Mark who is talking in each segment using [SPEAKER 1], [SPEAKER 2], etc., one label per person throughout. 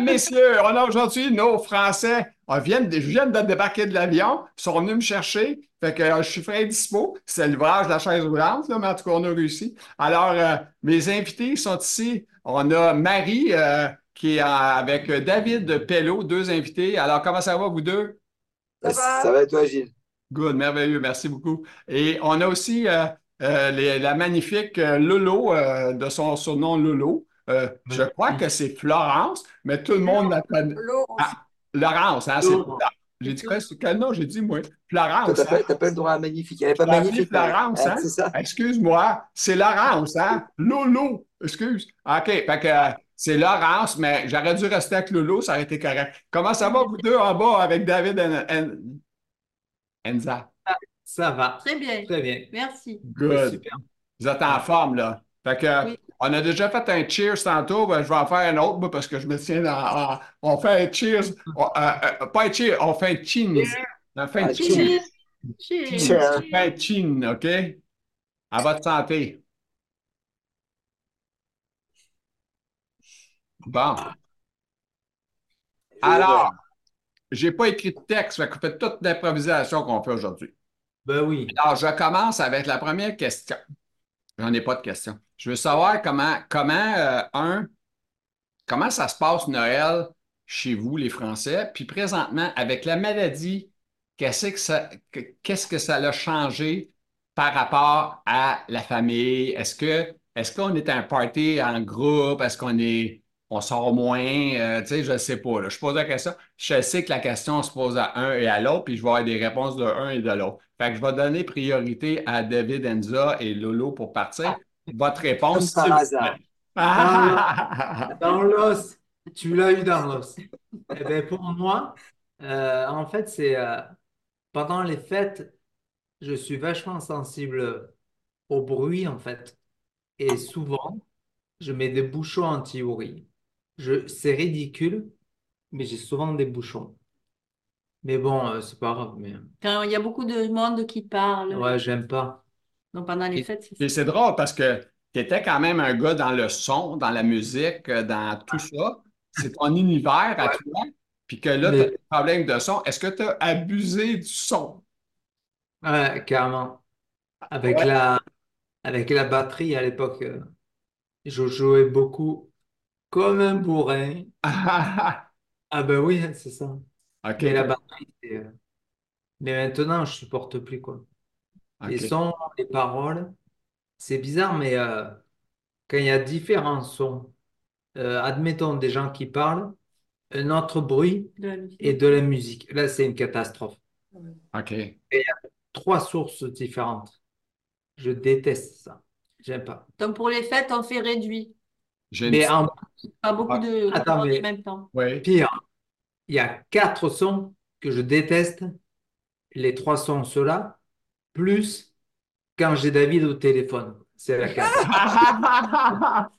[SPEAKER 1] messieurs, on a aujourd'hui nos Français. On vient de, je viens de débarquer de l'avion. Ils sont venus me chercher. Fait que euh, je suis frais et dispo. C'est le l'ouvrage de la chaise roulante, là, mais en tout cas, on a réussi. Alors, euh, mes invités sont ici. On a Marie euh, qui est en- avec euh, David Pello, deux invités. Alors, comment ça va, vous deux?
[SPEAKER 2] Ça va? Ça va et toi, Gilles?
[SPEAKER 1] Good, merveilleux, merci beaucoup. Et on a aussi euh, euh, les- la magnifique euh, Lolo, euh, de son surnom Lolo. Euh, je crois que c'est Florence, mais tout le monde la connaît.
[SPEAKER 3] L'eau, on
[SPEAKER 1] Ah. Laurence, hein, c'est
[SPEAKER 2] Lolo.
[SPEAKER 1] Florence. J'ai dit quoi? C'est quel nom? J'ai dit, moi, Florence.
[SPEAKER 2] T'as pas,
[SPEAKER 1] hein.
[SPEAKER 2] t'as pas le droit à magnifique. Elle est pas
[SPEAKER 1] Je l'ai appelée
[SPEAKER 2] magnifique.
[SPEAKER 1] Florence,
[SPEAKER 2] mais-
[SPEAKER 1] hein?
[SPEAKER 2] C'est ça.
[SPEAKER 1] Excuse-moi, c'est Laurence, hein? Lolo, excuse. OK, fait que euh, c'est Laurence, mais j'aurais dû rester avec Lolo, ça aurait été correct. Comment ça va, vous deux, en bas, avec David en- en- Enza?
[SPEAKER 4] Ça va.
[SPEAKER 3] Très bien,
[SPEAKER 4] Très bien. Bah,
[SPEAKER 3] merci.
[SPEAKER 1] Good.
[SPEAKER 4] Super.
[SPEAKER 1] Vous êtes en forme, là. Fait que,
[SPEAKER 3] Oui.
[SPEAKER 1] on a déjà fait un cheers tantôt. ben, je vais en faire un autre, moi, parce que je me tiens en- en- On fait un cheers. on- euh, euh, pas un cheers, on fait un chins. On fait un
[SPEAKER 2] Ah,
[SPEAKER 1] chins.
[SPEAKER 2] cheers.
[SPEAKER 3] Cheers. Cheers.
[SPEAKER 2] Cheers.
[SPEAKER 1] On fait un chin, OK? À votre santé. Bon.
[SPEAKER 2] Ah,
[SPEAKER 1] Alors, j'ai pas écrit de texte, fait que vous faites toute l'improvisation qu'on fait aujourd'hui.
[SPEAKER 4] Ben oui.
[SPEAKER 1] Alors, je commence avec la première question. J'en ai pas de question. Je veux savoir comment, comment, euh, un, comment ça se passe Noël chez vous, les Français, puis présentement, avec la maladie, qu'est-ce que ça, que- qu'est-ce que ça a changé par rapport à la famille? Est-ce que, est-ce qu'on est un party en groupe? Est-ce qu'on est, on sort moins? Euh, tu sais, je sais pas, là. Je pose la question. Je sais que la question se pose à un et à l'autre, puis je vais avoir des réponses de un et de l'autre. Fait que je vais donner priorité à David Enza et Lolo pour partir. Votre réponse,
[SPEAKER 2] Ah. Comme par
[SPEAKER 1] s'il vous
[SPEAKER 2] hasard.
[SPEAKER 1] plaît. Ah!
[SPEAKER 4] Dans l'os. Tu l'as eu dans l'os. Eh ben, pour moi, euh, en fait, c'est euh, pendant les fêtes, je suis vachement sensible au bruit, en fait. Et souvent, je mets des bouchons anti-bruit. Je, c'est ridicule, mais j'ai souvent des bouchons. Mais bon, euh, c'est pas grave. Mais...
[SPEAKER 3] Quand il y a beaucoup de monde qui parle,
[SPEAKER 4] Ouais, j'aime pas.
[SPEAKER 3] donc pendant les fêtes, c'est
[SPEAKER 1] Et c'est drôle parce que tu étais quand même un gars dans le son, dans la musique, euh, dans tout ça. C'est ton univers à toi. Puis que là, tu as
[SPEAKER 4] Mais-
[SPEAKER 1] des problèmes de son. Est-ce que tu as abusé du son?
[SPEAKER 4] Ouais, carrément. Avec
[SPEAKER 1] Ouais.
[SPEAKER 4] la, avec la batterie à l'époque, euh, je jouais beaucoup comme un bourrin. Ah ben oui, hein, c'est ça.
[SPEAKER 1] OK.
[SPEAKER 4] Mais la batterie, c'est, euh, Mais maintenant, je supporte plus quoi. Les
[SPEAKER 1] OK.
[SPEAKER 4] sons, les paroles, c'est bizarre, mais euh, quand il y a différents sons, euh, admettons des gens qui parlent, un autre bruit
[SPEAKER 3] de la musique.
[SPEAKER 4] et de la musique. Là, c'est une catastrophe.
[SPEAKER 1] OK.
[SPEAKER 4] Trois sources différentes. Je déteste ça. J'aime pas.
[SPEAKER 3] Donc pour les fêtes, on fait réduit.
[SPEAKER 1] J'ai une
[SPEAKER 4] Mais
[SPEAKER 1] petite-
[SPEAKER 4] en
[SPEAKER 3] Pas beaucoup de
[SPEAKER 4] Attends,
[SPEAKER 3] en
[SPEAKER 4] mais-
[SPEAKER 3] même temps.
[SPEAKER 1] Oui.
[SPEAKER 4] Pire, il y a quatre sons que je déteste. Les trois sons, ceux-là, plus quand j'ai David au téléphone. C'est la catastrophe.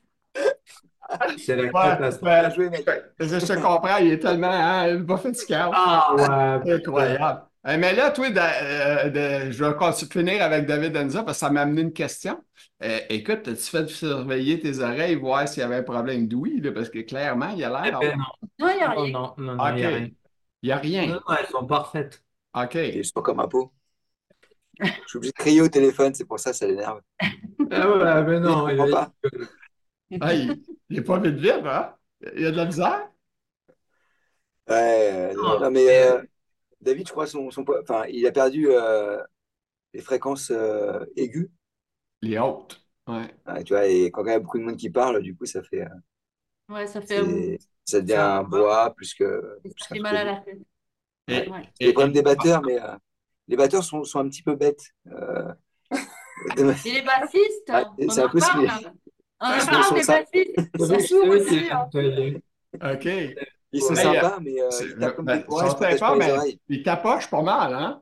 [SPEAKER 4] C'est la catastrophe.
[SPEAKER 2] Bien
[SPEAKER 1] Ouais,
[SPEAKER 2] joué, mec.
[SPEAKER 1] ouais. je te comprends, il est tellement hein, il m'a fait du chaos.
[SPEAKER 4] Ah ouais.
[SPEAKER 1] Incroyable. Euh, Mais là, toi, da- euh, de- je vais encore finir avec David Enza parce que ça m'a amené une question. Euh, écoute, tu fais surveiller tes oreilles, voir s'il y avait un problème d'ouïe, là, parce que clairement, il a l'air.
[SPEAKER 4] Eh ben non,
[SPEAKER 3] Non, il y a
[SPEAKER 4] non,
[SPEAKER 3] rien.
[SPEAKER 4] non, non,
[SPEAKER 1] OK.
[SPEAKER 4] non, il y a rien.
[SPEAKER 1] Il n'y a
[SPEAKER 4] Non,
[SPEAKER 1] rien.
[SPEAKER 4] non, elles sont parfaites.
[SPEAKER 1] OK.
[SPEAKER 2] Je suis pas comme un pot. Je suis obligé de crier au téléphone, c'est pour ça que ça l'énerve.
[SPEAKER 4] Ah ouais, mais non,
[SPEAKER 2] Je
[SPEAKER 4] il
[SPEAKER 2] comprends
[SPEAKER 4] y a-
[SPEAKER 2] pas.
[SPEAKER 1] Ah, il n'est pas vite vivre, hein? Il y a de la misère?
[SPEAKER 2] Ouais, euh,
[SPEAKER 4] Non,
[SPEAKER 2] non, non, mais
[SPEAKER 4] c'est-
[SPEAKER 2] euh, David, je crois, son, son, po- enfin, il a perdu euh, les fréquences euh, aiguës.
[SPEAKER 1] Les hautes. Ouais.
[SPEAKER 2] Ouais, tu vois, et quand il y a beaucoup de monde qui parle, du coup, ça fait, euh,
[SPEAKER 3] Ouais, ça fait,
[SPEAKER 2] c'est- ça devient
[SPEAKER 4] ça-
[SPEAKER 2] un bois plus que.
[SPEAKER 3] ça
[SPEAKER 2] plus
[SPEAKER 3] fait
[SPEAKER 2] qu'un
[SPEAKER 3] mal à
[SPEAKER 2] truc.
[SPEAKER 3] la tête.
[SPEAKER 1] Et-
[SPEAKER 3] Ouais.
[SPEAKER 2] Les problèmes des batteurs, mais euh, les batteurs sont, sont un petit peu bêtes. euh, de-
[SPEAKER 3] Et les bassistes,
[SPEAKER 2] Ah,
[SPEAKER 3] on
[SPEAKER 2] c'est
[SPEAKER 3] en
[SPEAKER 2] impossible.
[SPEAKER 3] parle. On en
[SPEAKER 2] Ils sont-
[SPEAKER 3] parle
[SPEAKER 2] sont
[SPEAKER 3] des
[SPEAKER 2] ça-
[SPEAKER 3] bassistes.
[SPEAKER 4] C'est vrai,
[SPEAKER 3] Ils sont
[SPEAKER 4] Ah c'est
[SPEAKER 3] sourds
[SPEAKER 4] eux qui
[SPEAKER 3] aussi. hein.
[SPEAKER 4] les-
[SPEAKER 1] OK.
[SPEAKER 2] Ils sont
[SPEAKER 4] Ouais,
[SPEAKER 2] sympas, mais euh,
[SPEAKER 1] c'est-
[SPEAKER 2] ils tapent comme
[SPEAKER 1] ben,
[SPEAKER 2] des
[SPEAKER 1] ils
[SPEAKER 2] poings, ils
[SPEAKER 1] sont
[SPEAKER 2] se protègent pas
[SPEAKER 1] sympas,
[SPEAKER 2] les
[SPEAKER 1] mais-
[SPEAKER 2] oreilles.
[SPEAKER 1] Il tapoche pas mal, hein?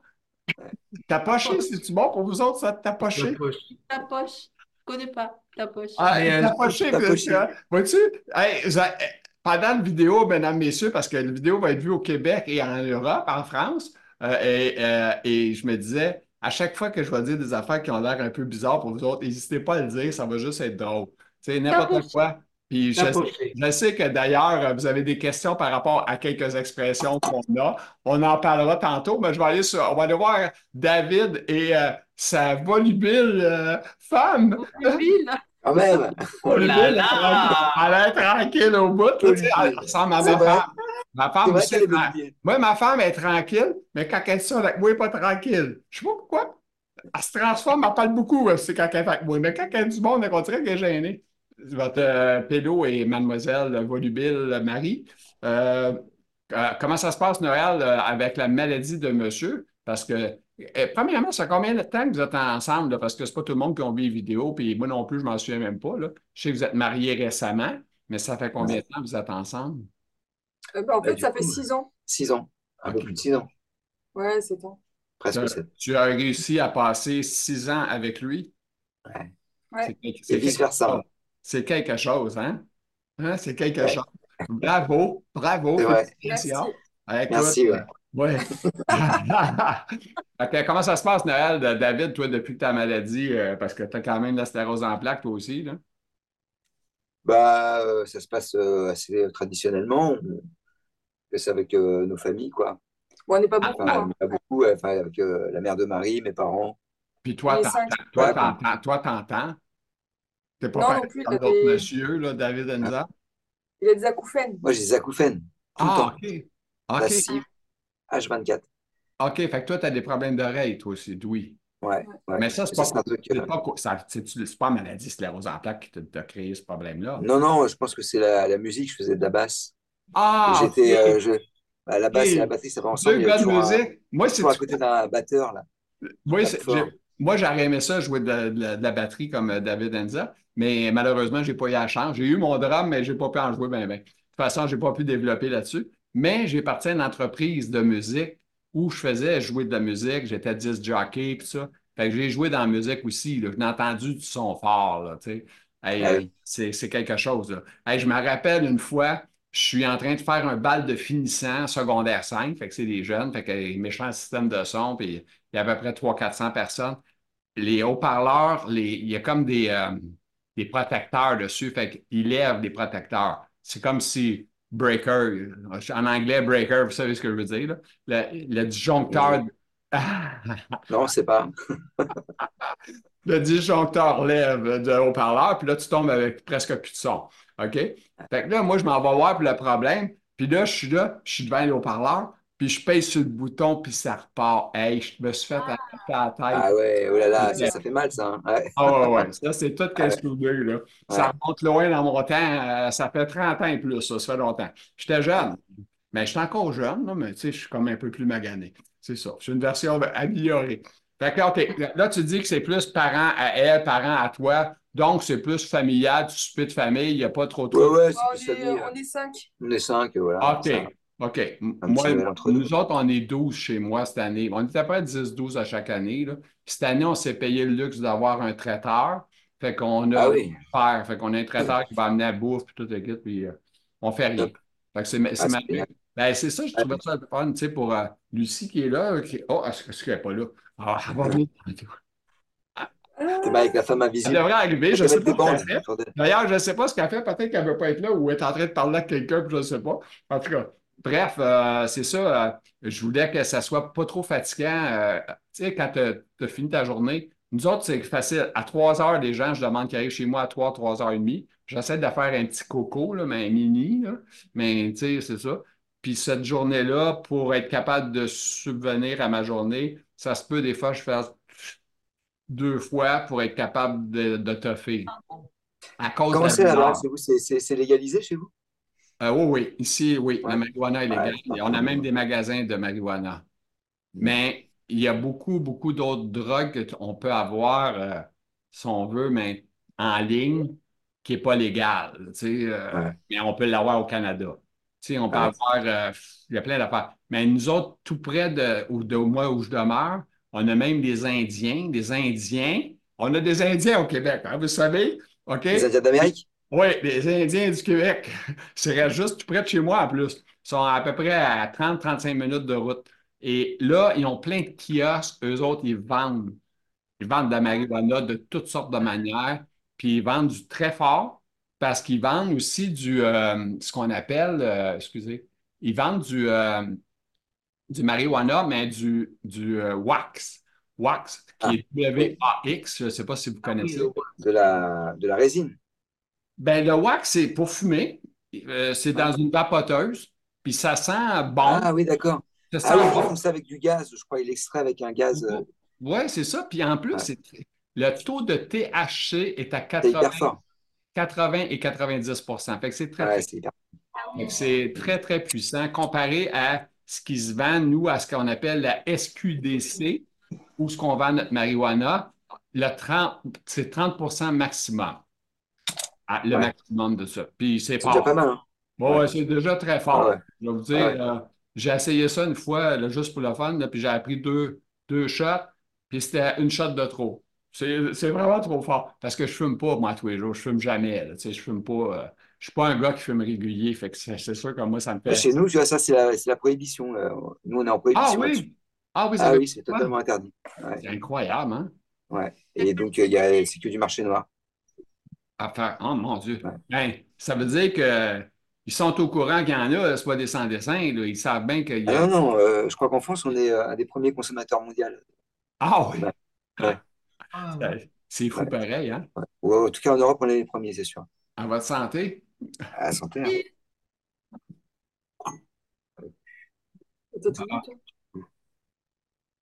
[SPEAKER 1] Tapocher, c'est-tu bon pour vous autres, ça, de tapocher?
[SPEAKER 4] la poche.
[SPEAKER 3] Ta poche. Je connais pas ta poche.
[SPEAKER 1] Ah,
[SPEAKER 4] Mais,
[SPEAKER 1] il
[SPEAKER 4] euh,
[SPEAKER 1] t'a poché, parce
[SPEAKER 2] tapoché.
[SPEAKER 1] que, hein? vois-tu, hey, ça- eh, pendant la vidéo, mesdames, messieurs, parce que la vidéo va être vue au Québec et en Europe, en France, euh, et, euh, et je me disais, à chaque fois que je vais dire des affaires qui ont l'air un peu bizarres pour vous autres, n'hésitez pas à le dire, ça va juste être drôle. Tu sais, n'importe
[SPEAKER 3] Tapoché.
[SPEAKER 1] quoi. Puis je
[SPEAKER 4] La
[SPEAKER 1] sais,
[SPEAKER 4] pochée.
[SPEAKER 1] je sais que d'ailleurs, euh, vous avez des questions par rapport à quelques expressions qu'on a. On en parlera tantôt, mais je vais aller sur. On va aller voir David et euh, sa volubile euh, femme.
[SPEAKER 3] Mobile.
[SPEAKER 1] Ah,
[SPEAKER 2] Quand même.
[SPEAKER 4] Oh là
[SPEAKER 1] Volubile,
[SPEAKER 4] là!
[SPEAKER 1] Elle est tranquille au bout. là, tu sais, elle ressemble à
[SPEAKER 2] C'est
[SPEAKER 1] ma
[SPEAKER 2] vrai.
[SPEAKER 1] femme. Ma femme
[SPEAKER 2] C'est vrai
[SPEAKER 1] aussi,
[SPEAKER 2] qu'elle est
[SPEAKER 1] elle-
[SPEAKER 2] volubile.
[SPEAKER 1] moi, ma femme est tranquille, mais quand elle est seule avec moi, elle n'est pas tranquille. Je sais pas pourquoi. Elle se transforme, elle parle beaucoup, euh, c'est quand elle est avec moi. Mais quand elle est du monde, on dirait qu'elle est gênée. Votre euh, pédo et mademoiselle volubile Marie, euh, euh, comment ça se passe, Noël, euh, avec la maladie de monsieur? Parce que, euh, premièrement, ça fait combien de temps que vous êtes ensemble? là? Parce que c'est pas tout le monde qui a vu les vidéos, puis moi non plus, je m'en souviens même pas. là. Je sais que vous êtes mariés récemment, mais ça fait combien de temps que vous êtes ensemble?
[SPEAKER 5] Euh, bah, en
[SPEAKER 2] Bah,
[SPEAKER 5] fait,
[SPEAKER 2] du
[SPEAKER 5] ça
[SPEAKER 2] coup,
[SPEAKER 5] fait
[SPEAKER 2] ouais.
[SPEAKER 5] six ans.
[SPEAKER 2] Six ans. Un peu
[SPEAKER 1] Ok.
[SPEAKER 2] plus de six ans.
[SPEAKER 5] Ouais, c'est bon.
[SPEAKER 1] Euh,
[SPEAKER 2] Presque sept.
[SPEAKER 1] Tu as réussi à passer six ans avec lui.
[SPEAKER 2] Ouais.
[SPEAKER 5] Ouais.
[SPEAKER 1] C'est quelque-
[SPEAKER 2] Et
[SPEAKER 1] c'est quelque,
[SPEAKER 2] vice-versa.
[SPEAKER 1] c'est quelque chose, hein? Hein, C'est quelque
[SPEAKER 2] Ouais.
[SPEAKER 1] chose. Bravo, bravo.
[SPEAKER 2] C'est vrai.
[SPEAKER 5] Merci.
[SPEAKER 1] félicitations. Ah, écoute,
[SPEAKER 2] Merci. ouais.
[SPEAKER 1] ouais. Fait que comment ça se passe, Noël, de- David, toi, depuis ta maladie, euh, parce que tu as quand même la stérose en plaques, toi aussi, là.
[SPEAKER 2] Bah, euh, ça se passe euh, assez traditionnellement. On fait ça avec euh, nos familles, quoi.
[SPEAKER 5] Bon, on n'est pas beaucoup.
[SPEAKER 1] Ah.
[SPEAKER 2] Enfin,
[SPEAKER 5] hein.
[SPEAKER 2] pas beaucoup. ouais. Enfin, avec euh, la mère de Marie, mes parents.
[SPEAKER 1] Puis toi,
[SPEAKER 5] On est
[SPEAKER 1] t'entends,
[SPEAKER 5] cinq.
[SPEAKER 1] toi,
[SPEAKER 2] Ouais.
[SPEAKER 1] t'entends, toi, t'entends. T'es pas
[SPEAKER 5] Non,
[SPEAKER 1] pareil
[SPEAKER 5] non plus,
[SPEAKER 1] comme
[SPEAKER 5] t'as
[SPEAKER 1] d'autres
[SPEAKER 5] des-
[SPEAKER 1] messieurs, là, David Enza.
[SPEAKER 5] Il a des acouphènes.
[SPEAKER 2] Moi, j'ai des acouphènes. Tout le
[SPEAKER 1] Ah,
[SPEAKER 2] temps.
[SPEAKER 1] OK. OK.
[SPEAKER 2] Massive, H24.
[SPEAKER 1] OK, fait que toi, tu as des problèmes d'oreille, toi aussi, d'ouïe.
[SPEAKER 2] Ouais, ouais.
[SPEAKER 1] Mais ça, c'est
[SPEAKER 2] Ça,
[SPEAKER 1] pas,
[SPEAKER 2] c'est un truc,
[SPEAKER 1] c'est
[SPEAKER 2] euh,
[SPEAKER 1] pas, quoi- ça- c'est- c'est pas la maladie sclérose en plaques qui te- t'a créé ce problème-là.
[SPEAKER 2] Non, non, je pense que c'est la, la musique. Je faisais de la basse.
[SPEAKER 1] Ah!
[SPEAKER 2] J'étais,
[SPEAKER 1] ok.
[SPEAKER 2] euh, je- bah, la basse
[SPEAKER 1] Ok.
[SPEAKER 2] et la batterie, ça va ensemble.
[SPEAKER 1] Deux
[SPEAKER 2] Il y a
[SPEAKER 1] gars de
[SPEAKER 2] toujours un-
[SPEAKER 1] musique. Moi, c'est,
[SPEAKER 2] toujours à côté d'un batteur, là.
[SPEAKER 1] moi, c'est-
[SPEAKER 2] fort.
[SPEAKER 1] j'ai- moi, j'aurais aimé ça jouer de la, de la- de la batterie comme euh, David Enza, mais malheureusement, j'ai pas eu la chance. J'ai eu mon drame, mais j'ai pas pu en jouer bien, bien. De toute façon, j'ai pas pu développer là-dessus. Mais j'ai parti à une entreprise de musique où je faisais jouer de la musique. J'étais disc jockey, puis ça. Fait que j'ai joué dans la musique aussi. Là. Je n'ai entendu du son fort, là, tu sais. Hey,
[SPEAKER 2] Ah
[SPEAKER 1] euh,
[SPEAKER 2] oui.
[SPEAKER 1] c'est, c'est quelque chose, là. Hey, je me rappelle une fois, je suis en train de faire un bal de finissant secondaire 5, fait que c'est des jeunes, fait que les méchants systèmes de son, puis il y avait à peu près 300-400 personnes. Les haut-parleurs, les, il y a comme des, euh, des protecteurs dessus, fait qu'ils lèvent des protecteurs. C'est comme si breaker, en anglais, breaker, vous savez ce que je veux dire, là? Le, le disjoncteur. Ah!
[SPEAKER 2] Non, c'est pas.
[SPEAKER 1] Le disjoncteur lève de haut-parleur, puis là, tu tombes avec presque plus de son. OK? Fait que là, moi, je m'en vais voir pour le problème. Puis là, je suis là, je suis devant le haut-parleur, puis je pèse sur le bouton, puis ça repart. Hey, je me suis fait attaquer à la tête.
[SPEAKER 2] Ah ouais, oh là là, ça, ça fait mal, ça. hein. Ouais.
[SPEAKER 1] Ah ouais, ouais. Ça, c'est tout qu'un souvenir, là. Ça remonte loin dans mon temps. euh, ça fait 30 ans et plus, ça, ça fait longtemps. J'étais jeune. Mais j'étais encore jeune, là, mais tu sais, je suis comme un peu plus magané. C'est ça. C'est une version améliorée. Fait que là, OK, là- là, tu dis que c'est plus parents à elle, parents à toi. Donc, c'est plus familial, tu souper de famille, il n'y a pas trop de
[SPEAKER 2] Ouais, ouais,
[SPEAKER 5] Bon, Oh, on,
[SPEAKER 2] c'est plus
[SPEAKER 5] est,
[SPEAKER 2] famille.
[SPEAKER 5] on est cinq.
[SPEAKER 2] On est cinq, voilà.
[SPEAKER 1] Ah, OK.
[SPEAKER 2] Ça.
[SPEAKER 1] OK. M-
[SPEAKER 2] Un
[SPEAKER 1] Moi,
[SPEAKER 2] petit Noël entre
[SPEAKER 1] nous
[SPEAKER 2] nous.
[SPEAKER 1] autres, on est 12 chez moi cette année. On était à peu près 10-12 à chaque année. là. Puis Cette année, on s'est payé le luxe d'avoir un traiteur. Fait qu'on a
[SPEAKER 2] Ah oui.
[SPEAKER 1] faire. Fait qu'on a un traiteur qui va amener la bouffe, puis tout le kit, puis euh, on fait rien.
[SPEAKER 2] Top.
[SPEAKER 1] Fait que c'est ma- c'est
[SPEAKER 2] Ah,
[SPEAKER 1] ma-
[SPEAKER 2] c'est bien.
[SPEAKER 1] Ben, c'est ça, je trouvais ça le fun, tu sais, pour euh, Lucie qui est là. euh, qui- Oh, est-ce que- est-ce qu'elle n'est pas là? Ah, elle va venir tantôt.
[SPEAKER 2] T'es mal avec la femme
[SPEAKER 1] Elle
[SPEAKER 2] invisible.
[SPEAKER 1] devrait arriver, je
[SPEAKER 2] Faut
[SPEAKER 1] sais
[SPEAKER 2] mettre des
[SPEAKER 1] pas ce qu'elle
[SPEAKER 2] bandes
[SPEAKER 1] fait.
[SPEAKER 2] autour d'elle.
[SPEAKER 1] D'ailleurs, je ne sais pas ce qu'elle fait. Peut-être qu'elle ne veut pas être là ou est en train de parler à quelqu'un, puis je ne sais pas. En tout cas, bref, euh, c'est ça. euh, je voulais que ça ne soit pas trop fatigant. euh, tu sais, quand tu as fini ta journée, nous autres, c'est facile. À 3 heures, les gens, je demande qu'ils arrivent chez moi à 3, 3 heures et demie. J'essaie de faire un petit coco, là, mais un mini, là. mais tu sais, c'est ça. Puis cette journée-là, pour être capable de subvenir à ma journée, ça se peut des fois, je fais deux fois pour être capable de, de toffer. Ah À cause
[SPEAKER 2] Comment
[SPEAKER 1] de
[SPEAKER 2] c'est
[SPEAKER 1] la
[SPEAKER 2] là-bas
[SPEAKER 1] douleur.
[SPEAKER 2] chez vous? C'est- C'est c'est légalisé chez vous?
[SPEAKER 1] Euh, oui, oui, ici, oui, la
[SPEAKER 2] Ouais.
[SPEAKER 1] marijuana est légale.
[SPEAKER 2] Ouais.
[SPEAKER 1] Et on a même des magasins de marijuana.
[SPEAKER 2] Mm.
[SPEAKER 1] Mais il y a beaucoup, beaucoup d'autres drogues qu'on peut avoir, euh, si on veut, mais en ligne, qui n'est pas légale. tu sais, euh,
[SPEAKER 2] Ouais.
[SPEAKER 1] Mais on peut l'avoir au Canada. Tu sais, on peut
[SPEAKER 2] Ouais.
[SPEAKER 1] avoir, euh, il y a plein d'affaires. Mais nous autres, tout près de, ou de moi où je demeure, on a même des Indiens, des Indiens. On a des Indiens au Québec, hein, vous savez? OK?
[SPEAKER 2] Les Indiens d'Amérique?
[SPEAKER 1] Oui, les Indiens du Québec. C'est juste tout près de chez moi en plus. Ils sont à peu près à 30-35 minutes de route. Et là, ils ont plein de kiosques. Eux autres, ils vendent. Ils vendent de la marijuana de toutes sortes de manières. Puis ils vendent du très fort. parce qu'ils vendent aussi du, euh, ce qu'on appelle, euh, excusez, ils vendent du, euh, du marijuana, mais du, du euh, wax. Wax,
[SPEAKER 2] Ah.
[SPEAKER 1] qui est W-A-X, je ne sais pas si vous
[SPEAKER 4] Ah Oui,
[SPEAKER 1] connaissez.
[SPEAKER 4] le wax.
[SPEAKER 2] de la, de la résine.
[SPEAKER 1] Ben, le wax, c'est pour fumer. Euh, c'est dans une vapoteuse. Puis ça sent bon.
[SPEAKER 2] Ah oui, d'accord.
[SPEAKER 1] ça Oh,
[SPEAKER 2] Ah
[SPEAKER 1] sent
[SPEAKER 2] oui, ils
[SPEAKER 1] bon.
[SPEAKER 2] font ça avec du gaz. Je crois il l'extrait avec un gaz. euh,
[SPEAKER 1] Ouais, c'est ça. Puis en plus,
[SPEAKER 2] Ouais.
[SPEAKER 1] c'est- le taux de THC est à
[SPEAKER 2] C'est
[SPEAKER 1] 80,
[SPEAKER 2] Ah. hyper fort.
[SPEAKER 1] 80 et 90 Fait que c'est très,
[SPEAKER 2] Ouais,
[SPEAKER 1] très,
[SPEAKER 2] c'est hyper-
[SPEAKER 1] fait que c'est très, très puissant comparé à ce qui se vend, nous, à ce qu'on appelle la SQDC ou ce qu'on vend notre marijuana. Le 30, c'est 30 maximum. Ah, le
[SPEAKER 2] Ouais.
[SPEAKER 1] maximum de ça. Puis c'est
[SPEAKER 2] C'est déjà
[SPEAKER 1] fort.
[SPEAKER 2] pas mal. hein.
[SPEAKER 1] Ouais, ouais, c'est déjà très fort.
[SPEAKER 2] Ah ouais.
[SPEAKER 1] Je vais vous dire,
[SPEAKER 2] Ouais.
[SPEAKER 1] euh, j'ai essayé ça une fois, là, juste pour le fun, là, puis j'ai appris deux, deux shots, puis c'était une shot de trop. C'est c'est vraiment trop fort. Parce que je fume pas, moi, tous les jours. Je fume jamais. là, tu sais, je fume pas. euh, je suis pas un gars qui fume régulier. Fait que c'est c'est sûr que moi, ça me fait.
[SPEAKER 2] Chez nous, tu vois, ça, Ah, c'est la, c'est la prohibition. là. Nous, on est en
[SPEAKER 1] Ah
[SPEAKER 2] prohibition. là-dessus.
[SPEAKER 1] oui! Ah oui, ça
[SPEAKER 2] Ah
[SPEAKER 1] fait-
[SPEAKER 2] oui, c'est totalement interdit.
[SPEAKER 1] C'est incroyable, hein?
[SPEAKER 2] Et donc, euh, il y a, c'est que du marché noir.
[SPEAKER 1] À faire. Oh mon Dieu.
[SPEAKER 2] Ouais.
[SPEAKER 1] Hey, ça veut dire que ils sont au courant qu'il y en a, là, c'est pas des sans-dessins. là. Ils savent bien qu'il y
[SPEAKER 2] Ah
[SPEAKER 1] a.
[SPEAKER 2] non, non, euh, je crois qu'en France, on est euh, un des premiers consommateurs mondiaux.
[SPEAKER 1] Ah oui!
[SPEAKER 4] Ah,
[SPEAKER 1] C'est fou
[SPEAKER 2] Ben, Ouais.
[SPEAKER 1] pareil, hein?
[SPEAKER 2] Ou, en tout cas, en Europe, on est les premiers, c'est sûr.
[SPEAKER 1] En votre santé.
[SPEAKER 2] À la santé. hein. Ah,
[SPEAKER 5] Toi, tout le monde, toi.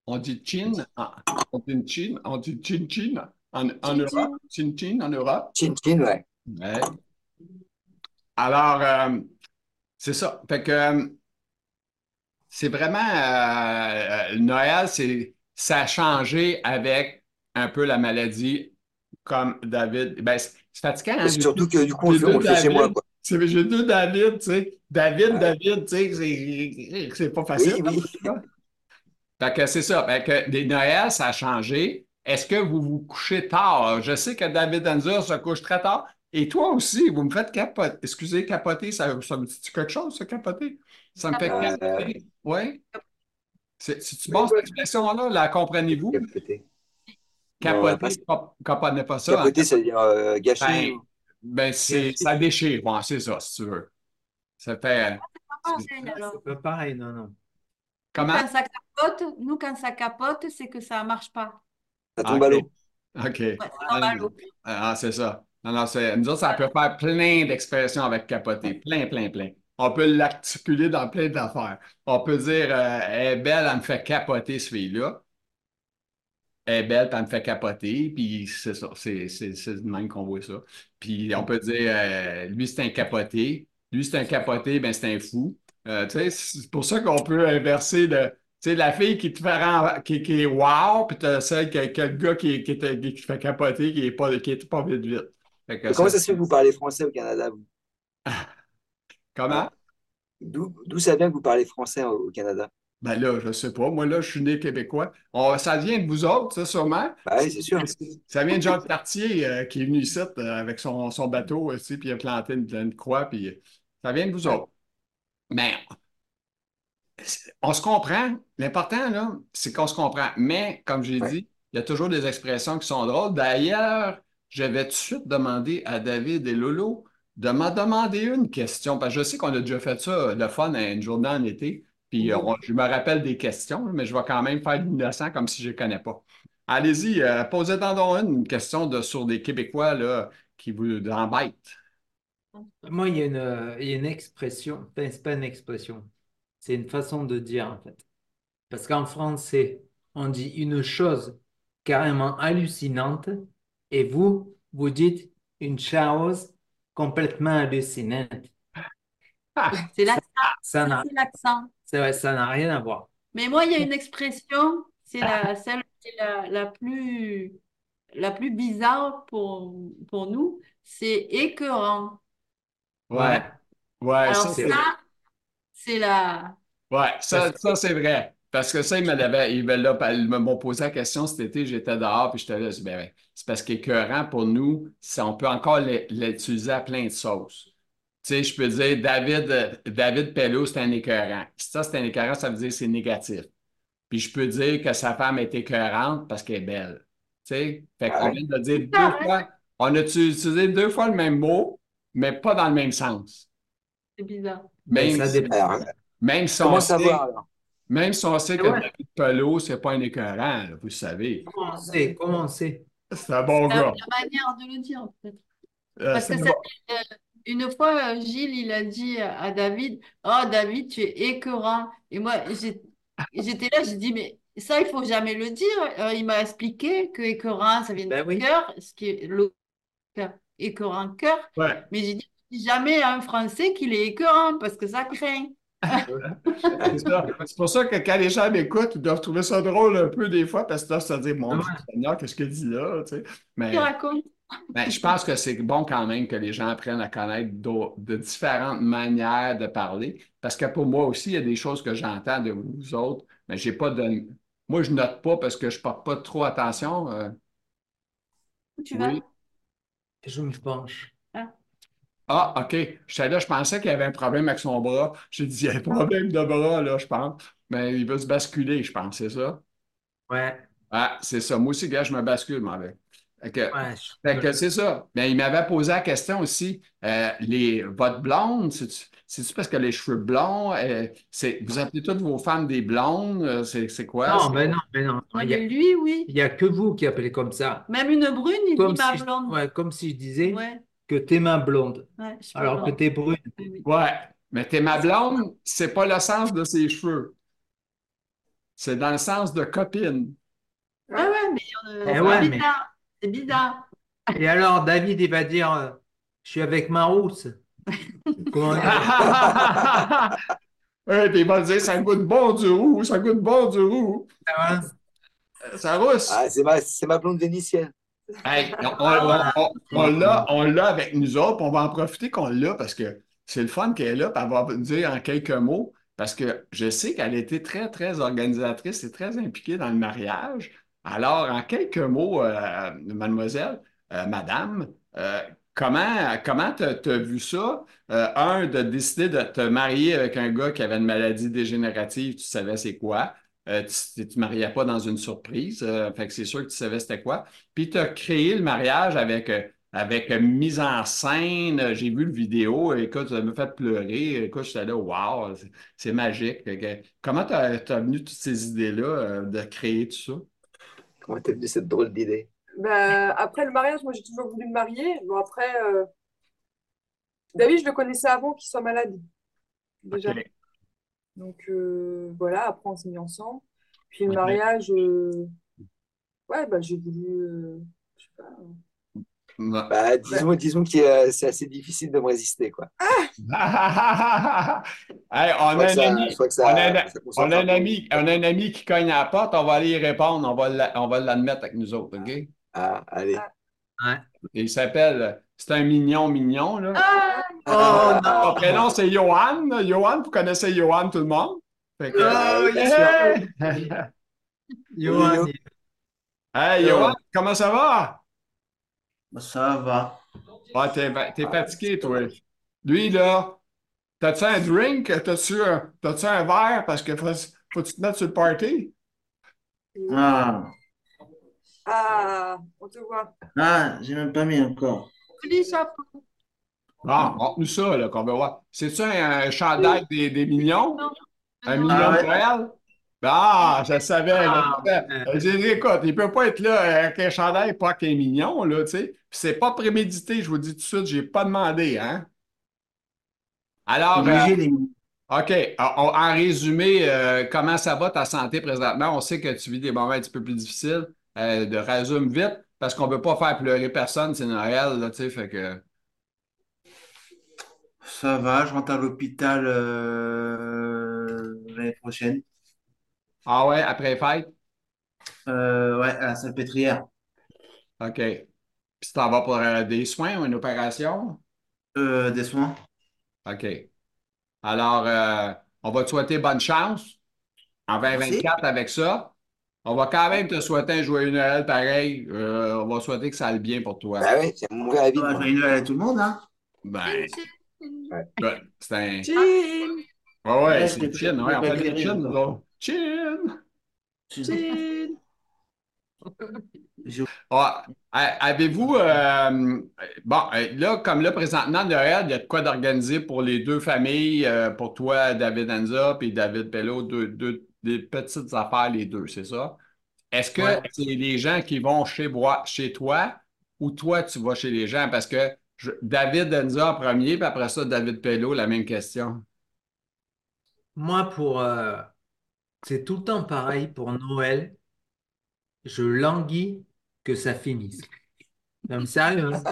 [SPEAKER 1] On dit chin, en- on dit chin, on dit chin chin en, en Europe, chin chin en Europe.
[SPEAKER 2] Chin, chin, ouais.
[SPEAKER 1] Ouais. Alors, euh, c'est ça. Fait que euh, c'est vraiment euh, euh, Noël, c'est ça a changé avec un peu la maladie comme David. Ben, c'est c'est fatigant, hein?
[SPEAKER 2] Et surtout que du coup, on le
[SPEAKER 1] les
[SPEAKER 2] fait, on le
[SPEAKER 1] deux
[SPEAKER 2] fait chez moi.
[SPEAKER 1] David.
[SPEAKER 2] Quoi.
[SPEAKER 1] C'est- J'ai deux David, tu sais. David,
[SPEAKER 2] Ouais.
[SPEAKER 1] David, tu sais, c'est- Ah, c'est pas
[SPEAKER 2] Oui,
[SPEAKER 1] facile.
[SPEAKER 2] oui.
[SPEAKER 1] Fait que c'est ça. Fait que les Noëls, ça a changé. Est-ce que vous vous couchez tard? Je sais que David Anza se couche très tard. Et toi aussi, vous me faites capoter. Excusez, capoter, ça, ça me dit quelque chose, ça, capoter? Ça me fait
[SPEAKER 5] Euh,
[SPEAKER 1] capoter. Oui? C'est- C'est-tu
[SPEAKER 5] Oui,
[SPEAKER 1] bon, cette
[SPEAKER 5] oui.
[SPEAKER 1] expression-là? La comprenez-vous?
[SPEAKER 2] Capoter,
[SPEAKER 1] Capoter, cap- comprenez pas ça.
[SPEAKER 2] Capoter, ça veut dire euh, gâcher.
[SPEAKER 1] Ben, Ben, c'est, ça déchire. Ouais, c'est ça, si tu veux. Ça fait. euh,
[SPEAKER 3] Pareil, alors.
[SPEAKER 4] c'est pas pareil, non, non.
[SPEAKER 1] Comment?
[SPEAKER 3] Quand ça capote, nous, quand ça capote, c'est que ça marche pas.
[SPEAKER 2] Ça tombe à
[SPEAKER 1] ok.
[SPEAKER 2] l'eau.
[SPEAKER 1] Ah, OK.
[SPEAKER 3] Ouais, ça tombe à l'eau.
[SPEAKER 1] Ah, c'est ça. Non, non, c'est, nous autres, ça peut faire plein d'expressions avec capoter. Plein, plein, plein. On peut l'articuler dans plein d'affaires. On peut dire euh, Elle est belle, elle me fait capoter, ce fille-là. Elle est belle, puis elle me fait capoter. Puis c'est ça. C'est, c'est, c'est de même qu'on voit ça. Puis on peut dire euh, Lui, c'est un capoté. Lui, c'est un capoté, ben c'est un fou. Euh, tu sais, c'est pour ça qu'on peut inverser le. Tu sais, la fille qui te fait ren- qui, qui est wow, puis t'as celle qui, qui- le gars qui, qui, te- qui te fait capoter, qui est pas, qui est pas vite vite. Fait que
[SPEAKER 2] Mais Comment
[SPEAKER 1] ça-
[SPEAKER 2] ça se fait que vous parlez français au Canada? vous
[SPEAKER 1] comment?
[SPEAKER 2] D'où d'où ça vient que vous parlez français au au Canada?
[SPEAKER 1] Ben là, je sais pas. Moi, là, je suis né Québécois. On- ça vient de vous autres, ça, sûrement.
[SPEAKER 2] Bah oui, c'est sûr.
[SPEAKER 1] Ça vient de Jean Cartier euh, qui est venu ici euh, avec son, son bateau aussi, puis il a planté une, une croix, puis euh, ça vient de vous autres. Mais c'est- on se comprend. L'important, là, c'est qu'on se comprend. Mais, comme j'ai
[SPEAKER 2] Ouais.
[SPEAKER 1] dit, il y a toujours des expressions qui sont drôles. D'ailleurs, j'avais tout de suite demandé à David et Lolo de m'en demander une question, parce que je sais qu'on a déjà fait ça, euh, le fun, à une journée en été, puis euh, on- je me rappelle des questions, mais je vais quand même faire l'innocent comme si je ne connais pas. Allez-y, euh, posez en donc une, une question de, sur des Québécois là, qui vous embêtent.
[SPEAKER 4] Moi, il y a une, euh, il y a une expression, enfin, c'est pas une expression, c'est une façon de dire en fait. Parce qu'en français, on dit une chose carrément hallucinante et vous, vous dites une chose complètement hallucinante.
[SPEAKER 3] C'est l'accent,
[SPEAKER 4] Ça n'a,
[SPEAKER 3] c'est l'accent.
[SPEAKER 4] c'est vrai, ça n'a rien à voir.
[SPEAKER 3] Mais moi, il y a une expression, c'est la, celle qui est la, la plus, la plus bizarre pour, pour nous, c'est écœurant.
[SPEAKER 1] Ouais, ouais, ça,
[SPEAKER 3] Alors
[SPEAKER 1] c'est-
[SPEAKER 4] c'est-
[SPEAKER 3] ça, c'est la...
[SPEAKER 1] Ouais, ça, ça, c'est vrai. Parce que ça, il me l'avait, il me l'a- ils m'ont posé la question cet été, j'étais dehors, puis j'étais là, je dis, ben, ben, c'est parce qu'écœurant, pour nous, ça, on peut encore l'e- l'utiliser à plein de sauces. Tu sais, je peux dire, David, euh, David Pelleau, c'est un écœurant. Ça, c'est un écœurant, ça veut dire que c'est négatif. Puis je peux dire que sa femme est écœurante parce qu'elle est belle. Tu sais, fait qu'on
[SPEAKER 2] Ouais.
[SPEAKER 1] vient de le dire
[SPEAKER 3] Ah,
[SPEAKER 1] deux fois, on a utilisé deux fois le même mot, mais pas dans le même sens.
[SPEAKER 3] C'est bizarre.
[SPEAKER 4] Mais
[SPEAKER 1] Même,
[SPEAKER 4] Ben, ça dépend.
[SPEAKER 2] Alors,
[SPEAKER 1] même si on
[SPEAKER 2] comment
[SPEAKER 1] sait,
[SPEAKER 2] savoir alors
[SPEAKER 1] même si on sait que
[SPEAKER 4] Mais ouais.
[SPEAKER 1] David Pelot, c'est pas un écœurant, là, vous le savez.
[SPEAKER 4] Comment on sait? Comment on sait?
[SPEAKER 1] C'est un bon
[SPEAKER 3] La,
[SPEAKER 1] gars.
[SPEAKER 3] la manière de le dire, peut-être.
[SPEAKER 1] Euh,
[SPEAKER 3] Parce
[SPEAKER 1] c'est
[SPEAKER 3] que
[SPEAKER 1] un
[SPEAKER 3] ça-
[SPEAKER 1] bon-
[SPEAKER 3] Une fois, euh, Gilles, il a dit à à David, Oh, David, tu es écœurant. Et moi, j'ai- j'étais là, j'ai dit, mais ça, il faut jamais le dire. Euh, il m'a expliqué que écœurant, ça vient
[SPEAKER 4] Ben
[SPEAKER 3] du
[SPEAKER 4] oui.
[SPEAKER 3] cœur, ce qui est le cœur, écœurant cœur.
[SPEAKER 1] Ouais.
[SPEAKER 3] Mais j'ai dit, dis jamais à un Français qu'il est écœurant, parce que ça craint.
[SPEAKER 1] C'est ça. C'est pour ça que quand les gens m'écoutent, ils doivent trouver ça drôle un peu des fois parce qu'ils doivent se dire, mon Dieu Seigneur, qu'est-ce qu'il dit là? Tu sais. Mais,
[SPEAKER 3] Tu racontes.
[SPEAKER 1] ben, je pense que c'est bon quand même que les gens apprennent à connaître d'au- de différentes manières de parler parce que pour moi aussi, il y a des choses que j'entends de vous autres, mais j'ai pas de. Moi, je note pas parce que je porte pas trop attention. euh.
[SPEAKER 3] Où tu vas?
[SPEAKER 1] Oui.
[SPEAKER 4] Je me penche.
[SPEAKER 1] Ah, OK. J'étais là, je pensais qu'il y avait un problème avec son bras. J'ai dit, il y a un problème de bras, là, je pense. Mais il veut se basculer, je pense, c'est ça?
[SPEAKER 4] Ouais,
[SPEAKER 1] Ah, c'est ça. Moi aussi, gars, je me bascule, moi, avec. Fait que-
[SPEAKER 4] ouais. je-
[SPEAKER 1] fait que c'est ça. Mais il m'avait posé la question aussi. euh, les, votre blonde, c'est-tu c'est-tu parce que les cheveux blonds, euh, c'est, vous appelez toutes vos femmes des blondes? euh, C'est c'est quoi?
[SPEAKER 4] Non, mais non, mais non.
[SPEAKER 3] Ouais,
[SPEAKER 4] Il y a,
[SPEAKER 3] mais lui, oui.
[SPEAKER 4] il y a que vous qui appelez comme ça.
[SPEAKER 3] Même une brune, il
[SPEAKER 4] Comme
[SPEAKER 3] dit ma
[SPEAKER 4] si,
[SPEAKER 3] blonde.
[SPEAKER 4] ouais, comme si je disais
[SPEAKER 3] Ouais,
[SPEAKER 4] que t'es ma blonde,
[SPEAKER 3] ouais, je suis pas
[SPEAKER 4] alors que
[SPEAKER 3] blonde.
[SPEAKER 4] t'es brune.
[SPEAKER 3] Oui,
[SPEAKER 1] Ouais, mais t'es ma blonde, c'est pas le sens de ses cheveux. C'est dans le sens de copine.
[SPEAKER 3] oui. Ouais, ouais, mais euh,
[SPEAKER 4] Eh
[SPEAKER 3] c'est
[SPEAKER 4] ouais, mais-
[SPEAKER 3] bizarre. C'est bizarre.
[SPEAKER 4] Et alors, David, il va dire, euh, je suis avec ma rousse. Comment dire?
[SPEAKER 3] Ah.
[SPEAKER 1] Ouais, puis il va dire, ça goûte bon du roux, ça goûte bon du roux,
[SPEAKER 4] Hein
[SPEAKER 1] ça rousse.
[SPEAKER 2] Ah, c'est ma, c'est ma blonde vénitienne.
[SPEAKER 1] Hey, on, on- on- on l'a, on l'a avec nous autres, puis on va en profiter qu'on l'a parce que c'est le fun qu'elle est là, puis elle va nous dire en quelques mots, parce que je sais qu'elle était très, très organisatrice et très impliquée dans le mariage. Alors, en quelques mots, euh, mademoiselle, euh, madame, euh, comment comment t'as, t'as vu ça? Euh, un, de décider de te marier avec un gars qui avait une maladie dégénérative, tu savais c'est quoi. Euh, tu ne te mariais pas dans une surprise, euh, fait que c'est sûr que tu savais c'était quoi. Puis tu as créé le mariage avec, euh, avec euh, mise en scène. Euh, J'ai vu le vidéo. Euh, Écoute, ça m'a fait pleurer. Écoute, j'étais là, wow, c'est c'est magique. Fait que, comment tu as, venu toutes ces idées-là euh, de créer tout ça?
[SPEAKER 2] Comment t'es venue cette drôle d'idée?
[SPEAKER 5] Ben, après le mariage, moi j'ai toujours voulu me marier. Bon, après, euh, David, je le connaissais avant qu'il soit malade. Déjà.
[SPEAKER 1] Ok.
[SPEAKER 5] Donc euh, voilà, après on s'est mis ensemble. Puis le
[SPEAKER 1] Ok.
[SPEAKER 5] mariage, euh, ouais, ben, j'ai voulu. euh, je sais pas.
[SPEAKER 1] Ma-
[SPEAKER 2] Bah, disons, disons que euh, c'est assez difficile de me résister, quoi.
[SPEAKER 1] Hey,
[SPEAKER 2] Je
[SPEAKER 1] on
[SPEAKER 2] crois
[SPEAKER 1] a
[SPEAKER 2] que
[SPEAKER 1] un
[SPEAKER 2] ça-
[SPEAKER 1] ami.
[SPEAKER 2] je crois que
[SPEAKER 1] On
[SPEAKER 2] ça-
[SPEAKER 1] a, un-
[SPEAKER 2] ça concentre
[SPEAKER 1] on a
[SPEAKER 2] un
[SPEAKER 1] un
[SPEAKER 2] peu.
[SPEAKER 1] ami, on a un ami qui cogne à la porte, on va aller y répondre, on va l'a- on va l'admettre avec nous autres, OK? Et
[SPEAKER 2] Ah, allez.
[SPEAKER 5] Ah.
[SPEAKER 1] il s'appelle, c'est un mignon, mignon, là.
[SPEAKER 3] Ah,
[SPEAKER 2] bah,
[SPEAKER 4] Oh non!
[SPEAKER 1] Son prénom, c'est Johan. Johan, vous connaissez Johan, tout le monde? Fait que-
[SPEAKER 6] Oh,
[SPEAKER 4] Ah oui, bien
[SPEAKER 1] Hey!
[SPEAKER 4] Johan,
[SPEAKER 2] Oui,
[SPEAKER 1] Hey, Johan, comment ça va?
[SPEAKER 6] Ben, Ça va.
[SPEAKER 1] Ah, t'es, t'es fatigué, toi. Lui, là, t'as-tu un drink? T'as-tu un, t'as-tu un verre? Parce que faut, faut que tu te mettes sur le party.
[SPEAKER 6] Ah,
[SPEAKER 5] Ah, on te voit.
[SPEAKER 6] ah, j'ai même pas mis encore.
[SPEAKER 3] joli chapeau.
[SPEAKER 1] Ah, montre-nous ça, là, qu'on va voir. C'est-tu un, un chandail des, des mignons? Un mignon
[SPEAKER 6] Ah ouais.
[SPEAKER 1] de Noël? Ah, je le savais, je le
[SPEAKER 4] Ah,
[SPEAKER 1] savais.
[SPEAKER 4] ouais.
[SPEAKER 1] Euh, J'ai dit, écoute, il peut pas être là euh, avec un chandail pas qu'un mignon, là, tu sais. Puis c'est pas prémédité, je vous dis tout de suite, j'ai pas demandé, hein. Alors, euh,
[SPEAKER 6] Obligé les-
[SPEAKER 1] OK. En, en- en résumé, euh, comment ça va ta santé présentement? On sait que tu vis des moments un petit peu plus difficiles. Euh, de résume vite, parce qu'on peut pas faire pleurer personne, c'est Noël, là, tu sais, fait que...
[SPEAKER 6] Ça va, je rentre à l'hôpital euh, l'année prochaine.
[SPEAKER 1] Ah ouais, après fête?
[SPEAKER 6] Euh, ouais, à la Salpêtrière.
[SPEAKER 1] OK. Puis tu t'en vas pour euh, des soins ou une opération?
[SPEAKER 6] Euh, des soins.
[SPEAKER 1] OK. Alors, euh, on va te souhaiter bonne chance en
[SPEAKER 6] Merci.
[SPEAKER 1] 2024 avec ça. On va quand même te souhaiter un joyeux Noël pareil. Euh, on va souhaiter que ça aille bien pour toi.
[SPEAKER 2] Bah ouais, j'ai mourir la vie.
[SPEAKER 6] Ah,
[SPEAKER 2] moi.
[SPEAKER 6] joyeux Noël à tout le monde, hein.
[SPEAKER 1] Ben, écoute, Ben. c'est un...
[SPEAKER 6] Ah,
[SPEAKER 5] Tchin
[SPEAKER 1] Ouais, ouais,
[SPEAKER 6] Ouais,
[SPEAKER 1] c'est
[SPEAKER 6] je
[SPEAKER 1] des
[SPEAKER 6] l'ai-
[SPEAKER 1] chins,
[SPEAKER 6] je
[SPEAKER 1] ouais,
[SPEAKER 6] l'ai
[SPEAKER 1] on
[SPEAKER 6] pas
[SPEAKER 1] fait des
[SPEAKER 6] guéri
[SPEAKER 1] chins, nous
[SPEAKER 6] encore.
[SPEAKER 1] autres. Chins!
[SPEAKER 6] Je-
[SPEAKER 5] tchin
[SPEAKER 6] Je-
[SPEAKER 1] Ah, a- avez-vous, euh, bon, euh, là, comme là, présentement, Noël, il y a de quoi d'organiser pour les deux familles, euh, pour toi, David Anza, puis David Bello, deux, deux- des petites affaires, les deux, c'est ça? Est-ce que
[SPEAKER 4] Ouais.
[SPEAKER 1] c'est les gens qui vont chez, moi- chez toi ou toi, tu vas chez les gens? Parce que je- David Anza en premier, puis après ça, David Bello, la même question.
[SPEAKER 4] Moi, pour, euh, c'est tout le temps pareil pour Noël. Je languis que ça finisse. Non, mais sérieux, hein.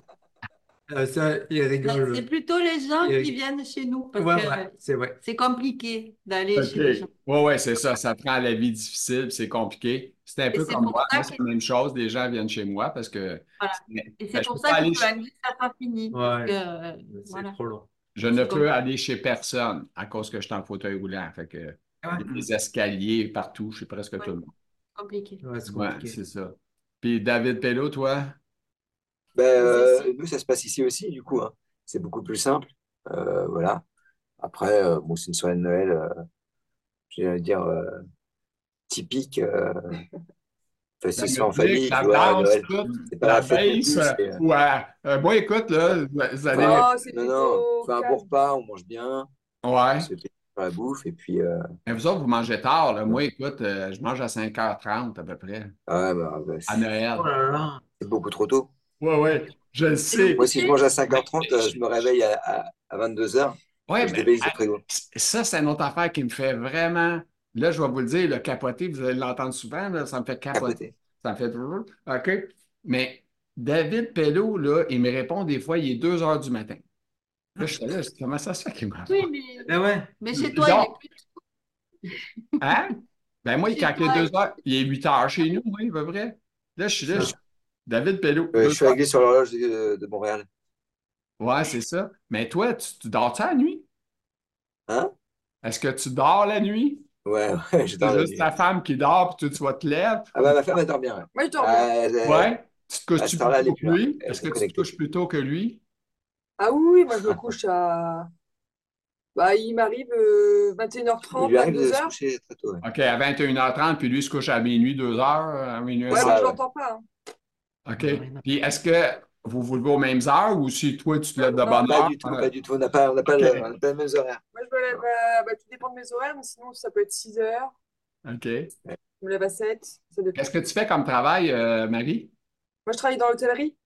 [SPEAKER 4] Euh, ça, il
[SPEAKER 3] Non,
[SPEAKER 4] rigole.
[SPEAKER 3] C'est plutôt les gens
[SPEAKER 4] Et-
[SPEAKER 3] qui viennent chez nous parce
[SPEAKER 4] Ouais,
[SPEAKER 3] que
[SPEAKER 4] ouais, c'est vrai.
[SPEAKER 3] c'est compliqué d'aller
[SPEAKER 1] OK.
[SPEAKER 3] chez les gens.
[SPEAKER 1] Oui, oui, c'est ça. Ça prend la vie difficile, puis c'est compliqué. C'est un
[SPEAKER 3] Et
[SPEAKER 1] peu
[SPEAKER 3] c'est
[SPEAKER 1] comme
[SPEAKER 3] pour
[SPEAKER 1] moi.
[SPEAKER 3] ça
[SPEAKER 1] Moi, c'est la même chose. Les gens viennent chez moi parce que
[SPEAKER 3] Voilà. Et c'est
[SPEAKER 1] Ben, je
[SPEAKER 3] pour
[SPEAKER 1] peux pas
[SPEAKER 3] ça que
[SPEAKER 1] aller
[SPEAKER 3] pour l'année, ça n'a pas fini.
[SPEAKER 4] Ouais,
[SPEAKER 3] parce que, euh,
[SPEAKER 4] c'est
[SPEAKER 3] voilà.
[SPEAKER 4] trop long.
[SPEAKER 1] je ne
[SPEAKER 3] C'est
[SPEAKER 1] peux
[SPEAKER 3] comme-
[SPEAKER 1] aller chez personne à cause que je suis en fauteuil roulant. Fait que il y a des escaliers partout, je suis presque tout le monde.
[SPEAKER 3] compliqué.
[SPEAKER 4] Ouais, c'est
[SPEAKER 1] Ouais,
[SPEAKER 4] compliqué.
[SPEAKER 1] c'est ça. Puis David Pello, toi?
[SPEAKER 2] Ben, euh,
[SPEAKER 3] C'est-
[SPEAKER 2] nous, ça se passe ici aussi, du coup. hein. C'est beaucoup plus simple. Euh, voilà. Après, euh, bon, c'est une soirée de Noël, euh, j'allais dire, euh, typique. euh, enfin, c'est ça en
[SPEAKER 1] La musique,
[SPEAKER 2] famille,
[SPEAKER 1] la
[SPEAKER 2] tu vois,
[SPEAKER 1] danse,
[SPEAKER 2] Noël.
[SPEAKER 1] tout,
[SPEAKER 2] C'est pas
[SPEAKER 1] la
[SPEAKER 2] la fête non plus,
[SPEAKER 1] base.
[SPEAKER 2] c'est, euh,
[SPEAKER 1] Ben, Ouais. Euh, bon, écoute, là, vous allez.
[SPEAKER 5] Oh, c'est
[SPEAKER 2] non, non, on fait
[SPEAKER 5] plutôt
[SPEAKER 2] un
[SPEAKER 5] calme.
[SPEAKER 2] bon repas, on mange bien,
[SPEAKER 1] Ouais.
[SPEAKER 2] on se fait plaisir dans la bouffe, et puis, euh,
[SPEAKER 1] Mais vous autres, vous mangez tard, là. Moi, écoute, euh, je mange à 5h30 à peu près,
[SPEAKER 2] ah ouais, bah, bah,
[SPEAKER 1] à
[SPEAKER 2] c'est
[SPEAKER 1] Noël.
[SPEAKER 4] Oh là là.
[SPEAKER 2] c'est beaucoup trop tôt.
[SPEAKER 1] Ouais, ouais. Je le sais.
[SPEAKER 2] Moi, si je mange à 5h30, euh, je me réveille à, à, à 22h,
[SPEAKER 1] Ouais,
[SPEAKER 2] je
[SPEAKER 1] mais- ah,
[SPEAKER 2] débaisse au frigo.
[SPEAKER 1] Ça, c'est une autre affaire qui me fait vraiment. Là, je vais vous le dire, le capoter, vous allez l'entendre souvent, là, ça me fait
[SPEAKER 2] à
[SPEAKER 1] capoter.
[SPEAKER 2] côté.
[SPEAKER 1] Ça me fait. OK? Mais David Pello, là, il me répond des fois, il est 2 heures du matin. Là, je suis là, je dis, comment ça se fait qu'il me répond?
[SPEAKER 3] Oui, mais,
[SPEAKER 4] Ben ouais.
[SPEAKER 3] mais chez toi,
[SPEAKER 1] Non.
[SPEAKER 3] il est plus
[SPEAKER 1] Hein? Ben, moi,
[SPEAKER 3] Chez
[SPEAKER 1] quand il
[SPEAKER 3] toi,
[SPEAKER 1] est 2 heures, il est 8 heures chez nous, oui, à peu près. Là, je suis là, je- David Pello.
[SPEAKER 2] Euh,
[SPEAKER 1] deux
[SPEAKER 2] je suis
[SPEAKER 1] heures.
[SPEAKER 2] réglé sur l'horloge de, de Montréal.
[SPEAKER 1] Ouais, c'est ça. Mais toi, tu, tu dors-tu la nuit?
[SPEAKER 2] Hein?
[SPEAKER 1] Est-ce que tu dors la nuit?
[SPEAKER 2] Ouais, ouais, je dors
[SPEAKER 1] C'est
[SPEAKER 2] la
[SPEAKER 1] juste
[SPEAKER 2] nuit.
[SPEAKER 1] ta femme qui dort, puis tu, tu vas te lèves.
[SPEAKER 2] Ah bah ma femme elle dort bien. ouais.
[SPEAKER 5] Moi, je dors bien.
[SPEAKER 2] Ah, elle-
[SPEAKER 1] Ouais. Tu te
[SPEAKER 2] À
[SPEAKER 1] couches-tu
[SPEAKER 2] cette
[SPEAKER 1] plus tôt
[SPEAKER 2] heure-là, elle
[SPEAKER 1] que
[SPEAKER 2] est plus
[SPEAKER 1] lui?
[SPEAKER 2] là.
[SPEAKER 1] Est-ce
[SPEAKER 2] Elle est
[SPEAKER 1] que tu te
[SPEAKER 2] connectée.
[SPEAKER 1] couches plus tôt que lui?
[SPEAKER 5] Ah oui, oui, moi, je me couche à. Bah, il m'arrive euh, 21h30,
[SPEAKER 2] Il lui arrive de se
[SPEAKER 5] 22h.
[SPEAKER 2] coucher très tôt. ouais.
[SPEAKER 1] OK, à 21h30, puis lui se couche à minuit, 2h, à minuit,
[SPEAKER 5] Ouais,
[SPEAKER 1] 1h.
[SPEAKER 2] ça,
[SPEAKER 5] moi, je
[SPEAKER 2] Ah ouais.
[SPEAKER 5] l'entends pas. hein.
[SPEAKER 1] OK. Puis est-ce que vous vous levez aux mêmes heures ou si toi, tu te lèves de
[SPEAKER 5] Non,
[SPEAKER 1] bonne
[SPEAKER 2] Pas
[SPEAKER 1] heure?
[SPEAKER 2] du tout, pas du tout. On n'a pas, on n'a pas,
[SPEAKER 1] Ah, Ok.
[SPEAKER 2] le- on n'a pas les mêmes horaires.
[SPEAKER 5] Moi, je me lève à. Bah, tout dépend de mes horaires, mais sinon, ça peut être 6h.
[SPEAKER 1] OK.
[SPEAKER 5] Je me lève à 7. Ça dépend.
[SPEAKER 1] Qu'est-ce que tu fais comme travail, euh, Marie?
[SPEAKER 5] Moi, je travaille dans l'hôtellerie.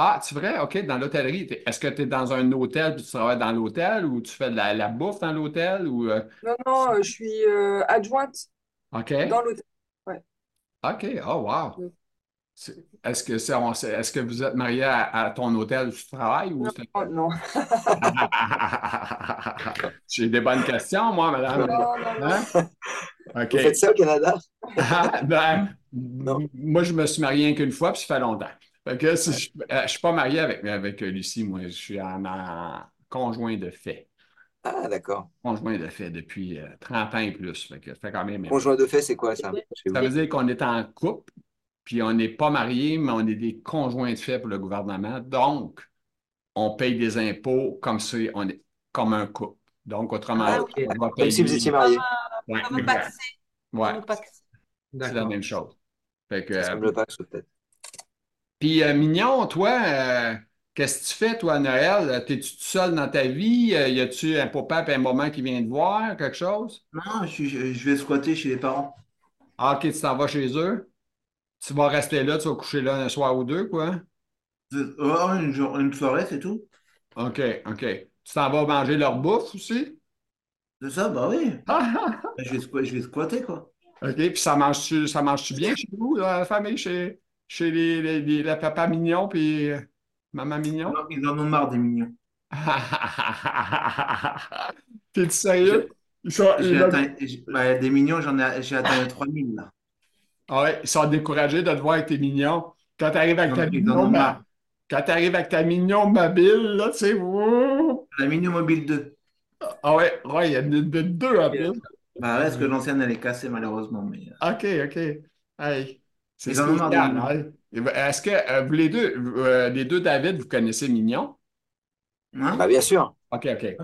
[SPEAKER 1] Ah, c'est vrai? OK, dans l'hôtellerie. T'es- Est-ce que tu es dans un hôtel puis tu travailles dans l'hôtel ou tu fais de la, la bouffe dans l'hôtel ou... euh,
[SPEAKER 5] Non, non, euh, je suis euh, adjointe
[SPEAKER 1] OK.
[SPEAKER 5] dans l'hôtel.
[SPEAKER 1] OK. Oh, wow.
[SPEAKER 5] Oui.
[SPEAKER 1] C'est- Est-ce que, c'est- on- c'est- est-ce que vous êtes marié à, à ton hôtel où tu travailles ou
[SPEAKER 5] Non,
[SPEAKER 1] c'est-
[SPEAKER 5] non, oh, non,
[SPEAKER 1] J'ai des bonnes questions, moi, madame.
[SPEAKER 5] non, non.
[SPEAKER 1] Hein? OK.
[SPEAKER 2] Vous faites ça au Canada?
[SPEAKER 1] Ah, ben,
[SPEAKER 2] Non.
[SPEAKER 1] Moi, je me suis marié qu'une fois, puis ça fait longtemps. Fait que si je ne suis pas marié avec, avec euh, Lucie, moi, je suis en, en conjoint de fait.
[SPEAKER 2] Ah d'accord.
[SPEAKER 1] Conjoint de fait depuis euh, 30 ans et plus. Fait que ça fait quand même.
[SPEAKER 2] Conjoint de fait, c'est quoi ça? chez vous
[SPEAKER 1] Ça veut dire qu'on est en couple, puis on n'est pas marié, mais on est des conjoints de fait pour le gouvernement. Donc, on paye des impôts comme si on est comme un couple. Donc, autrement
[SPEAKER 3] Ah,
[SPEAKER 1] dit,
[SPEAKER 4] ok.
[SPEAKER 1] on va
[SPEAKER 2] Comme si vous
[SPEAKER 1] payer-
[SPEAKER 2] étiez marié.
[SPEAKER 1] Ouais,
[SPEAKER 3] comme un
[SPEAKER 1] exact.
[SPEAKER 3] paxé,
[SPEAKER 1] Ouais,
[SPEAKER 3] comme un paxé.
[SPEAKER 1] c'est la
[SPEAKER 4] D'accord.
[SPEAKER 1] même chose. Fait que,
[SPEAKER 2] Ça
[SPEAKER 1] euh,
[SPEAKER 2] ressemble pas ça, peut-être.
[SPEAKER 1] Puis, euh, Mignon, toi, euh, qu'est-ce que tu fais, toi, à Noël? Euh, T'es-tu tout seul dans ta vie? Euh, Y a-tu un papa et un maman qui vient te voir, quelque chose?
[SPEAKER 6] Non, je, je- je vais squatter chez les parents.
[SPEAKER 1] Ah, OK, tu t'en vas chez eux? Tu vas rester là, tu vas coucher là un soir ou deux, quoi?
[SPEAKER 6] Je- oh, une, jour- une soirée, c'est tout.
[SPEAKER 1] OK, OK. Tu t'en vas manger leur bouffe aussi?
[SPEAKER 6] C'est ça, bah oui.
[SPEAKER 1] Ah, ah,
[SPEAKER 6] Je vais, squa- je vais squatter, quoi.
[SPEAKER 1] ah. OK, puis ça mange-tu, ça mange-tu bien chez vous, là, la famille, chez, chez les, les- les- la papa Mignon puis euh, maman Mignon?
[SPEAKER 6] Alors, Ils en ont marre, des mignons.
[SPEAKER 1] T'es-tu sérieux? Ils sont,
[SPEAKER 6] J'ai
[SPEAKER 1] ils ont-
[SPEAKER 6] atteint- j'ai- bah, des mignons, j'en ai, j'ai atteint les 3000, là.
[SPEAKER 1] Ah ouais, ils sont découragés de te voir avec tes mignons. Quand tu arrives avec ta
[SPEAKER 6] Ils en ont
[SPEAKER 1] mignon,
[SPEAKER 6] marre.
[SPEAKER 1] ma- quand t'arrives avec ta mignon mobile, là, tu sais, wouh!
[SPEAKER 6] La mignon mobile 2.
[SPEAKER 1] Ah ouais, ouais, il y a de- de- deux en plus.
[SPEAKER 6] Bah, reste que l'ancienne, elle est cassée, malheureusement. Mais... euh,
[SPEAKER 1] OK, OK. Hey, c'est
[SPEAKER 6] Ils en ont marre de
[SPEAKER 1] spécial,
[SPEAKER 6] Mignon.
[SPEAKER 1] hein? Et ben, Est-ce que euh, vous les deux, euh, les deux David, vous connaissez Mignon?
[SPEAKER 6] Hein
[SPEAKER 2] Bah bien sûr.
[SPEAKER 1] OK, OK.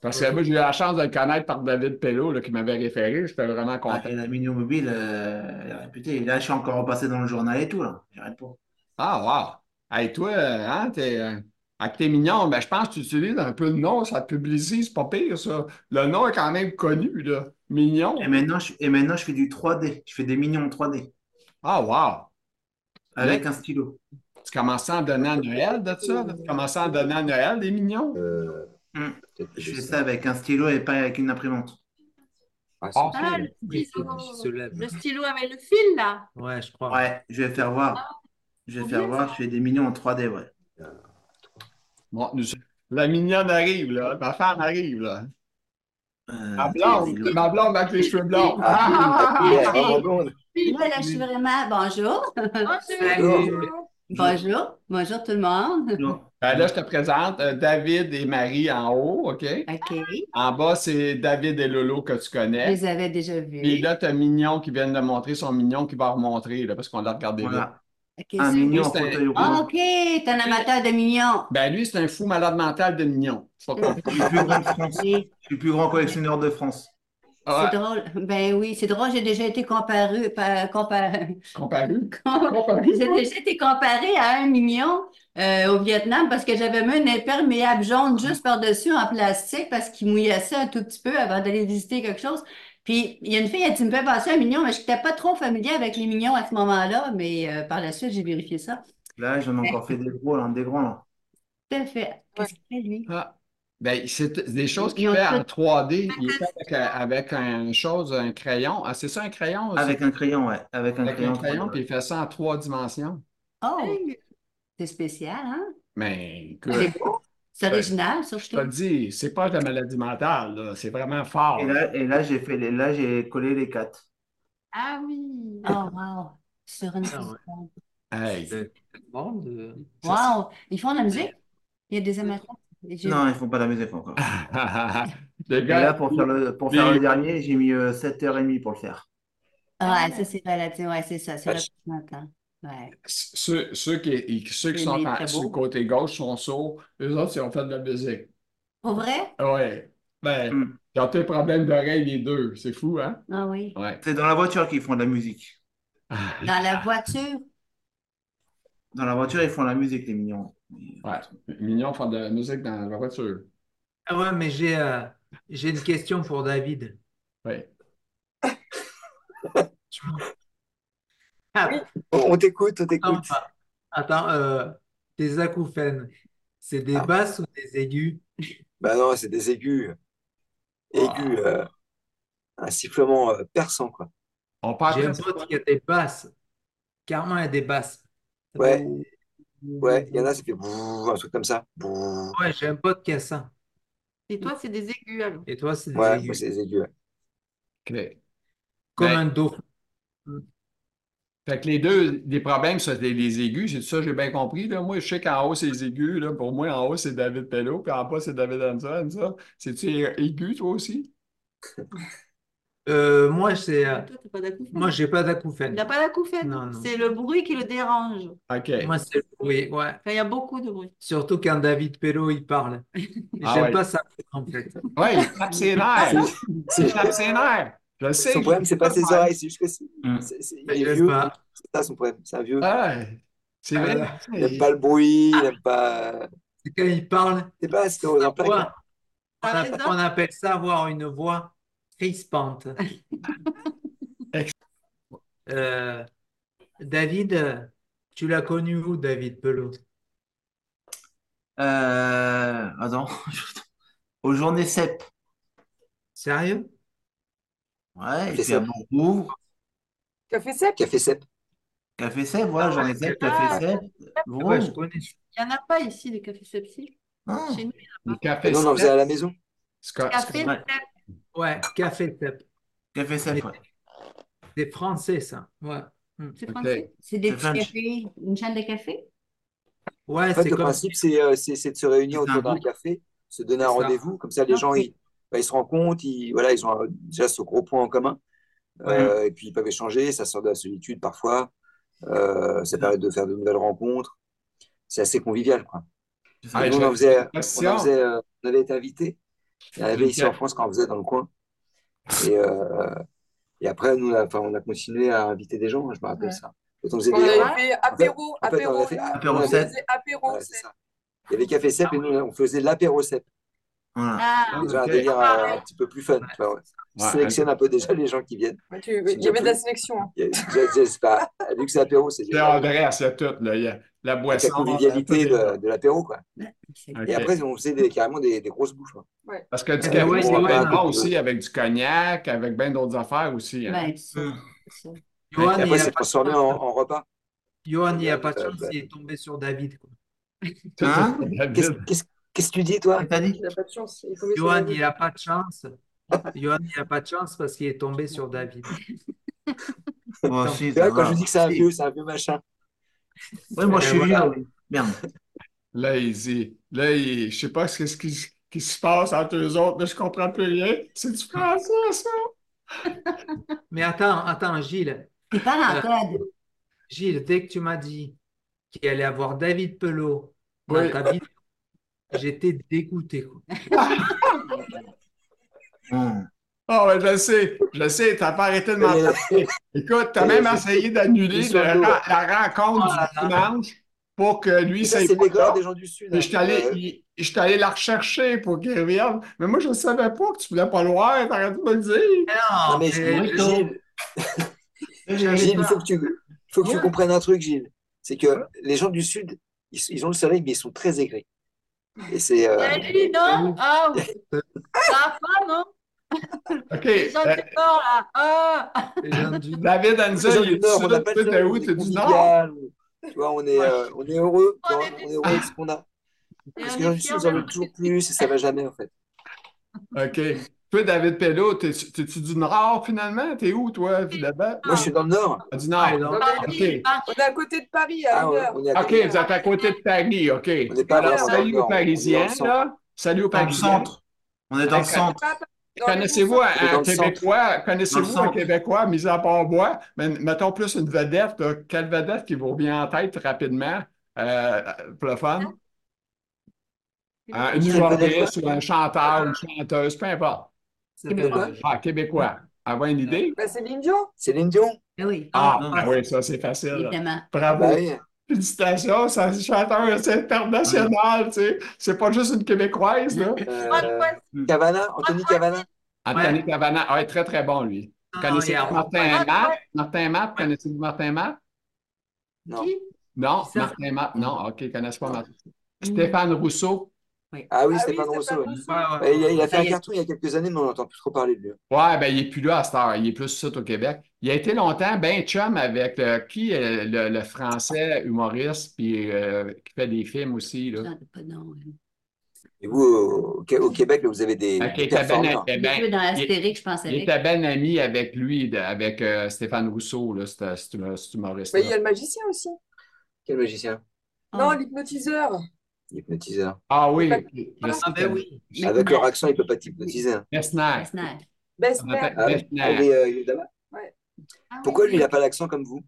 [SPEAKER 1] Parce que moi, j'ai eu la chance de le connaître par David Pello, là, qui m'avait référé. J'étais vraiment
[SPEAKER 6] Ah,
[SPEAKER 1] content.
[SPEAKER 6] et la Mini Mobile, euh, elle est réputée. Là, je suis encore repassé dans le journal et tout, là. J'arrête pas.
[SPEAKER 1] Ah, wow! Hey, toi, euh, hein, t'es, euh, ah, que t'es mignon, mais je pense que tu utilises un peu le nom, ça te publicise, c'est pas pire, ça. Le nom est quand même connu, là. Mignon.
[SPEAKER 6] Et maintenant, je, et maintenant, je fais du 3D. Je fais des mignons 3D
[SPEAKER 1] Ah, wow!
[SPEAKER 6] avec un stylo.
[SPEAKER 1] Tu commençais en donnant à Noël de ça? là? Tu commençais en donnant à Noël des mignons?
[SPEAKER 2] Euh,
[SPEAKER 1] Hmm.
[SPEAKER 6] Hum.
[SPEAKER 2] peut-être que
[SPEAKER 6] Je
[SPEAKER 2] j'ai
[SPEAKER 6] fais ça avec un stylo et pas avec une imprimante.
[SPEAKER 2] Ah,
[SPEAKER 1] Ah,
[SPEAKER 2] c'est-
[SPEAKER 3] Ah, le
[SPEAKER 4] Oui,
[SPEAKER 3] stylo,
[SPEAKER 4] qui se lève.
[SPEAKER 3] le stylo avec le fil, là.
[SPEAKER 4] Ouais, je crois.
[SPEAKER 6] Ouais, je vais faire voir.
[SPEAKER 7] Ah,
[SPEAKER 6] Je vais
[SPEAKER 3] trop
[SPEAKER 6] faire
[SPEAKER 3] bien,
[SPEAKER 6] voir. Je fais des mignons en 3D, ouais.
[SPEAKER 1] Bon, nous- la mignonne arrive, là. Ma femme arrive, là.
[SPEAKER 6] Euh,
[SPEAKER 1] Ma blonde,
[SPEAKER 6] des- des-
[SPEAKER 1] ma blonde avec les cheveux blonds.
[SPEAKER 2] Ah, oui, elle est vraiment blonde.
[SPEAKER 7] Moi, ben là, je suis vraiment. Bonjour.
[SPEAKER 3] Oh,
[SPEAKER 7] Bonjour. Bonjour tout le monde.
[SPEAKER 6] Non.
[SPEAKER 1] Ben là, je te présente euh, David et Marie en haut, OK?
[SPEAKER 6] Ah,
[SPEAKER 7] OK.
[SPEAKER 1] En bas, c'est David et Lolo que tu
[SPEAKER 7] Je
[SPEAKER 1] connais.
[SPEAKER 7] les avais déjà
[SPEAKER 1] Et
[SPEAKER 7] vus.
[SPEAKER 1] là, t'as Mignon qui vient de montrer son Mignon qui va remontrer, là, parce qu'on l'a regardé là.
[SPEAKER 6] Voilà.
[SPEAKER 7] OK.
[SPEAKER 6] Un mignon en
[SPEAKER 1] c'est-
[SPEAKER 6] fauteuil
[SPEAKER 7] Ah,
[SPEAKER 6] roulant.
[SPEAKER 7] OK. T'es un amateur de mignons.
[SPEAKER 1] Ben lui, c'est un fou malade mental de Mignon. Faut qu'on-
[SPEAKER 6] Je suis le plus grand de France.
[SPEAKER 7] Oui,
[SPEAKER 6] Je suis le plus grand collectionneur de France.
[SPEAKER 1] Ah,
[SPEAKER 7] c'est drôle. Ben oui, c'est drôle. J'ai déjà été comparé. par- comparé-
[SPEAKER 1] comparé.
[SPEAKER 7] J'ai déjà été comparé à un mignon euh, au Vietnam parce que j'avais mis un imperméable jaune juste par-dessus en plastique parce qu'il mouillait ça un tout petit peu avant d'aller visiter quelque chose. Puis il y a une fille, elle dit, me fait penser à un mignon, mais je n'étais pas trop familier avec les mignons à ce moment-là, mais euh, par la suite, j'ai vérifié ça.
[SPEAKER 6] Là, j'en ai encore fait des gros, là, des grands, là.
[SPEAKER 7] Tout à fait. Qu'est-ce qu'il fait, lui?
[SPEAKER 1] Ah. Ben, c'est des choses qu'il
[SPEAKER 7] Ils ont
[SPEAKER 1] fait
[SPEAKER 7] tout-
[SPEAKER 1] en 3D. Il fait avec, un- avec une chose, un crayon. Ah, c'est ça, un crayon? c'est-
[SPEAKER 6] Avec un crayon, ouais. Avec un
[SPEAKER 1] avec
[SPEAKER 6] crayon.
[SPEAKER 1] un crayon,
[SPEAKER 6] 3D.
[SPEAKER 1] puis il fait ça en trois dimensions.
[SPEAKER 7] Oh, c'est spécial, hein?
[SPEAKER 1] Mais écoute,
[SPEAKER 7] C'est beau. C'est original, ça, je
[SPEAKER 1] je te le
[SPEAKER 7] trouve.
[SPEAKER 1] dis, c'est pas de la maladie mentale, là. C'est vraiment fort.
[SPEAKER 6] Et
[SPEAKER 1] là.
[SPEAKER 6] là, et là, j'ai fait les- là, j'ai collé les quatre.
[SPEAKER 3] Ah oui.
[SPEAKER 7] Oh, wow. Sur une
[SPEAKER 4] Ah ouais.
[SPEAKER 7] plateforme.
[SPEAKER 1] Hey.
[SPEAKER 4] Bon, de-
[SPEAKER 7] Wow. Ils font de la musique? Il y a des amateurs. J'ai-
[SPEAKER 6] Non, ils font pas la musique encore.
[SPEAKER 1] Le
[SPEAKER 6] Et
[SPEAKER 1] gars,
[SPEAKER 6] Ah, là, pour faire le, pour faire
[SPEAKER 1] Mais-
[SPEAKER 6] le dernier, j'ai mis euh, 7h30 pour le faire.
[SPEAKER 7] Ah, ça, c'est relatif. Ouais, c'est ça. C'est
[SPEAKER 2] Ah,
[SPEAKER 7] le
[SPEAKER 2] je-
[SPEAKER 7] printemps. Ouais.
[SPEAKER 1] ceux, ceux qui, ceux qui
[SPEAKER 7] Mais
[SPEAKER 1] sont
[SPEAKER 7] il est
[SPEAKER 1] en-
[SPEAKER 7] très
[SPEAKER 1] sur le
[SPEAKER 7] beau.
[SPEAKER 1] côté gauche sont sourds. Eux autres, ils ont fait de la musique.
[SPEAKER 7] Pour vrai?
[SPEAKER 1] Ouais. Ben,
[SPEAKER 2] Hmm.
[SPEAKER 6] Mm.
[SPEAKER 1] ils ont tous des problèmes d'oreille, les deux. C'est fou, hein?
[SPEAKER 7] Ah oui.
[SPEAKER 1] Ouais.
[SPEAKER 6] C'est dans la voiture qu'ils font de la musique.
[SPEAKER 7] Dans
[SPEAKER 1] Ah.
[SPEAKER 7] la voiture?
[SPEAKER 6] Dans la voiture, ils font de la musique, les mignons.
[SPEAKER 1] Ouais. Mignon font de la musique dans la voiture.
[SPEAKER 4] Ah ouais, mais j'ai euh, j'ai une question pour David.
[SPEAKER 1] Ouais.
[SPEAKER 4] Tu m'en- Ah,
[SPEAKER 2] On on t'écoute, on
[SPEAKER 4] attends,
[SPEAKER 2] t'écoute.
[SPEAKER 1] Ah,
[SPEAKER 4] attends, euh, tes acouphènes, c'est des
[SPEAKER 2] Ah.
[SPEAKER 4] basses ou des aigus?
[SPEAKER 2] Bah non, c'est des aigus. Aigus. euh, un sifflement euh, perçant, quoi.
[SPEAKER 1] On
[SPEAKER 2] Ah,
[SPEAKER 1] part
[SPEAKER 4] J'ai un
[SPEAKER 1] presque-
[SPEAKER 4] pote qui a des basses. Carrément, il y a des basses.
[SPEAKER 2] Ouais. Ouais, il y en a, ça fait bouh, un truc comme ça. Bouh.
[SPEAKER 4] Ouais, j'ai un pote qui a ça.
[SPEAKER 3] Et toi, c'est des aigus, alors.
[SPEAKER 4] Et toi, c'est des
[SPEAKER 2] Ouais,
[SPEAKER 4] aigus.
[SPEAKER 2] moi, c'est des aigus. ouais.
[SPEAKER 1] OK.
[SPEAKER 4] Comme
[SPEAKER 1] Ben,
[SPEAKER 4] un dauphin.
[SPEAKER 1] Fait que les deux, les problèmes, c'est les, les aigus. C'est ça, j'ai bien compris. Là. Moi, je sais qu'en haut, c'est les aigus. Là. Pour moi, en haut, c'est David Pello, puis en bas, c'est David Hanson. Ça. C'est-tu aigu, toi aussi?
[SPEAKER 4] Euh, moi, c'est, euh,
[SPEAKER 3] Toi, t'as pas d'acouphène.
[SPEAKER 4] moi, j'ai pas
[SPEAKER 3] Il
[SPEAKER 4] d'acouphènes.
[SPEAKER 3] n'a pas d'acouphène.
[SPEAKER 4] Non, non.
[SPEAKER 3] C'est le bruit qui le dérange.
[SPEAKER 1] OK.
[SPEAKER 4] Moi, c'est le bruit, ouais.
[SPEAKER 3] Enfin, il y a beaucoup de bruit.
[SPEAKER 4] Surtout quand David Perrault, il parle.
[SPEAKER 1] Ah
[SPEAKER 4] J'aime
[SPEAKER 1] ouais.
[SPEAKER 4] pas ça, en fait.
[SPEAKER 1] Oui, il tape ses nerfs. Il tape ses nerfs. Je le sais.
[SPEAKER 2] Son problème, c'est pas ses oreilles, c'est juste que c'est,
[SPEAKER 6] Mm.
[SPEAKER 2] c'est- c'est- il est
[SPEAKER 4] J'aime
[SPEAKER 2] vieux.
[SPEAKER 4] pas.
[SPEAKER 2] C'est ça son problème. C'est un vieux.
[SPEAKER 1] Ah, c'est vrai.
[SPEAKER 2] Il n'aime pas le bruit, il n'aime pas.
[SPEAKER 4] C'est quand il parle,
[SPEAKER 2] C'est pas ce qu'on en plaque.
[SPEAKER 4] voix. On,
[SPEAKER 3] Ah,
[SPEAKER 4] a-
[SPEAKER 3] c'est ça?
[SPEAKER 4] on appelle ça avoir une voix crispante. Euh, David, tu l'as connu où, David Pelot?
[SPEAKER 6] Euh, attends. Aux journées CEP.
[SPEAKER 4] Sérieux?
[SPEAKER 6] Ouais, et
[SPEAKER 2] Café
[SPEAKER 6] puis à
[SPEAKER 2] Cep.
[SPEAKER 6] Bourgouf.
[SPEAKER 5] Café sec?
[SPEAKER 2] Café Cep.
[SPEAKER 6] Café CEP, voilà, journée CEP, Café CEP. Gros.
[SPEAKER 4] Ouais, je connais.
[SPEAKER 3] Il n'y en a pas ici, de café sepsi.
[SPEAKER 6] Non.
[SPEAKER 3] Chez nous,
[SPEAKER 1] Le café,
[SPEAKER 2] Non, on en faisait à la maison.
[SPEAKER 1] c'est- c'est-
[SPEAKER 3] café
[SPEAKER 6] ouais.
[SPEAKER 3] sep.
[SPEAKER 4] Ouais, Café Tep.
[SPEAKER 6] Café CEP, ouais.
[SPEAKER 4] C'est français, ça. Ouais.
[SPEAKER 3] C'est
[SPEAKER 1] Ok.
[SPEAKER 3] français.
[SPEAKER 7] C'est des
[SPEAKER 6] C'est
[SPEAKER 7] petits
[SPEAKER 6] French.
[SPEAKER 7] cafés, une chaîne de café?
[SPEAKER 4] Ouais,
[SPEAKER 2] En fait,
[SPEAKER 4] Ah, c'est
[SPEAKER 2] le
[SPEAKER 4] comme
[SPEAKER 2] principe, c'est euh, c'est- c'est de se réunir
[SPEAKER 6] C'est un
[SPEAKER 2] autour d'un
[SPEAKER 6] groupe.
[SPEAKER 2] café, se donner un
[SPEAKER 4] C'est ça.
[SPEAKER 2] rendez-vous. Comme ça, les gens, ils, bah, ils se rencontrent, ils, voilà, ils ont euh, déjà ce gros point en commun. Euh, et puis, ils peuvent échanger, ça sort de la solitude parfois. Euh, ça permet de faire de nouvelles rencontres. C'est assez convivial, quoi.
[SPEAKER 6] C'est
[SPEAKER 1] Ah,
[SPEAKER 6] ça.
[SPEAKER 2] Et
[SPEAKER 1] et
[SPEAKER 2] nous,
[SPEAKER 1] je-
[SPEAKER 2] on en faisait, on en
[SPEAKER 1] Question.
[SPEAKER 2] faisait, euh, on avait été invités Il y en avait ici en France quand on faisait dans le coin. Et, euh, et après, nous, on a, enfin, on a continué à inviter des gens, hein, je me rappelle
[SPEAKER 5] Ouais.
[SPEAKER 2] ça. Quand on faisait
[SPEAKER 5] On
[SPEAKER 2] des.
[SPEAKER 5] avait fait apéro,
[SPEAKER 2] en fait, on
[SPEAKER 5] apéro,
[SPEAKER 2] avait fait
[SPEAKER 5] là.
[SPEAKER 6] apéro
[SPEAKER 5] On
[SPEAKER 6] sept.
[SPEAKER 5] faisait apéro,
[SPEAKER 2] Ouais, c'est
[SPEAKER 5] sept.
[SPEAKER 2] ça. Il y avait Café Cep et nous, on faisait l'apéro Cep.
[SPEAKER 6] Voilà.
[SPEAKER 7] Ah,
[SPEAKER 2] Déjà un
[SPEAKER 1] ok.
[SPEAKER 2] délire
[SPEAKER 5] Ah,
[SPEAKER 2] euh,
[SPEAKER 5] ouais.
[SPEAKER 2] un petit peu plus fun. tu vois, ouais. Tu
[SPEAKER 1] Ouais,
[SPEAKER 2] sélectionnes un peu déjà les gens qui viennent.
[SPEAKER 5] Mais tu- Il y avait de la sélection. hein.
[SPEAKER 2] Il y a- c'est- c'est- c'est pas- Vu que c'est apéro, c'est
[SPEAKER 1] C'est André, c'est tout. Là. Il y a la
[SPEAKER 2] avec
[SPEAKER 1] boisson.
[SPEAKER 2] la convivialité de, de l'apéro, quoi.
[SPEAKER 1] Ok.
[SPEAKER 2] Et après, on faisait des- carrément des, des grosses bouches. quoi.
[SPEAKER 1] Parce que du
[SPEAKER 4] Ouais,
[SPEAKER 1] café,
[SPEAKER 4] ouais,
[SPEAKER 1] on
[SPEAKER 4] ouais.
[SPEAKER 1] en prend aussi avec du cognac, avec bien d'autres affaires aussi. hein.
[SPEAKER 7] ben, c'est
[SPEAKER 6] Hum.
[SPEAKER 7] ça.
[SPEAKER 4] Johan,
[SPEAKER 2] Et
[SPEAKER 4] il
[SPEAKER 2] après,
[SPEAKER 4] a
[SPEAKER 2] c'est
[SPEAKER 4] pas de
[SPEAKER 2] transformé en,
[SPEAKER 4] chance.
[SPEAKER 2] en repas.
[SPEAKER 4] Johan, il a pas de
[SPEAKER 2] Euh,
[SPEAKER 4] chance,
[SPEAKER 2] bah.
[SPEAKER 4] il est tombé sur David. quoi.
[SPEAKER 6] Hein
[SPEAKER 2] Qu'est-ce
[SPEAKER 1] David,
[SPEAKER 2] qu'est-ce- qu'est-ce que tu dis, toi?
[SPEAKER 6] Ah, t'as dit?
[SPEAKER 5] Il n'a pas de chance. Il est tombé sur la
[SPEAKER 4] Johan,
[SPEAKER 5] gueule.
[SPEAKER 4] il a pas de chance. Johan, il a pas de chance parce qu'il est tombé sur David.
[SPEAKER 6] Moi
[SPEAKER 2] Tu
[SPEAKER 6] aussi,
[SPEAKER 2] vois,
[SPEAKER 6] ça
[SPEAKER 2] quand
[SPEAKER 6] va.
[SPEAKER 2] je dis que c'est un
[SPEAKER 6] Si.
[SPEAKER 2] vieux, c'est un vieux machin.
[SPEAKER 6] Ouais, moi, je
[SPEAKER 4] Et
[SPEAKER 6] suis
[SPEAKER 4] voilà.
[SPEAKER 6] vieux, oui. Merde.
[SPEAKER 1] là, il dit, là, il, je sais pas ce qui, ce qui se passe entre eux autres, mais je comprends plus rien. C'est du français, ça?
[SPEAKER 4] Mais attends, attends, Gilles.
[SPEAKER 7] Il parle en code.
[SPEAKER 4] Gilles, dès que tu m'as dit qu'il allait avoir David Pelot dans
[SPEAKER 1] Oui.
[SPEAKER 4] ta vidéo, j'étais dégoûté. quoi.
[SPEAKER 6] Hum.
[SPEAKER 1] Ah, ben, je le sais, je le sais, t'as pas arrêté de m'en
[SPEAKER 2] Mais-
[SPEAKER 1] parler. Écoute, t'as même essayé d'annuler
[SPEAKER 2] Ils sont
[SPEAKER 1] le-
[SPEAKER 2] lourds.
[SPEAKER 1] la, la rencontre
[SPEAKER 4] Ah,
[SPEAKER 1] du dimanche pour que lui,
[SPEAKER 2] Ça,
[SPEAKER 1] ça
[SPEAKER 2] c'est
[SPEAKER 1] pas
[SPEAKER 2] les gars
[SPEAKER 1] là.
[SPEAKER 2] des gens du Sud.
[SPEAKER 1] Mais je suis
[SPEAKER 2] hein.
[SPEAKER 1] allé,
[SPEAKER 2] Euh,
[SPEAKER 1] il- je suis allé la rechercher pour qu'elle revienne. Mais moi, je ne savais pas que tu voulais pas le voir, t'aurais dû me le dire.
[SPEAKER 4] Non,
[SPEAKER 2] Non, mais
[SPEAKER 4] mais-
[SPEAKER 6] oui.
[SPEAKER 2] Gilles, Gilles, il faut que tu, il faut que tu comprennes un truc, Gilles. C'est que les gens du Sud, ils, ils ont le soleil, mais ils sont très aigris. Et c'est. euh,
[SPEAKER 3] Salut, non? Ah, oui. Ça va pas, non?
[SPEAKER 1] OK.
[SPEAKER 3] Les gens
[SPEAKER 1] euh,
[SPEAKER 3] du Nord, là. Ah!
[SPEAKER 4] les gens du-
[SPEAKER 1] David
[SPEAKER 2] les gens
[SPEAKER 1] Anza, il est
[SPEAKER 2] du
[SPEAKER 1] du
[SPEAKER 2] Nord, on n'a
[SPEAKER 1] sud,
[SPEAKER 2] pas
[SPEAKER 1] tu
[SPEAKER 2] de
[SPEAKER 1] t'es
[SPEAKER 2] soleil,
[SPEAKER 1] où?
[SPEAKER 2] on
[SPEAKER 1] T'es
[SPEAKER 2] est
[SPEAKER 1] du nord?
[SPEAKER 2] convivial, on- Tu vois, on est, euh, on est heureux. tu vois, on est heureux de ce qu'on a.
[SPEAKER 3] Et
[SPEAKER 2] Parce
[SPEAKER 3] on
[SPEAKER 2] que les gens
[SPEAKER 3] est
[SPEAKER 2] du
[SPEAKER 3] fiers
[SPEAKER 2] Sud, ils
[SPEAKER 3] de
[SPEAKER 2] en veulent
[SPEAKER 3] notre
[SPEAKER 2] toujours plus et ça va jamais, en fait.
[SPEAKER 1] OK. Toi, David Pello, t'es- t'es-tu du nord finalement? T'es où, toi, finalement?
[SPEAKER 2] Moi, je suis dans le Nord.
[SPEAKER 1] Ah, Du nord.
[SPEAKER 4] Ouais, non.
[SPEAKER 1] OK.
[SPEAKER 3] Paris, Paris.
[SPEAKER 5] On est à côté de Paris, à
[SPEAKER 2] Ah,
[SPEAKER 5] une
[SPEAKER 2] on,
[SPEAKER 5] heure.
[SPEAKER 2] on est à
[SPEAKER 1] OK,
[SPEAKER 2] côté.
[SPEAKER 1] vous êtes à côté de Paris. OK.
[SPEAKER 2] On n'est pas
[SPEAKER 1] Alors,
[SPEAKER 2] vraiment dans le
[SPEAKER 1] salut
[SPEAKER 2] nord,
[SPEAKER 1] aux
[SPEAKER 2] on est dans le
[SPEAKER 1] Parisiens,
[SPEAKER 2] centre.
[SPEAKER 1] là. Salut aux
[SPEAKER 6] Dans le
[SPEAKER 1] Parisiens.
[SPEAKER 6] centre. On est dans le centre.
[SPEAKER 5] Pas- pas- dans les
[SPEAKER 1] Connaissez-vous
[SPEAKER 5] bons
[SPEAKER 1] un,
[SPEAKER 2] On est dans
[SPEAKER 1] un
[SPEAKER 2] le
[SPEAKER 1] Québécois, connaissez-vous
[SPEAKER 6] Dans le
[SPEAKER 1] un
[SPEAKER 6] centre.
[SPEAKER 1] Québécois, mis à part moi, mais mettons plus une vedette, là, quelle vedette qui vous revient en tête rapidement, euh, pour le fun? Un une
[SPEAKER 2] Ah, Une
[SPEAKER 1] humoriste
[SPEAKER 2] vedette.
[SPEAKER 1] ou un chanteur, une chanteuse, peu importe.
[SPEAKER 4] c'est
[SPEAKER 2] Québécois.
[SPEAKER 4] pas-
[SPEAKER 1] Ah, Québécois. Avez-vous une idée?
[SPEAKER 5] Bah, c'est l'Indian.
[SPEAKER 2] C'est l'Indion.
[SPEAKER 7] Ben oui,
[SPEAKER 1] Ah,
[SPEAKER 6] non.
[SPEAKER 1] ben oui, ça, c'est facile.
[SPEAKER 7] évidemment.
[SPEAKER 1] Bravo.
[SPEAKER 2] Bah oui.
[SPEAKER 1] Félicitations, c'est un chanteur c'est international, tu sais. C'est pas juste une Québécoise, là.
[SPEAKER 2] Euh,
[SPEAKER 3] ah
[SPEAKER 2] Cavana, Anthony Cavana.
[SPEAKER 1] Anthony Cavana, ah, très, très bon, lui.
[SPEAKER 4] Non, il y
[SPEAKER 1] Connaissez-vous
[SPEAKER 4] a-
[SPEAKER 1] Martin Matt? Martin Matt, connaissez-vous Martin Matt?
[SPEAKER 2] Non.
[SPEAKER 7] Qui?
[SPEAKER 1] Non,
[SPEAKER 7] Ça,
[SPEAKER 1] Martin Matt, non, OK, ils connaissent pas
[SPEAKER 2] Non.
[SPEAKER 1] Martin. Stéphane Rousseau.
[SPEAKER 2] Ah oui,
[SPEAKER 5] Ah oui,
[SPEAKER 2] Stéphane
[SPEAKER 5] Stéphane
[SPEAKER 2] Rousseau. ouais.
[SPEAKER 5] Rousseau.
[SPEAKER 4] Ouais,
[SPEAKER 2] Ouais,
[SPEAKER 4] ouais,
[SPEAKER 2] il, a, il a fait
[SPEAKER 7] Ça
[SPEAKER 2] un
[SPEAKER 7] y est.
[SPEAKER 2] carton il y a quelques années, mais on n'entend plus trop parler de lui.
[SPEAKER 1] Ouais, ben, il est plus là à cette heure. Il est plus sur au Québec. Il a été longtemps ben chum avec euh, qui euh, le, le français humoriste puis euh, qui fait des films aussi, là.
[SPEAKER 7] J'en ai pas de nom. hein.
[SPEAKER 2] Et vous, au, au- au Québec, là, vous avez des,
[SPEAKER 1] Fait qu'il
[SPEAKER 2] des
[SPEAKER 1] était ben-
[SPEAKER 2] performeurs.
[SPEAKER 1] eh ben,
[SPEAKER 7] Il est dans
[SPEAKER 1] il-
[SPEAKER 7] Astérix, je pense,
[SPEAKER 1] il
[SPEAKER 7] avec.
[SPEAKER 1] était ben ami avec lui, de- avec euh, Stéphane Rousseau, là, cet, cet- cet
[SPEAKER 5] Bah, il y
[SPEAKER 1] humoriste-là.
[SPEAKER 5] a le magicien aussi.
[SPEAKER 2] Quel magicien?
[SPEAKER 5] Non,
[SPEAKER 7] Ah.
[SPEAKER 5] l'hypnotiseur.
[SPEAKER 2] Hypnotiseur.
[SPEAKER 1] Ah oui,
[SPEAKER 5] Ben,
[SPEAKER 1] je sais
[SPEAKER 4] Ah
[SPEAKER 1] que-
[SPEAKER 4] ben oui.
[SPEAKER 2] Avec leur accent, il ne peut pas t'hypnotiser. hein.
[SPEAKER 1] Messner.
[SPEAKER 7] Lesnar.
[SPEAKER 5] Besmer.
[SPEAKER 2] Ah, oui. Ah oui, euh, Yudama.
[SPEAKER 7] Ah
[SPEAKER 2] Pourquoi
[SPEAKER 7] oui.
[SPEAKER 2] lui, il n'a pas l'accent comme vous?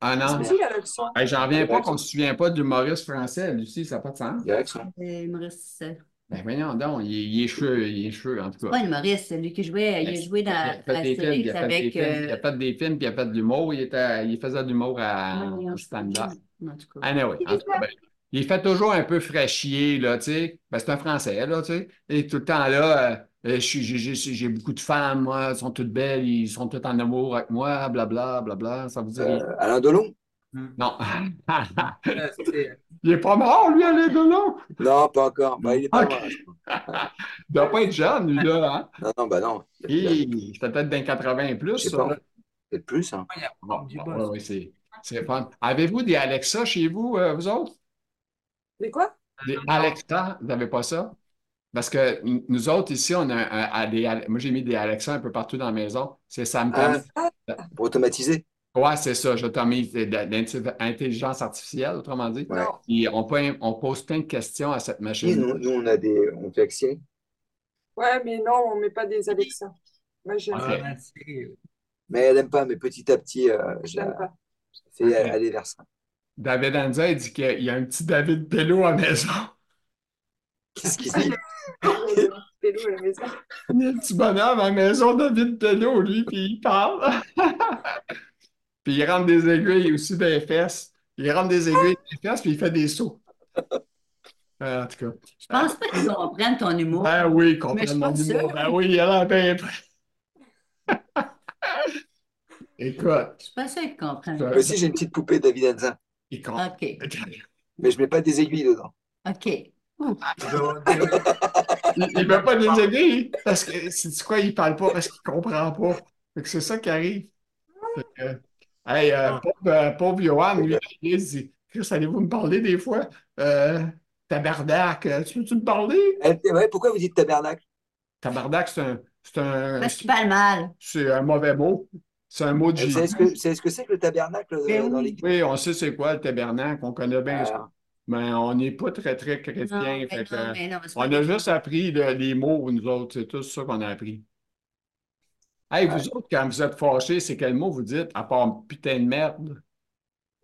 [SPEAKER 1] Ah non.
[SPEAKER 5] Aussi, il a l'accent.
[SPEAKER 1] Hey, j'en reviens pas qu'on ne se souvient pas d'humoriste français, Lucie, ça n'a pas de sens.
[SPEAKER 2] Il a l'accent.
[SPEAKER 7] Euh, humoriste, euh,
[SPEAKER 1] Ben voyons donc, il, est- il est cheveux, il est cheveux, en tout cas.
[SPEAKER 7] Pas humoriste, c'est lui qui jouait, il a joué
[SPEAKER 1] Ben, Il
[SPEAKER 7] dans
[SPEAKER 1] a fait des films, euh, il
[SPEAKER 7] Astérix
[SPEAKER 1] a fait des
[SPEAKER 7] avec. euh,
[SPEAKER 1] films, il a fait des films, puis il a fait de l'humour. Il, était, il faisait de l'humour à,
[SPEAKER 7] euh,
[SPEAKER 1] Ah, en stand-up.
[SPEAKER 7] En tout cas.
[SPEAKER 1] Anyway, en tout cas, ben, il fait toujours un peu fraîchier, là, tu sais. Ben, c'est un Français, là, tu sais. Et tout le temps, là, euh, euh, je suis- j'ai j'ai- j'ai beaucoup de femmes, moi, elles sont toutes belles, ils sont toutes en amour avec moi, blablabla, blablabla. Ça vous dit rien?
[SPEAKER 2] Euh, Alain Delon?
[SPEAKER 1] Non.
[SPEAKER 4] Euh, c'est-
[SPEAKER 1] il est pas mort, lui, Alain Delon.
[SPEAKER 2] Non, pas encore. Bah, il est pas
[SPEAKER 1] Ok.
[SPEAKER 2] loin, je crois.
[SPEAKER 1] Il doit pas être jeune, lui, là, hein.
[SPEAKER 2] Non, non, bah non.
[SPEAKER 1] Il c'était peut-être d'un 80 et plus,
[SPEAKER 2] Je sais
[SPEAKER 1] ça,
[SPEAKER 2] pas.
[SPEAKER 1] là.
[SPEAKER 2] Peut-être plus, hein.
[SPEAKER 1] Bon,
[SPEAKER 4] Du
[SPEAKER 1] bon,
[SPEAKER 4] boss.
[SPEAKER 1] ouais, ouais, c'est c'est fun. Avez-vous des Alexa chez vous, euh, vous autres?
[SPEAKER 5] Mais quoi?
[SPEAKER 1] Des Alexa, vous n'avez pas ça? Parce que n- nous autres, ici, on a un- un- à des Ale- Moi, j'ai mis des Alexa un peu partout dans la maison. C'est ça me permet.
[SPEAKER 2] Pour automatiser.
[SPEAKER 1] Ouais, c'est ça. Je t'ai mis de, de- d'intelli- intelligence artificielle, autrement dit.
[SPEAKER 2] Ouais.
[SPEAKER 5] Non.
[SPEAKER 1] Et on, peut- on pose plein de questions à cette
[SPEAKER 2] Nous,
[SPEAKER 1] machine.
[SPEAKER 2] nous, nous, on a des. On fait avec Siri.
[SPEAKER 5] Ouais, mais non, on met pas des Alexa. Moi, je
[SPEAKER 1] Ok.
[SPEAKER 4] Ah, c'est-
[SPEAKER 2] Mais elle n'aime pas, mais petit à petit, euh, je
[SPEAKER 5] j'aime
[SPEAKER 2] la
[SPEAKER 5] pas.
[SPEAKER 2] fais
[SPEAKER 1] Ok.
[SPEAKER 2] aller vers ça.
[SPEAKER 1] David Anza, il dit qu'il y a un petit David Pello à la maison.
[SPEAKER 2] Qu'est-ce qu'il dit?
[SPEAKER 5] Pello euh, à la maison.
[SPEAKER 1] Le petit bonhomme à la maison, David Pelot, lui, puis il parle. Puis il rentre des aiguilles aussi dans les fesses. Il rentre des aiguilles dans les fesses, puis il fait des sauts. Ah, en tout cas.
[SPEAKER 7] Je pense pas qu'ils comprennent ton humour.
[SPEAKER 1] Ben oui,
[SPEAKER 7] Mais je
[SPEAKER 1] complètement
[SPEAKER 7] pense
[SPEAKER 1] d'humour.
[SPEAKER 7] que-
[SPEAKER 1] Ben oui, il a l'air bien prêt. Écoute,
[SPEAKER 7] Je suis pas sûre qu'ils comprennent.
[SPEAKER 1] je-
[SPEAKER 2] Moi aussi, j'ai une petite poupée David Hanza,
[SPEAKER 1] il comprend.
[SPEAKER 7] OK.
[SPEAKER 2] mais je mets pas des aiguilles dedans.
[SPEAKER 7] OK.
[SPEAKER 1] Il ne peut pas les aider parce que c'est quoi, il parle pas parce qu'il comprend pas. Fait que c'est ça qui arrive. Fait que, hey, euh, pauvre, euh, pauvre Johan, lui, il dit Chris, allez-vous me parler des fois? Euh, tabarnak, euh, tu veux-tu me parler?
[SPEAKER 2] Eh, ouais, pourquoi vous dites tabernacle?
[SPEAKER 1] Tabarnak, c'est un, c'est un,
[SPEAKER 7] Parce qu'ils parlent mal.
[SPEAKER 1] c'est un mauvais mot. C'est un mot de
[SPEAKER 2] Vous savez ce
[SPEAKER 1] Jésus.
[SPEAKER 2] que vous savez ce que Euh, c'est que le tabernacle euh,
[SPEAKER 1] Ben
[SPEAKER 2] dans
[SPEAKER 1] oui. Ben,
[SPEAKER 2] l'église?
[SPEAKER 1] Oui, on sait c'est quoi le tabernacle, on connaît bien
[SPEAKER 2] Euh,
[SPEAKER 1] ça. Mais on n'est pas très, très
[SPEAKER 7] Non,
[SPEAKER 1] chrétien.
[SPEAKER 7] mais
[SPEAKER 1] fait que,
[SPEAKER 7] non, mais non, c'est
[SPEAKER 1] On
[SPEAKER 7] pas-
[SPEAKER 1] a juste appris le- les mots, nous autres. C'est tout ça qu'on a appris. Hey, vous autres, quand vous êtes fâchés, c'est quel mot vous dites, à part putain de merde?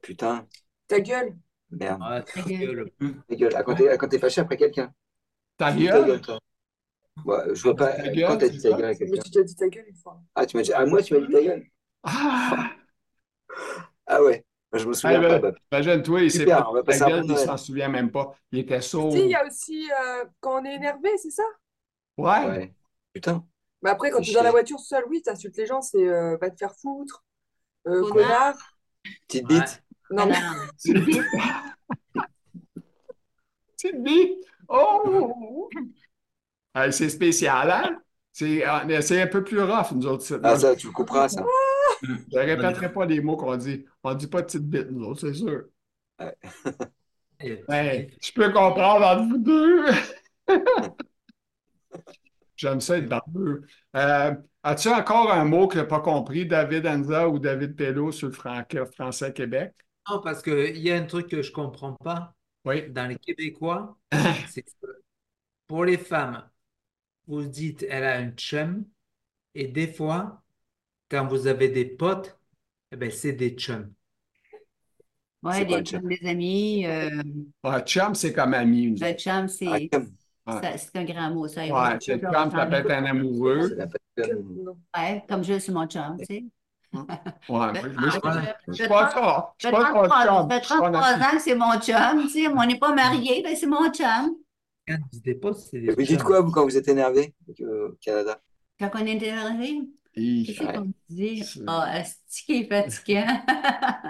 [SPEAKER 2] Putain,
[SPEAKER 5] Ta gueule.
[SPEAKER 2] merde.
[SPEAKER 4] Ah, ta gueule.
[SPEAKER 2] Ta gueule. Ah, Quand t'es quand t'es fâché après quelqu'un.
[SPEAKER 1] Ta
[SPEAKER 2] Tu dis
[SPEAKER 1] gueule?
[SPEAKER 2] toi. Ouais, je vois pas. euh,
[SPEAKER 1] Ta gueule,
[SPEAKER 2] Quand t'as dit
[SPEAKER 1] tu
[SPEAKER 2] ta
[SPEAKER 1] vois.
[SPEAKER 2] gueule à
[SPEAKER 5] Mais
[SPEAKER 2] quelqu'un.
[SPEAKER 5] tu t'as dit ta gueule une fois.
[SPEAKER 2] Ah, tu m'as dit. Ah, moi, tu m'as dit ta gueule.
[SPEAKER 1] Ah!
[SPEAKER 2] Ah ouais. Moi, je me souviens
[SPEAKER 1] Ah, ben,
[SPEAKER 2] pas. bah,
[SPEAKER 1] Imagine-toi, il s'est
[SPEAKER 2] Super,
[SPEAKER 1] pas
[SPEAKER 2] on va
[SPEAKER 1] ta
[SPEAKER 2] passer un
[SPEAKER 1] gueule,
[SPEAKER 2] bon
[SPEAKER 1] il
[SPEAKER 2] Noël.
[SPEAKER 1] s'en souvient même pas. Il était sourd.
[SPEAKER 5] Tu sais, il y a aussi euh, quand on est énervé, c'est ça?
[SPEAKER 1] Ouais.
[SPEAKER 2] Ouais. Putain.
[SPEAKER 5] Mais après, quand
[SPEAKER 2] C'est
[SPEAKER 5] tu es dans la
[SPEAKER 2] chier.
[SPEAKER 5] voiture seul, oui, t'insultes les gens, c'est euh, va te faire foutre, euh,
[SPEAKER 7] Connard.
[SPEAKER 5] connard.
[SPEAKER 2] Petite
[SPEAKER 4] Ouais.
[SPEAKER 2] bite.
[SPEAKER 1] Ah
[SPEAKER 5] Non, mais
[SPEAKER 7] Non.
[SPEAKER 1] Petite bite. Oh! Hey, c'est spécial, hein? C'est on- c'est un peu plus rough, nous autres. ici.
[SPEAKER 2] Ah, ça, tu le couperas, ça.
[SPEAKER 1] Je ne répéterai pas les mots qu'on dit. On dit pas petite bite, nous autres, c'est sûr. Ben, je peux comprendre entre vous deux. J'aime ça être barbeux. Euh, as-tu encore un mot que tu pas compris, David Anza ou David Pello, sur le franca- français Québec?
[SPEAKER 4] Non, parce qu'il y a un truc que je comprends pas
[SPEAKER 1] Oui.
[SPEAKER 4] dans les Québécois, c'est que pour les femmes, vous dites elle a un chum, et des fois, quand vous avez des potes, eh ben, c'est des chums.
[SPEAKER 7] Ouais,
[SPEAKER 2] C'est pas
[SPEAKER 7] des
[SPEAKER 2] le chum.
[SPEAKER 7] chums, des amis. Euh,
[SPEAKER 1] Ah, chum, c'est comme ami. nous
[SPEAKER 7] le chum,
[SPEAKER 2] Ah,
[SPEAKER 7] c'est
[SPEAKER 2] comme.
[SPEAKER 1] Ouais.
[SPEAKER 7] ça- c'est un grand mot, ça.
[SPEAKER 1] autres. Ouais, c'est le chum, ça peut être un
[SPEAKER 2] C'est
[SPEAKER 1] amoureux.
[SPEAKER 2] la
[SPEAKER 5] que-
[SPEAKER 2] personne.
[SPEAKER 5] non.
[SPEAKER 7] Ouais, comme je suis mon chum, tu sais.
[SPEAKER 1] Ouais, moi, je- moi, je-
[SPEAKER 4] Ah,
[SPEAKER 1] je
[SPEAKER 7] je
[SPEAKER 1] suis pas ça. Je suis
[SPEAKER 7] Ça fait
[SPEAKER 1] pas trop
[SPEAKER 7] 33
[SPEAKER 1] chum.
[SPEAKER 7] ça fait
[SPEAKER 1] Je suis pas
[SPEAKER 7] 33
[SPEAKER 1] nazi.
[SPEAKER 7] ans que c'est mon chum, tu sais, on n'est pas mariés, ben c'est mon chum.
[SPEAKER 4] Quand vous dites des potes, c'est
[SPEAKER 2] Et
[SPEAKER 4] des
[SPEAKER 2] vous dites
[SPEAKER 4] chums.
[SPEAKER 2] quoi, vous, quand vous êtes énervé euh, au Canada?
[SPEAKER 7] Quand on est énervé,
[SPEAKER 1] Hi,
[SPEAKER 7] qu'est-ce qu'on dit?
[SPEAKER 1] C'est-
[SPEAKER 7] Ah, est-ce qu'il est fatigant?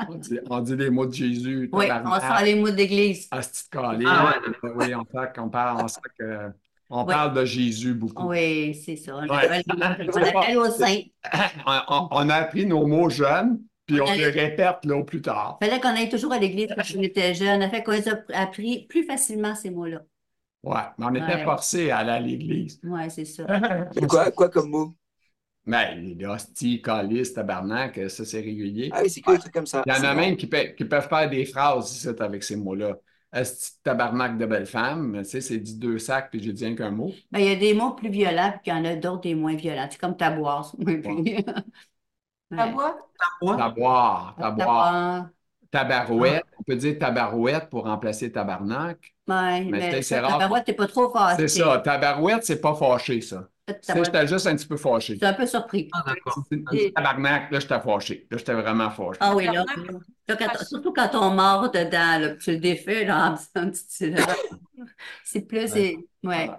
[SPEAKER 1] On dit, on dit des mots de Jésus.
[SPEAKER 7] Oui, on
[SPEAKER 1] tabarnak,
[SPEAKER 7] sent les mots d'église.
[SPEAKER 1] hostie de câlisse.
[SPEAKER 4] Ah
[SPEAKER 1] Oui, on sait qu'on parle, on sait que- on
[SPEAKER 7] Ouais.
[SPEAKER 1] parle de Jésus beaucoup.
[SPEAKER 7] Oui, c'est ça.
[SPEAKER 1] Ouais.
[SPEAKER 7] On appelle, on appelle au sein.
[SPEAKER 1] On, on- on a appris nos mots jeunes, puis on
[SPEAKER 7] On a-
[SPEAKER 1] les répète là au plus tard.
[SPEAKER 7] fallait qu'on aille toujours à l'église quand on était jeune, afin qu'on les a appris plus facilement ces mots-là.
[SPEAKER 1] Ouais, mais on était
[SPEAKER 7] Ouais.
[SPEAKER 1] forcés à aller à l'église.
[SPEAKER 7] Oui, c'est ça.
[SPEAKER 2] Et quoi, quoi comme mot?
[SPEAKER 1] Mais hostie, calice, tabarnak, ça c'est régulier.
[SPEAKER 2] Ah oui, c'est que des trucs comme ça.
[SPEAKER 1] Il y en
[SPEAKER 2] C'est
[SPEAKER 1] a
[SPEAKER 2] marrant.
[SPEAKER 1] même qui, pe- qui peuvent faire des phrases ici, avec ces mots-là. Hostie, de tabarnak de belle femme, tu sais, c'est dit deux sacs, puis j'ai dit rien qu'un mot.
[SPEAKER 7] Ben, il y a des mots plus violents, puis il y en a d'autres des moins violents. C'est comme taboire. c'est moins violent.
[SPEAKER 3] Ta
[SPEAKER 7] Ouais.
[SPEAKER 3] voix?
[SPEAKER 4] Moi,
[SPEAKER 1] Taboire, taboire.
[SPEAKER 7] Taboire.
[SPEAKER 1] Tabarouette, on peut dire tabarouette pour remplacer tabarnak.
[SPEAKER 7] Ouais,
[SPEAKER 1] Mais
[SPEAKER 7] mais
[SPEAKER 1] c'est- c'est
[SPEAKER 7] ça,
[SPEAKER 1] rare.
[SPEAKER 7] tabarouette, t'es pas trop
[SPEAKER 1] C'est
[SPEAKER 7] fâché.
[SPEAKER 1] ça, tabarouette, c'est pas fâché, ça.
[SPEAKER 7] Ah, Ça,
[SPEAKER 1] Tu sais,
[SPEAKER 7] tabarouette,
[SPEAKER 1] J'étais juste un petit peu fâché.
[SPEAKER 7] Je suis un peu surpris.
[SPEAKER 4] ah, d'accord.
[SPEAKER 1] C'est- c'est Tabarnak, là, j'étais fâché. Là, j'étais vraiment fâché.
[SPEAKER 7] Ah oui, là, là, quand- surtout quand on mord dedans, là, puis tu le défais, là, en faisant un petit- c'est plus, c'est, ouais.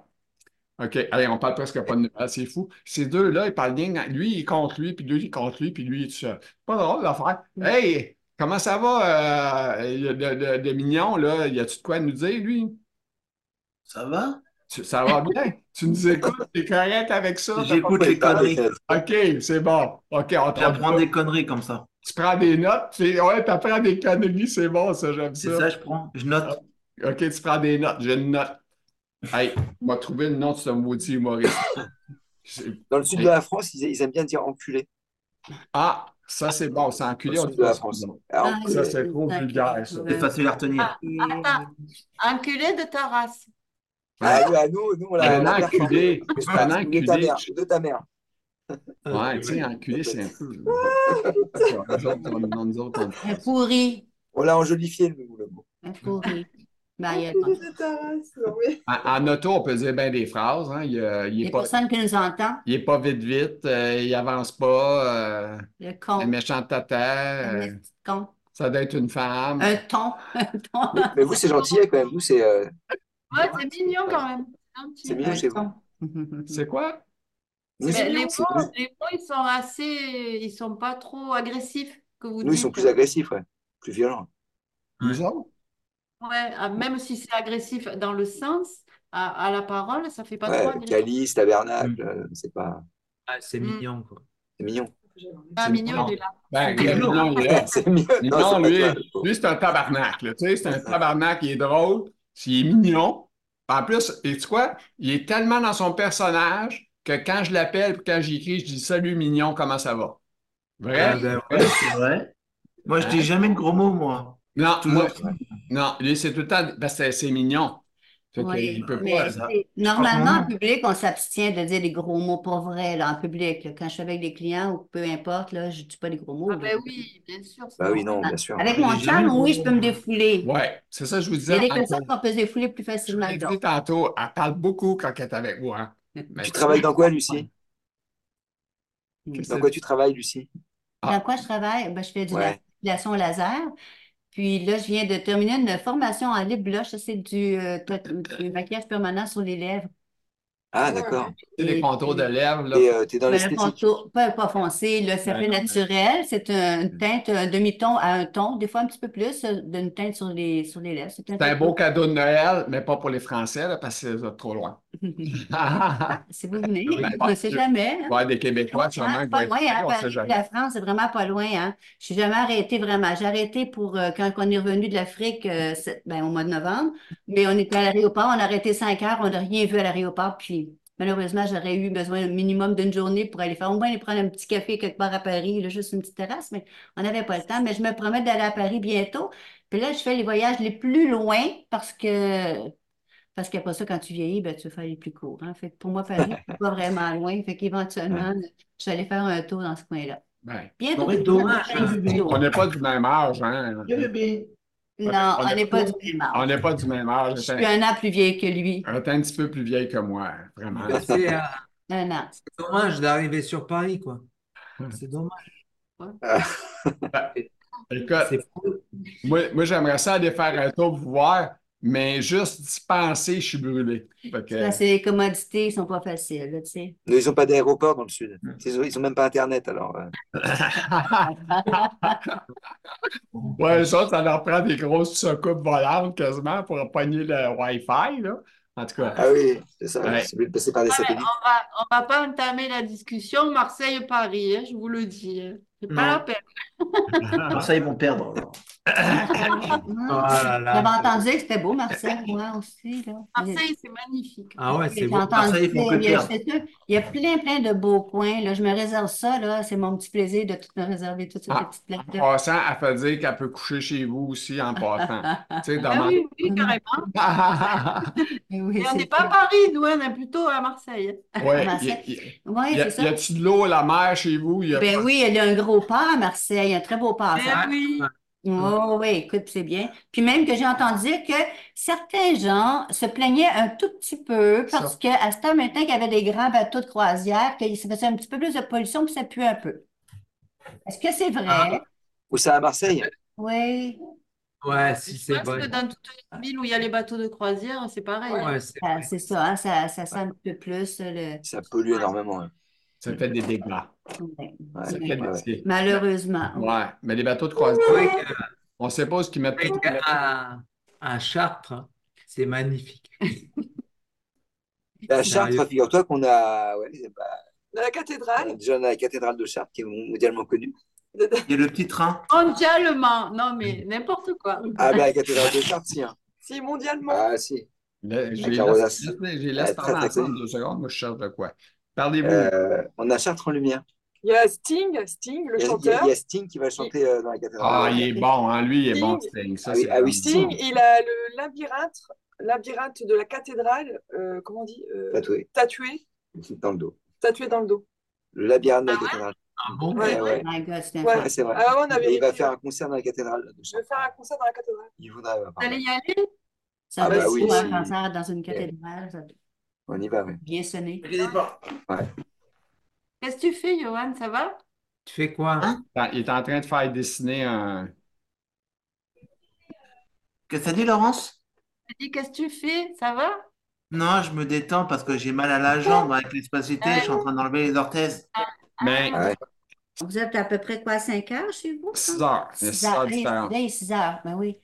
[SPEAKER 1] OK. Allez, on parle presque pas de Noël. C'est fou. Ces deux-là, ils parlent bien. Lui, il compte lui, puis lui, il compte lui, puis lui, il est tout seul. C'est Pas drôle, l'affaire. Hey, comment ça va, euh, le, le- le- le mignon, là? Y a-tu de quoi nous dire, lui?
[SPEAKER 6] Ça va?
[SPEAKER 1] Tu- ça va bien? Tu nous écoutes? T'es correct avec ça? T'as
[SPEAKER 6] J'écoute les
[SPEAKER 2] Ah,
[SPEAKER 6] conneries.
[SPEAKER 1] pas- OK, c'est bon. OK, on te
[SPEAKER 6] J'apprends des conneries comme ça.
[SPEAKER 1] Tu prends des notes. Tu... Ouais, t'apprends des conneries, c'est bon, ça, j'aime
[SPEAKER 6] C'est ça, je prends. Je note.
[SPEAKER 1] OK, tu prends des notes. J'ai une note. Hey, on va trouver le nom de ce maudit humoriste. C'est-
[SPEAKER 2] Dans le sud de la France, ils, ils aiment bien dire enculé.
[SPEAKER 1] Ah, ça, c'est bon. C'est
[SPEAKER 2] Dans
[SPEAKER 1] enculé.
[SPEAKER 2] le
[SPEAKER 1] on
[SPEAKER 2] sud
[SPEAKER 1] dit
[SPEAKER 2] de la
[SPEAKER 1] pas ça.
[SPEAKER 2] France.
[SPEAKER 1] Non.
[SPEAKER 2] Ah,
[SPEAKER 7] Ah,
[SPEAKER 2] enculé.
[SPEAKER 1] Ça, c'est trop vulgaire, ça.
[SPEAKER 7] Euh,
[SPEAKER 6] C'est facile à retenir.
[SPEAKER 3] Attends. Enculé de ta race.
[SPEAKER 2] Ah, nous, ah, nous, nous, on
[SPEAKER 1] Il y
[SPEAKER 2] l'a.
[SPEAKER 1] en
[SPEAKER 2] on
[SPEAKER 1] a
[SPEAKER 2] l'a performé.
[SPEAKER 1] enculé.
[SPEAKER 2] Mais c'est
[SPEAKER 1] Il y
[SPEAKER 2] pas-
[SPEAKER 1] en a
[SPEAKER 2] ou de ta
[SPEAKER 1] enculé.
[SPEAKER 2] mère. ou de ta mère.
[SPEAKER 4] Euh, Ah,
[SPEAKER 1] Ouais, tu sais, enculé, c'est un peu. Nous autres, on- nous autres, on-
[SPEAKER 7] Un pourri,
[SPEAKER 2] On l'a enjolifié, le, le mot.
[SPEAKER 7] un pourri. Ben,
[SPEAKER 5] Ah,
[SPEAKER 7] Marielle.
[SPEAKER 5] de Taras. Non, mais-
[SPEAKER 1] En, en auto, on peut dire bien des phrases. hein. Il
[SPEAKER 7] Il
[SPEAKER 1] n'est
[SPEAKER 7] y a
[SPEAKER 1] pas,
[SPEAKER 7] personne qui nous entend.
[SPEAKER 1] il est pas vite vite, euh, il avance pas, euh,
[SPEAKER 7] Le
[SPEAKER 1] un
[SPEAKER 7] con.
[SPEAKER 1] méchant tata,
[SPEAKER 7] Un
[SPEAKER 1] euh,
[SPEAKER 7] petit con.
[SPEAKER 1] ça doit être une femme.
[SPEAKER 7] Un ton. Un ton.
[SPEAKER 2] Mais, mais vous, c'est gentil, quand même. Vous, c'est euh,
[SPEAKER 3] Ouais, c'est mignon quand même.
[SPEAKER 2] C'est
[SPEAKER 3] gentil.
[SPEAKER 2] mignon chez
[SPEAKER 7] Un
[SPEAKER 2] vous.
[SPEAKER 7] ton.
[SPEAKER 1] C'est quoi?
[SPEAKER 2] Nous,
[SPEAKER 3] Mais
[SPEAKER 2] c'est-
[SPEAKER 3] les
[SPEAKER 2] c'est-
[SPEAKER 3] mots, les mots, ils sont assez, ils sont pas trop agressifs que vous
[SPEAKER 2] nous, ils sont
[SPEAKER 3] dites.
[SPEAKER 2] plus agressifs, ouais. plus violents.
[SPEAKER 1] Nous autres?
[SPEAKER 3] Ouais, ah, même si c'est agressif dans le sens, à, à la parole, ça fait pas trop
[SPEAKER 2] Ouais,
[SPEAKER 3] agressif.
[SPEAKER 2] calice, tabernacle,
[SPEAKER 1] Mm.
[SPEAKER 2] euh, c'est pas.
[SPEAKER 4] Ah, c'est
[SPEAKER 3] Mm.
[SPEAKER 4] mignon, quoi.
[SPEAKER 2] C'est mignon.
[SPEAKER 3] Ah,
[SPEAKER 1] c'est
[SPEAKER 3] mignon,
[SPEAKER 1] bon.
[SPEAKER 3] il est là.
[SPEAKER 1] Ben,
[SPEAKER 4] C'est
[SPEAKER 1] non,
[SPEAKER 4] non.
[SPEAKER 1] il est là.
[SPEAKER 2] C'est mignon.
[SPEAKER 1] Mais
[SPEAKER 2] Non,
[SPEAKER 1] non,
[SPEAKER 2] c'est pas
[SPEAKER 1] lui,
[SPEAKER 2] toi, le pauvre.
[SPEAKER 1] lui, c'est un tabarnak, là. Tu sais, c'est un tabarnak, il est drôle, il est mignon. En plus, et tu quoi? Il est tellement dans son personnage que quand je l'appelle, puis quand j'écris, je dis Salut mignon, comment ça va? Vrai?
[SPEAKER 6] Ah, ben ouais, c'est vrai. Moi, je dis jamais de gros mots, moi.
[SPEAKER 1] Non, moi,
[SPEAKER 6] Toujours.
[SPEAKER 1] non, lui, c'est tout le temps, parce que c'est mignon. Fait que
[SPEAKER 7] Oui,
[SPEAKER 1] il peut
[SPEAKER 7] mais
[SPEAKER 1] pas.
[SPEAKER 6] ça.
[SPEAKER 7] c'est- normalement,
[SPEAKER 6] Franchement.
[SPEAKER 7] en public, on s'abstient de dire des gros mots pas vrais, là, en public. là. Quand je suis avec des clients ou peu importe, là, je dis pas des gros mots.
[SPEAKER 3] Ah
[SPEAKER 7] là.
[SPEAKER 3] ben oui, bien sûr.
[SPEAKER 2] Bah oui, non, bien sûr.
[SPEAKER 7] Avec mon
[SPEAKER 6] J'ai jamais
[SPEAKER 7] chum,
[SPEAKER 6] eu
[SPEAKER 7] oui,
[SPEAKER 6] de
[SPEAKER 7] je peux me
[SPEAKER 6] gros mots.
[SPEAKER 7] défouler.
[SPEAKER 1] Ouais, c'est ça, que je vous
[SPEAKER 7] Il y a
[SPEAKER 1] disais.
[SPEAKER 7] des
[SPEAKER 1] en-
[SPEAKER 7] personnes qu'on peut se défouler plus facilement
[SPEAKER 1] je
[SPEAKER 7] que
[SPEAKER 1] l'ai dit
[SPEAKER 7] d'autres.
[SPEAKER 1] tantôt, elle parle beaucoup quand elle est avec moi. hein. Mais
[SPEAKER 2] Tu travailles dans quoi, Lucie?
[SPEAKER 1] qu'est-ce
[SPEAKER 2] Dans
[SPEAKER 1] que-
[SPEAKER 2] quoi tu travailles, Lucie?
[SPEAKER 1] Ah.
[SPEAKER 7] Dans quoi je travaille? Ben, je fais du
[SPEAKER 2] Ouais.
[SPEAKER 7] dépilation laser. Puis là, je viens de terminer une formation en lip blush. Ça, c'est du, euh, tot- du maquillage permanent sur les lèvres.
[SPEAKER 2] Ah, d'accord.
[SPEAKER 1] tu sais, les contours de lèvres, là.
[SPEAKER 2] Et euh, t'es dans
[SPEAKER 7] Ben, le
[SPEAKER 2] l'esthétique.
[SPEAKER 7] contour, pas, pas foncé, là, ça fait naturel. C'est
[SPEAKER 1] Mm.
[SPEAKER 7] un- une teinte, un demi-ton à un ton, des fois un petit peu plus, euh, d'une teinte sur les, sur les lèvres.
[SPEAKER 1] C'est un beau cadeau de Noël, mais pas pour les Français, là, parce que c'est trop loin.
[SPEAKER 7] Ah, si vous venez,
[SPEAKER 1] Ben,
[SPEAKER 7] on ne sait jamais. hein.
[SPEAKER 1] Ouais, des Québécois, sûrement.
[SPEAKER 7] Franchement,
[SPEAKER 1] qui
[SPEAKER 7] pas
[SPEAKER 1] vont
[SPEAKER 7] loin,
[SPEAKER 1] être-
[SPEAKER 7] hein,
[SPEAKER 1] on sait
[SPEAKER 7] Paris,
[SPEAKER 1] jamais.
[SPEAKER 7] la France, c'est vraiment pas loin. Hein. Je suis jamais arrêtée vraiment. J'ai arrêté pour euh, quand on est revenu de l'Afrique euh, c'est- ben, au mois de novembre, mais on était à l'aéroport, on a arrêté cinq heures, on n'a rien vu à l'aéroport, puis malheureusement, j'aurais eu besoin au minimum d'une journée pour aller faire au moins aller prendre un petit café quelque part à Paris, là, juste une petite terrasse, mais on n'avait pas le temps. Mais je me promets d'aller à Paris bientôt. Puis là, je fais les voyages les plus loin parce que parce qu'après ça, quand tu vieillis, ben, tu veux faire les plus courts. hein. Fait que pour moi, Paris, c'est pas vraiment loin. Fait qu'éventuellement, je suis allée faire un tour dans ce coin-là.
[SPEAKER 1] Ben,
[SPEAKER 7] Bientôt.
[SPEAKER 1] Ouais,
[SPEAKER 6] dommage,
[SPEAKER 7] je vais faire du vélo.
[SPEAKER 1] on n'est pas du même âge, hein?
[SPEAKER 6] Eh bien,
[SPEAKER 7] Non,
[SPEAKER 1] on
[SPEAKER 7] on
[SPEAKER 1] est-
[SPEAKER 7] n'est pas du même
[SPEAKER 1] On
[SPEAKER 7] âge.
[SPEAKER 1] n'est pas du même âge.
[SPEAKER 7] Je
[SPEAKER 1] J'étais
[SPEAKER 7] suis un an plus vieille que lui.
[SPEAKER 1] un t'es un petit peu plus vieille que moi, hein, vraiment.
[SPEAKER 4] C'est euh,
[SPEAKER 7] Un an.
[SPEAKER 4] dommage d'arriver sur Paris, quoi. C'est dommage.
[SPEAKER 1] Écoute,
[SPEAKER 4] C'est fou.
[SPEAKER 1] moi, moi, j'aimerais ça aller faire un tour pour voir, mais juste d'y penser, je suis brûlé. Fait que,
[SPEAKER 7] Parce que les commodités ne sont pas faciles, là, tu sais.
[SPEAKER 2] Non, Ils n'ont pas d'aéroport dans le sud.
[SPEAKER 1] Mm.
[SPEAKER 2] Ils ont, ils ont même pas Internet, alors. euh.
[SPEAKER 1] ouais, ça, ça leur prend des grosses soucoupes volantes quasiment pour pogner le Wi-Fi, là. En tout cas,
[SPEAKER 2] Ah oui, c'est ça.
[SPEAKER 1] Ouais.
[SPEAKER 2] C'est mieux de passer par des
[SPEAKER 3] Ah, mais
[SPEAKER 2] satellites.
[SPEAKER 3] on va, on va pas entamer la discussion Marseille-Paris, hein, je vous le dis. hein. C'est pas
[SPEAKER 4] Non.
[SPEAKER 3] la peine.
[SPEAKER 6] alors ça, ils vont perdre. alors.
[SPEAKER 3] Mm.
[SPEAKER 4] Oh
[SPEAKER 7] Hum.
[SPEAKER 4] là là.
[SPEAKER 7] J'avais entendu que c'était beau, Marseille, moi aussi, là.
[SPEAKER 3] Marseille, c'est magnifique.
[SPEAKER 4] Ah ouais,
[SPEAKER 7] J'ai
[SPEAKER 4] c'est beau.
[SPEAKER 7] entendu,
[SPEAKER 6] Marseille, faut que
[SPEAKER 7] il y a,
[SPEAKER 6] perdre.
[SPEAKER 7] c'est sûr, il y a plein, plein de beaux coins, là. Je me réserve ça, là. C'est mon petit plaisir de tout me réserver, toutes ces
[SPEAKER 1] Ah.
[SPEAKER 7] petites places
[SPEAKER 1] en passant, elle fait dire qu'elle peut coucher chez vous aussi en passant. tu sais, dans
[SPEAKER 3] Ah oui, oui, carrément.
[SPEAKER 1] ma-
[SPEAKER 7] Oui,
[SPEAKER 3] Mais on
[SPEAKER 7] c'est
[SPEAKER 3] n'est pas à
[SPEAKER 7] ça.
[SPEAKER 3] Paris, nous, hein, on est plutôt à Marseille.
[SPEAKER 1] Ouais,
[SPEAKER 7] Comment ça?
[SPEAKER 1] y, y-
[SPEAKER 7] Ouais,
[SPEAKER 1] y a,
[SPEAKER 7] c'est ça.
[SPEAKER 1] y a-tu de l'eau, la mer chez vous? Y a-
[SPEAKER 7] Ben oui, il y a un gros port à Marseille, un très beau port.
[SPEAKER 3] Eh
[SPEAKER 7] Ah, ça.
[SPEAKER 3] oui,
[SPEAKER 7] Oh oui, écoute, c'est bien. Puis même que j'ai entendu dire que certains gens se plaignaient un tout petit peu
[SPEAKER 1] Ça.
[SPEAKER 7] parce qu'à ce temps maintenant qu'il y avait des grands bateaux de croisière, que ça faisait un petit peu plus de pollution puis ça pue un peu. Est-ce que c'est
[SPEAKER 1] Ah.
[SPEAKER 7] vrai?
[SPEAKER 2] Ou ça à Marseille?
[SPEAKER 7] Oui.
[SPEAKER 4] Ouais,
[SPEAKER 3] je
[SPEAKER 4] si c'est
[SPEAKER 3] pense que
[SPEAKER 4] vrai.
[SPEAKER 3] dans toute les villes où il y a les bateaux de croisière, c'est pareil. hein.
[SPEAKER 4] Ouais, c'est
[SPEAKER 7] Ah, c'est ça, hein, ça, ça sent un peu plus euh, le...
[SPEAKER 2] Ça pollue énormément. hein.
[SPEAKER 1] Ça fait des dégâts.
[SPEAKER 7] ouais.
[SPEAKER 2] Ouais,
[SPEAKER 1] Ça fait
[SPEAKER 2] ouais,
[SPEAKER 1] des
[SPEAKER 2] ouais.
[SPEAKER 1] dégâts.
[SPEAKER 7] Malheureusement. oui.
[SPEAKER 1] Ouais, mais les bateaux de croisière,
[SPEAKER 4] vrai que-
[SPEAKER 1] on sait pas ce qu'ils mettent.
[SPEAKER 4] vrai
[SPEAKER 1] tout-
[SPEAKER 4] qu'à- à Chartres, c'est magnifique.
[SPEAKER 2] À
[SPEAKER 4] Sérieux.
[SPEAKER 2] Bah, Chartres, figure-toi qu'on a, ouais, bah,
[SPEAKER 5] Dans la cathédrale.
[SPEAKER 2] déjà on a la cathédrale de Chartres qui est mondialement connue.
[SPEAKER 6] Il y a le petit train.
[SPEAKER 3] Mondialement, non mais n'importe quoi.
[SPEAKER 2] Ah, bah, la cathédrale de Chartres, si. hein.
[SPEAKER 5] Si, mondialement.
[SPEAKER 2] Ah, si.
[SPEAKER 1] Là, je
[SPEAKER 2] Avec
[SPEAKER 1] les
[SPEAKER 2] la
[SPEAKER 1] laisse,
[SPEAKER 2] rosace.
[SPEAKER 1] je les- je les
[SPEAKER 2] Elle
[SPEAKER 1] laisse
[SPEAKER 2] est
[SPEAKER 1] parler
[SPEAKER 2] très, très
[SPEAKER 1] ensemble deux secondes. Moi, je cherche de quoi. Parlez-vous.
[SPEAKER 2] Euh, on a Chartres en lumière.
[SPEAKER 5] Il y a Sting, Sting, le
[SPEAKER 2] Il y a- il y a,
[SPEAKER 5] chanteur.
[SPEAKER 2] il y a Sting qui va le chanter euh, dans la
[SPEAKER 1] ah,
[SPEAKER 2] cathédrale.
[SPEAKER 1] il est bon, hein? Lui, il est bon,
[SPEAKER 5] Sting.
[SPEAKER 1] Sting. Ça,
[SPEAKER 2] Ah oui,
[SPEAKER 1] c'est
[SPEAKER 2] ah oui,
[SPEAKER 1] bon.
[SPEAKER 5] Sting, il a le labyrinthe, labyrinthe de la cathédrale, euh, comment on dit, euh,
[SPEAKER 2] Tatoué
[SPEAKER 5] tatoué,
[SPEAKER 2] dans le dos.
[SPEAKER 5] tatoué dans le dos.
[SPEAKER 2] Le labyrinthe de la cathédrale.
[SPEAKER 4] Ah bon?
[SPEAKER 2] Ouais, ouais.
[SPEAKER 7] My God, c'est
[SPEAKER 5] Ouais.
[SPEAKER 7] un
[SPEAKER 2] Ouais, c'est vrai.
[SPEAKER 5] Ah ouais, on
[SPEAKER 2] Et
[SPEAKER 5] avait
[SPEAKER 2] il va faire un concert dans la cathédrale de
[SPEAKER 5] Je vais
[SPEAKER 2] Chartres. euh,
[SPEAKER 5] faire un concert dans la cathédrale.
[SPEAKER 2] Il voudrait.
[SPEAKER 3] Vous allez y aller?
[SPEAKER 7] Ça
[SPEAKER 2] Ah
[SPEAKER 7] doit
[SPEAKER 1] ben
[SPEAKER 2] bah
[SPEAKER 7] être
[SPEAKER 2] oui,
[SPEAKER 7] pour un
[SPEAKER 2] si.
[SPEAKER 7] concert dans une cathédrale, ça doit
[SPEAKER 2] On y va, oui.
[SPEAKER 7] bien sonner.
[SPEAKER 6] Inquiétez pas.
[SPEAKER 3] Qu'est-ce que tu fais, Johan? Ça va?
[SPEAKER 4] Tu fais
[SPEAKER 3] Ah,
[SPEAKER 4] quoi?
[SPEAKER 1] Il est en train de faire dessiner un.
[SPEAKER 6] Qu'est-ce que t'as dit, Laurence?
[SPEAKER 3] Je dis, qu'est-ce que tu fais? Ça va?
[SPEAKER 6] Non, je me détends parce que j'ai mal à la jambe avec l'espacité. Je suis en train d'enlever les orthèses.
[SPEAKER 1] Mais
[SPEAKER 2] Ah ouais.
[SPEAKER 7] Vous êtes à peu près quoi, 5 heures chez vous?
[SPEAKER 1] 6 heures. Il y a
[SPEAKER 7] 6
[SPEAKER 1] six heures
[SPEAKER 7] heures,
[SPEAKER 1] différentes.
[SPEAKER 7] 6 heures, ben oui.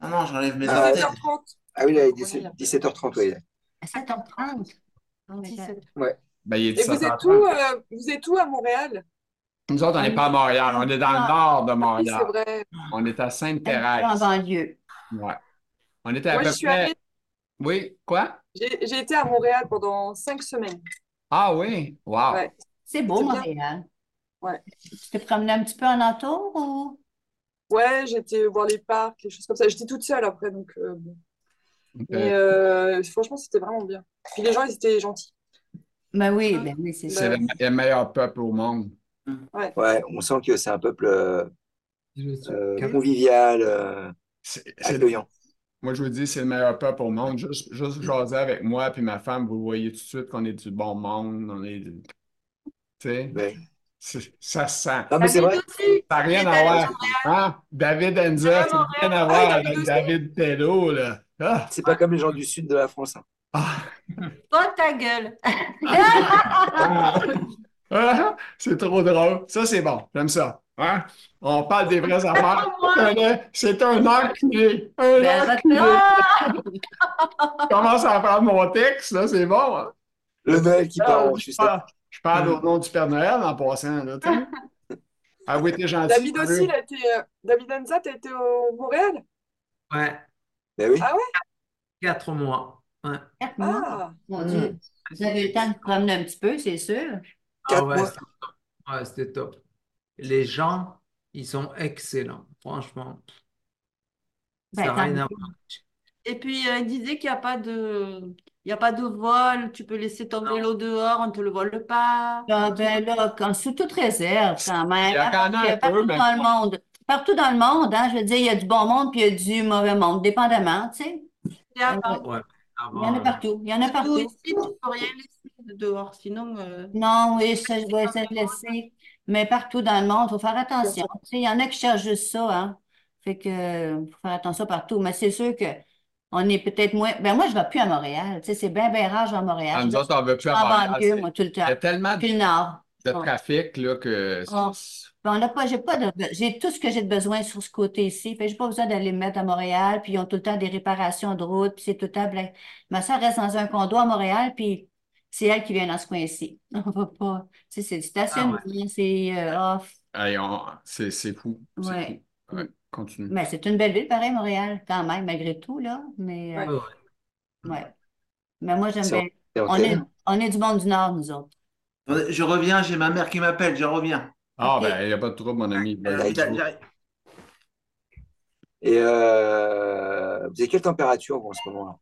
[SPEAKER 6] Ah non, j'enlève mes
[SPEAKER 2] Ah,
[SPEAKER 6] orthèses.
[SPEAKER 5] 17h30.
[SPEAKER 2] Ah oui, là, il est 17h30, oui.
[SPEAKER 7] À 7h30. Oh, mais ça-
[SPEAKER 3] 17.
[SPEAKER 1] Ben, il est
[SPEAKER 5] Et vous êtes
[SPEAKER 1] 17h30.
[SPEAKER 5] où, euh, vous êtes où à Montréal?
[SPEAKER 1] Nous autres, on n'est pas à Montréal. On est dans le nord de
[SPEAKER 5] Oui, c'est
[SPEAKER 1] Montréal.
[SPEAKER 5] vrai.
[SPEAKER 1] On est à
[SPEAKER 7] En Ah
[SPEAKER 1] Sainte-Thérèse.
[SPEAKER 7] banlieue.
[SPEAKER 1] Ouais. On était à
[SPEAKER 5] Moi,
[SPEAKER 1] peu
[SPEAKER 5] je suis
[SPEAKER 1] près.
[SPEAKER 5] allée-
[SPEAKER 1] Oui, quoi?
[SPEAKER 5] j'ai j'ai été à Montréal pendant cinq semaines.
[SPEAKER 1] Ah oui, wow.
[SPEAKER 5] Ouais.
[SPEAKER 7] C'est beau,
[SPEAKER 5] C'est bien.
[SPEAKER 7] Montréal.
[SPEAKER 5] Ouais.
[SPEAKER 7] Tu t'es promené un petit peu en entour ou?
[SPEAKER 5] Ouais, j'étais voir les parcs, les choses comme ça. J'étais toute seule après, donc. euh, bon.
[SPEAKER 1] Ok.
[SPEAKER 5] Mais euh, franchement, c'était vraiment bien. Puis les gens, ils étaient gentils. Ah.
[SPEAKER 7] Ben oui, ben oui, c'est
[SPEAKER 1] C'est
[SPEAKER 7] ça.
[SPEAKER 1] le, le meilleur peuple au monde.
[SPEAKER 2] Ouais, on sent que c'est un peuple euh,
[SPEAKER 4] Je suis
[SPEAKER 2] euh,
[SPEAKER 4] capable.
[SPEAKER 2] convivial, euh,
[SPEAKER 1] C'est- c'est-
[SPEAKER 2] accueillant.
[SPEAKER 1] moi, je vous dis, c'est le meilleur peuple au monde. Juste, juste jaser avec moi puis ma femme, vous voyez tout de suite qu'on est du bon monde. On est, tu sais,
[SPEAKER 2] Ouais.
[SPEAKER 1] c'est- ça se sent.
[SPEAKER 2] Non, Ah, mais c'est vrai.
[SPEAKER 3] David aussi.
[SPEAKER 1] Ça n'a rien à voir. Hein? David Enza, ça n'a rien à voir
[SPEAKER 5] Ah, David
[SPEAKER 1] avec
[SPEAKER 5] aussi.
[SPEAKER 1] David Tello, là. Ah!
[SPEAKER 2] C'est pas comme les gens du sud de la France. hein.
[SPEAKER 1] Ah!
[SPEAKER 3] Pas ta gueule.
[SPEAKER 1] Ah! Ah! c'est trop drôle. Ça, c'est bon. J'aime ça. Hein? On parle des vraies affaires. C'est un enculé. Un
[SPEAKER 7] Ben,
[SPEAKER 1] enculé.
[SPEAKER 7] va-t'en.
[SPEAKER 1] Je commence à prendre mon texte, là, c'est bon. hein.
[SPEAKER 2] Le Noël qui part en
[SPEAKER 1] je,
[SPEAKER 2] sucette.
[SPEAKER 1] parle, je parle au nom du Père Noël en passant, là, tu sais. Ah oui, t'es gentil.
[SPEAKER 5] David aussi,
[SPEAKER 1] oui.
[SPEAKER 5] il a été, euh, David Anza, t'as été au Montréal?
[SPEAKER 4] Ouais,
[SPEAKER 2] Ben oui.
[SPEAKER 5] Ah ouais?
[SPEAKER 4] quatre mois. Ouais.
[SPEAKER 7] Quatre mois,
[SPEAKER 5] Ah,
[SPEAKER 7] mon
[SPEAKER 1] Hmm.
[SPEAKER 7] Dieu. Vous avez eu le temps de vous promener un petit peu, c'est sûr.
[SPEAKER 4] Ah
[SPEAKER 2] Quatre
[SPEAKER 4] ouais,
[SPEAKER 2] mois.
[SPEAKER 4] c'était top. Ouais, c'était top. Les gens, ils sont excellents, franchement. Ça
[SPEAKER 7] Ben,
[SPEAKER 4] n'a
[SPEAKER 7] tant
[SPEAKER 4] rien à
[SPEAKER 7] mieux.
[SPEAKER 4] voir.
[SPEAKER 3] Et puis, euh, il disait qu'il n'y a pas de... Il y a pas de vol, tu peux laisser ton vélo dehors, on ne te le vole pas.
[SPEAKER 7] Ah, ben là, quand- sous toute réserve, quand même.
[SPEAKER 1] Il y a quand même un
[SPEAKER 7] Partout
[SPEAKER 1] peu, mais-
[SPEAKER 7] dans le monde. Partout dans le monde, hein, je veux dire, il y a du bon monde puis il y a du mauvais monde, dépendamment, tu sais.
[SPEAKER 3] Et
[SPEAKER 5] Ah.
[SPEAKER 7] Euh,
[SPEAKER 3] à part-
[SPEAKER 4] Ouais, ça
[SPEAKER 7] Il y en a
[SPEAKER 4] va.
[SPEAKER 7] partout. Il y en a
[SPEAKER 3] Nous
[SPEAKER 7] partout.
[SPEAKER 3] aussi, tu ne peux rien laisser dehors, sinon... euh,
[SPEAKER 7] Non, oui, ça, je vais essayer de laisser. Mais partout dans le monde, il faut faire attention. Tu sais, il y en a qui cherchent juste ça, hein. Fait que, euh, faut faire attention partout. Mais c'est sûr que on est peut-être moins. Ben, moi, je ne vais plus à Montréal. Tu sais, c'est bien, bien rare, je vais à
[SPEAKER 1] Ah,
[SPEAKER 7] Montréal.
[SPEAKER 1] nous
[SPEAKER 7] Je vais
[SPEAKER 1] autres, on veut plus
[SPEAKER 7] en
[SPEAKER 1] avoir
[SPEAKER 7] banlieue, moi, tout le temps.
[SPEAKER 1] Il y a tellement
[SPEAKER 7] Puis
[SPEAKER 1] de
[SPEAKER 7] le Nord.
[SPEAKER 1] de trafic là, que c'est-
[SPEAKER 7] Ah. Ben, on n'a pas, j'ai pas de, j'ai tout ce que j'ai de besoin sur ce côté-ci. Fait que j'ai pas besoin d'aller me mettre à Montréal, puis ils ont tout le temps des réparations de route, puis c'est tout le temps bla- Ma soeur reste dans un condo à Montréal, puis c'est elle qui vient dans ce coin-ci. On va pas, tu sais, c'est du
[SPEAKER 1] Ah,
[SPEAKER 7] stationnement, c'est euh, off.
[SPEAKER 1] Hey, on- c'est c'est fou. C'est
[SPEAKER 7] Ouais.
[SPEAKER 1] fou. Ouais, Continue.
[SPEAKER 7] Mais c'est une belle ville, pareil, Montréal, quand même, malgré tout, là. Mais, euh,
[SPEAKER 4] Ouais.
[SPEAKER 7] ouais. Mais moi, j'aime
[SPEAKER 2] C'est-
[SPEAKER 7] bien.
[SPEAKER 2] Et on
[SPEAKER 7] On
[SPEAKER 2] t'aime.
[SPEAKER 7] est, on est du monde du Nord, nous autres.
[SPEAKER 6] Attendez, Je reviens, j'ai ma mère qui m'appelle, je reviens.
[SPEAKER 1] Ah,
[SPEAKER 7] Ok.
[SPEAKER 1] ben, il n'y a pas de trouble, mon ami.
[SPEAKER 6] Euh,
[SPEAKER 2] Ouais,
[SPEAKER 1] Vas-y,
[SPEAKER 6] j'arrive,
[SPEAKER 1] go.
[SPEAKER 6] j'arrive.
[SPEAKER 2] Et euh, vous avez quelle température vous, en ce moment-là?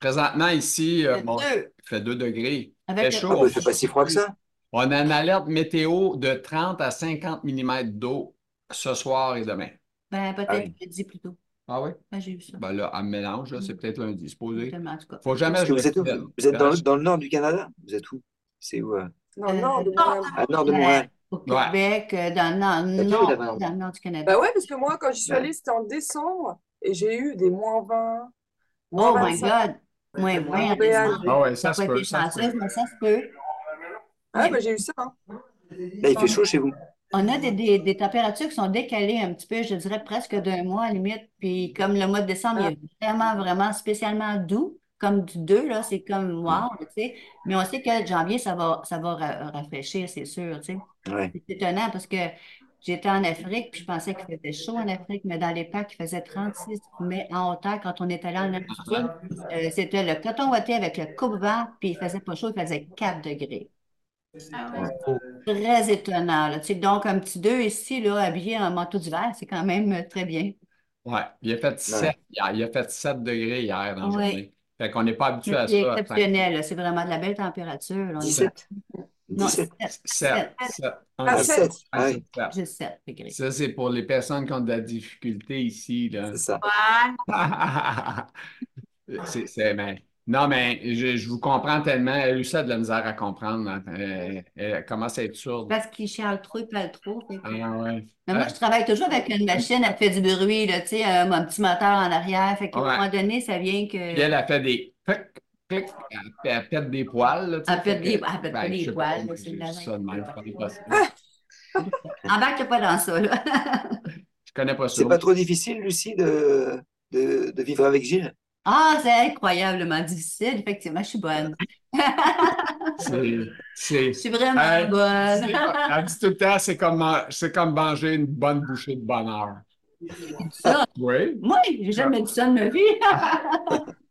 [SPEAKER 1] Présentement, ici, euh,
[SPEAKER 7] C'est
[SPEAKER 1] bon,
[SPEAKER 3] Ah
[SPEAKER 1] il
[SPEAKER 7] deux.
[SPEAKER 1] fait 2 degrés.
[SPEAKER 7] Avec
[SPEAKER 1] Fait
[SPEAKER 7] le-
[SPEAKER 1] chaud.
[SPEAKER 2] Ah, bah, il fait pas si froid que ça.
[SPEAKER 1] On a une alerte météo de 30 à 50 mm d'eau ce soir et demain.
[SPEAKER 7] Ben, peut-être
[SPEAKER 2] Ah oui.
[SPEAKER 7] le dis plus tôt.
[SPEAKER 1] Ah oui?
[SPEAKER 7] Ben, j'ai eu ça.
[SPEAKER 1] Ben là, en mélange, là, c'est peut-être lundi, supposé.
[SPEAKER 7] Tellement, en tout cas.
[SPEAKER 1] Faut jamais
[SPEAKER 2] Parce que
[SPEAKER 1] jouer
[SPEAKER 2] vous êtes où?
[SPEAKER 1] avec elle.
[SPEAKER 2] Vous êtes dans, dans le nord du Canada? Vous êtes où? C'est où? euh
[SPEAKER 5] non,
[SPEAKER 7] Euh,
[SPEAKER 5] non, de
[SPEAKER 7] non.
[SPEAKER 5] Montréal.
[SPEAKER 2] Ah, nord de
[SPEAKER 7] Ouais.
[SPEAKER 2] Montréal.
[SPEAKER 7] Au Québec, euh, dans le nord,
[SPEAKER 2] T'as déjà eu la
[SPEAKER 7] nord-
[SPEAKER 2] valeur?
[SPEAKER 7] dans le nord du Canada.
[SPEAKER 5] Bah ouais, parce que moi, quand je suis
[SPEAKER 2] Ouais.
[SPEAKER 5] allée, c'était en décembre et j'ai eu des moins 20,
[SPEAKER 7] Oh
[SPEAKER 5] moins
[SPEAKER 7] my
[SPEAKER 5] 25.
[SPEAKER 7] God! Moins
[SPEAKER 6] Ouais,
[SPEAKER 7] vingt en
[SPEAKER 5] Montréal.
[SPEAKER 7] décembre.
[SPEAKER 1] Ah ouais, ça
[SPEAKER 7] T'as
[SPEAKER 1] se
[SPEAKER 7] pas
[SPEAKER 1] peut.
[SPEAKER 7] été
[SPEAKER 1] ça se peut.
[SPEAKER 7] chanceuse, mais Ben, ça se peut.
[SPEAKER 5] Ah, bah j'ai eu ça. hein.
[SPEAKER 2] Là, il fait chaud chez vous.
[SPEAKER 7] On a des, des- des températures qui sont décalées un petit peu, je dirais presque d'un mois à la limite. Puis comme le mois de décembre, il est vraiment, vraiment spécialement doux, comme du 2, là, c'est comme
[SPEAKER 1] Mm.
[SPEAKER 7] wow, tu sais. Mais on sait que janvier, ça va, ça va ra- rafraîchir, c'est sûr, tu sais.
[SPEAKER 2] Ouais.
[SPEAKER 7] C'est étonnant parce que j'étais en Afrique, puis je pensais qu'il faisait chaud en Afrique, mais dans les parcs, il faisait 36, mais en hauteur, quand on est allé en altitude, euh, c'était le coton ouaté avec le coupe-vent, puis il faisait pas chaud, il faisait 4 degrés.
[SPEAKER 4] Ah
[SPEAKER 7] Très étonnant, là. Tu sais, donc, un petit 2 ici, là, habillé en manteau d'hiver, c'est quand même euh, très bien.
[SPEAKER 1] Ouais, il a fait 7 hier. Il a fait 7 degrés hier dans la
[SPEAKER 7] Ouais.
[SPEAKER 1] journée. Fait qu'on n'est pas habitué à
[SPEAKER 7] C'est
[SPEAKER 1] ça.
[SPEAKER 7] exceptionnel, là. c'est vraiment de la belle température. là. On est-
[SPEAKER 2] 17?
[SPEAKER 7] Non,
[SPEAKER 2] 17?
[SPEAKER 1] 7, 7,
[SPEAKER 5] Ah,
[SPEAKER 2] 17? Ouais,
[SPEAKER 7] juste 7 degrés.
[SPEAKER 1] Ça, c'est pour les personnes qui ont de la difficulté ici, là.
[SPEAKER 2] c'est ça.
[SPEAKER 3] Voilà.
[SPEAKER 1] C'est, c'est- mais- non, mais je, je vous comprends tellement. Elle aussi a de la misère à comprendre. là. Elle, elle commence à être sourde.
[SPEAKER 7] Parce qu'il chiale trop, il parle trop. fait que-
[SPEAKER 1] Ah, ouais.
[SPEAKER 7] Mais moi, je travaille toujours avec une machine, elle fait du bruit, là, tu sais, un, un petit moteur en arrière. Fait qu'à
[SPEAKER 1] Ouais.
[SPEAKER 7] un moment donné, ça vient que.
[SPEAKER 1] Puis elle a fait des pic, pic, elle, elle pète des poils. là, tu sais,
[SPEAKER 7] Elle pète
[SPEAKER 1] fait
[SPEAKER 7] des-
[SPEAKER 1] que-
[SPEAKER 7] elle pète pas
[SPEAKER 1] ben,
[SPEAKER 7] des
[SPEAKER 1] je sais pas,
[SPEAKER 7] poils,
[SPEAKER 1] moi,
[SPEAKER 7] c'est Ah!
[SPEAKER 1] j'ai
[SPEAKER 7] de la
[SPEAKER 1] juste ça de
[SPEAKER 7] vache.
[SPEAKER 1] même, je connais pas ça.
[SPEAKER 7] Embarque pas dans ça, là.
[SPEAKER 1] Je connais pas ça.
[SPEAKER 2] C'est pas trop difficile, Lucie, de, de, de vivre avec Gilles?
[SPEAKER 7] Ah, c'est incroyablement difficile. Effectivement, je suis bonne.
[SPEAKER 1] C'est- c'est-
[SPEAKER 7] Je suis vraiment
[SPEAKER 1] Hey,
[SPEAKER 7] bonne.
[SPEAKER 1] c'est- Elle dit tout le temps, c'est comme, man- c'est comme manger une bonne bouchée de bonheur.
[SPEAKER 7] Ça,
[SPEAKER 1] Oui.
[SPEAKER 7] moi, j'ai jamais dit ça de ma vie.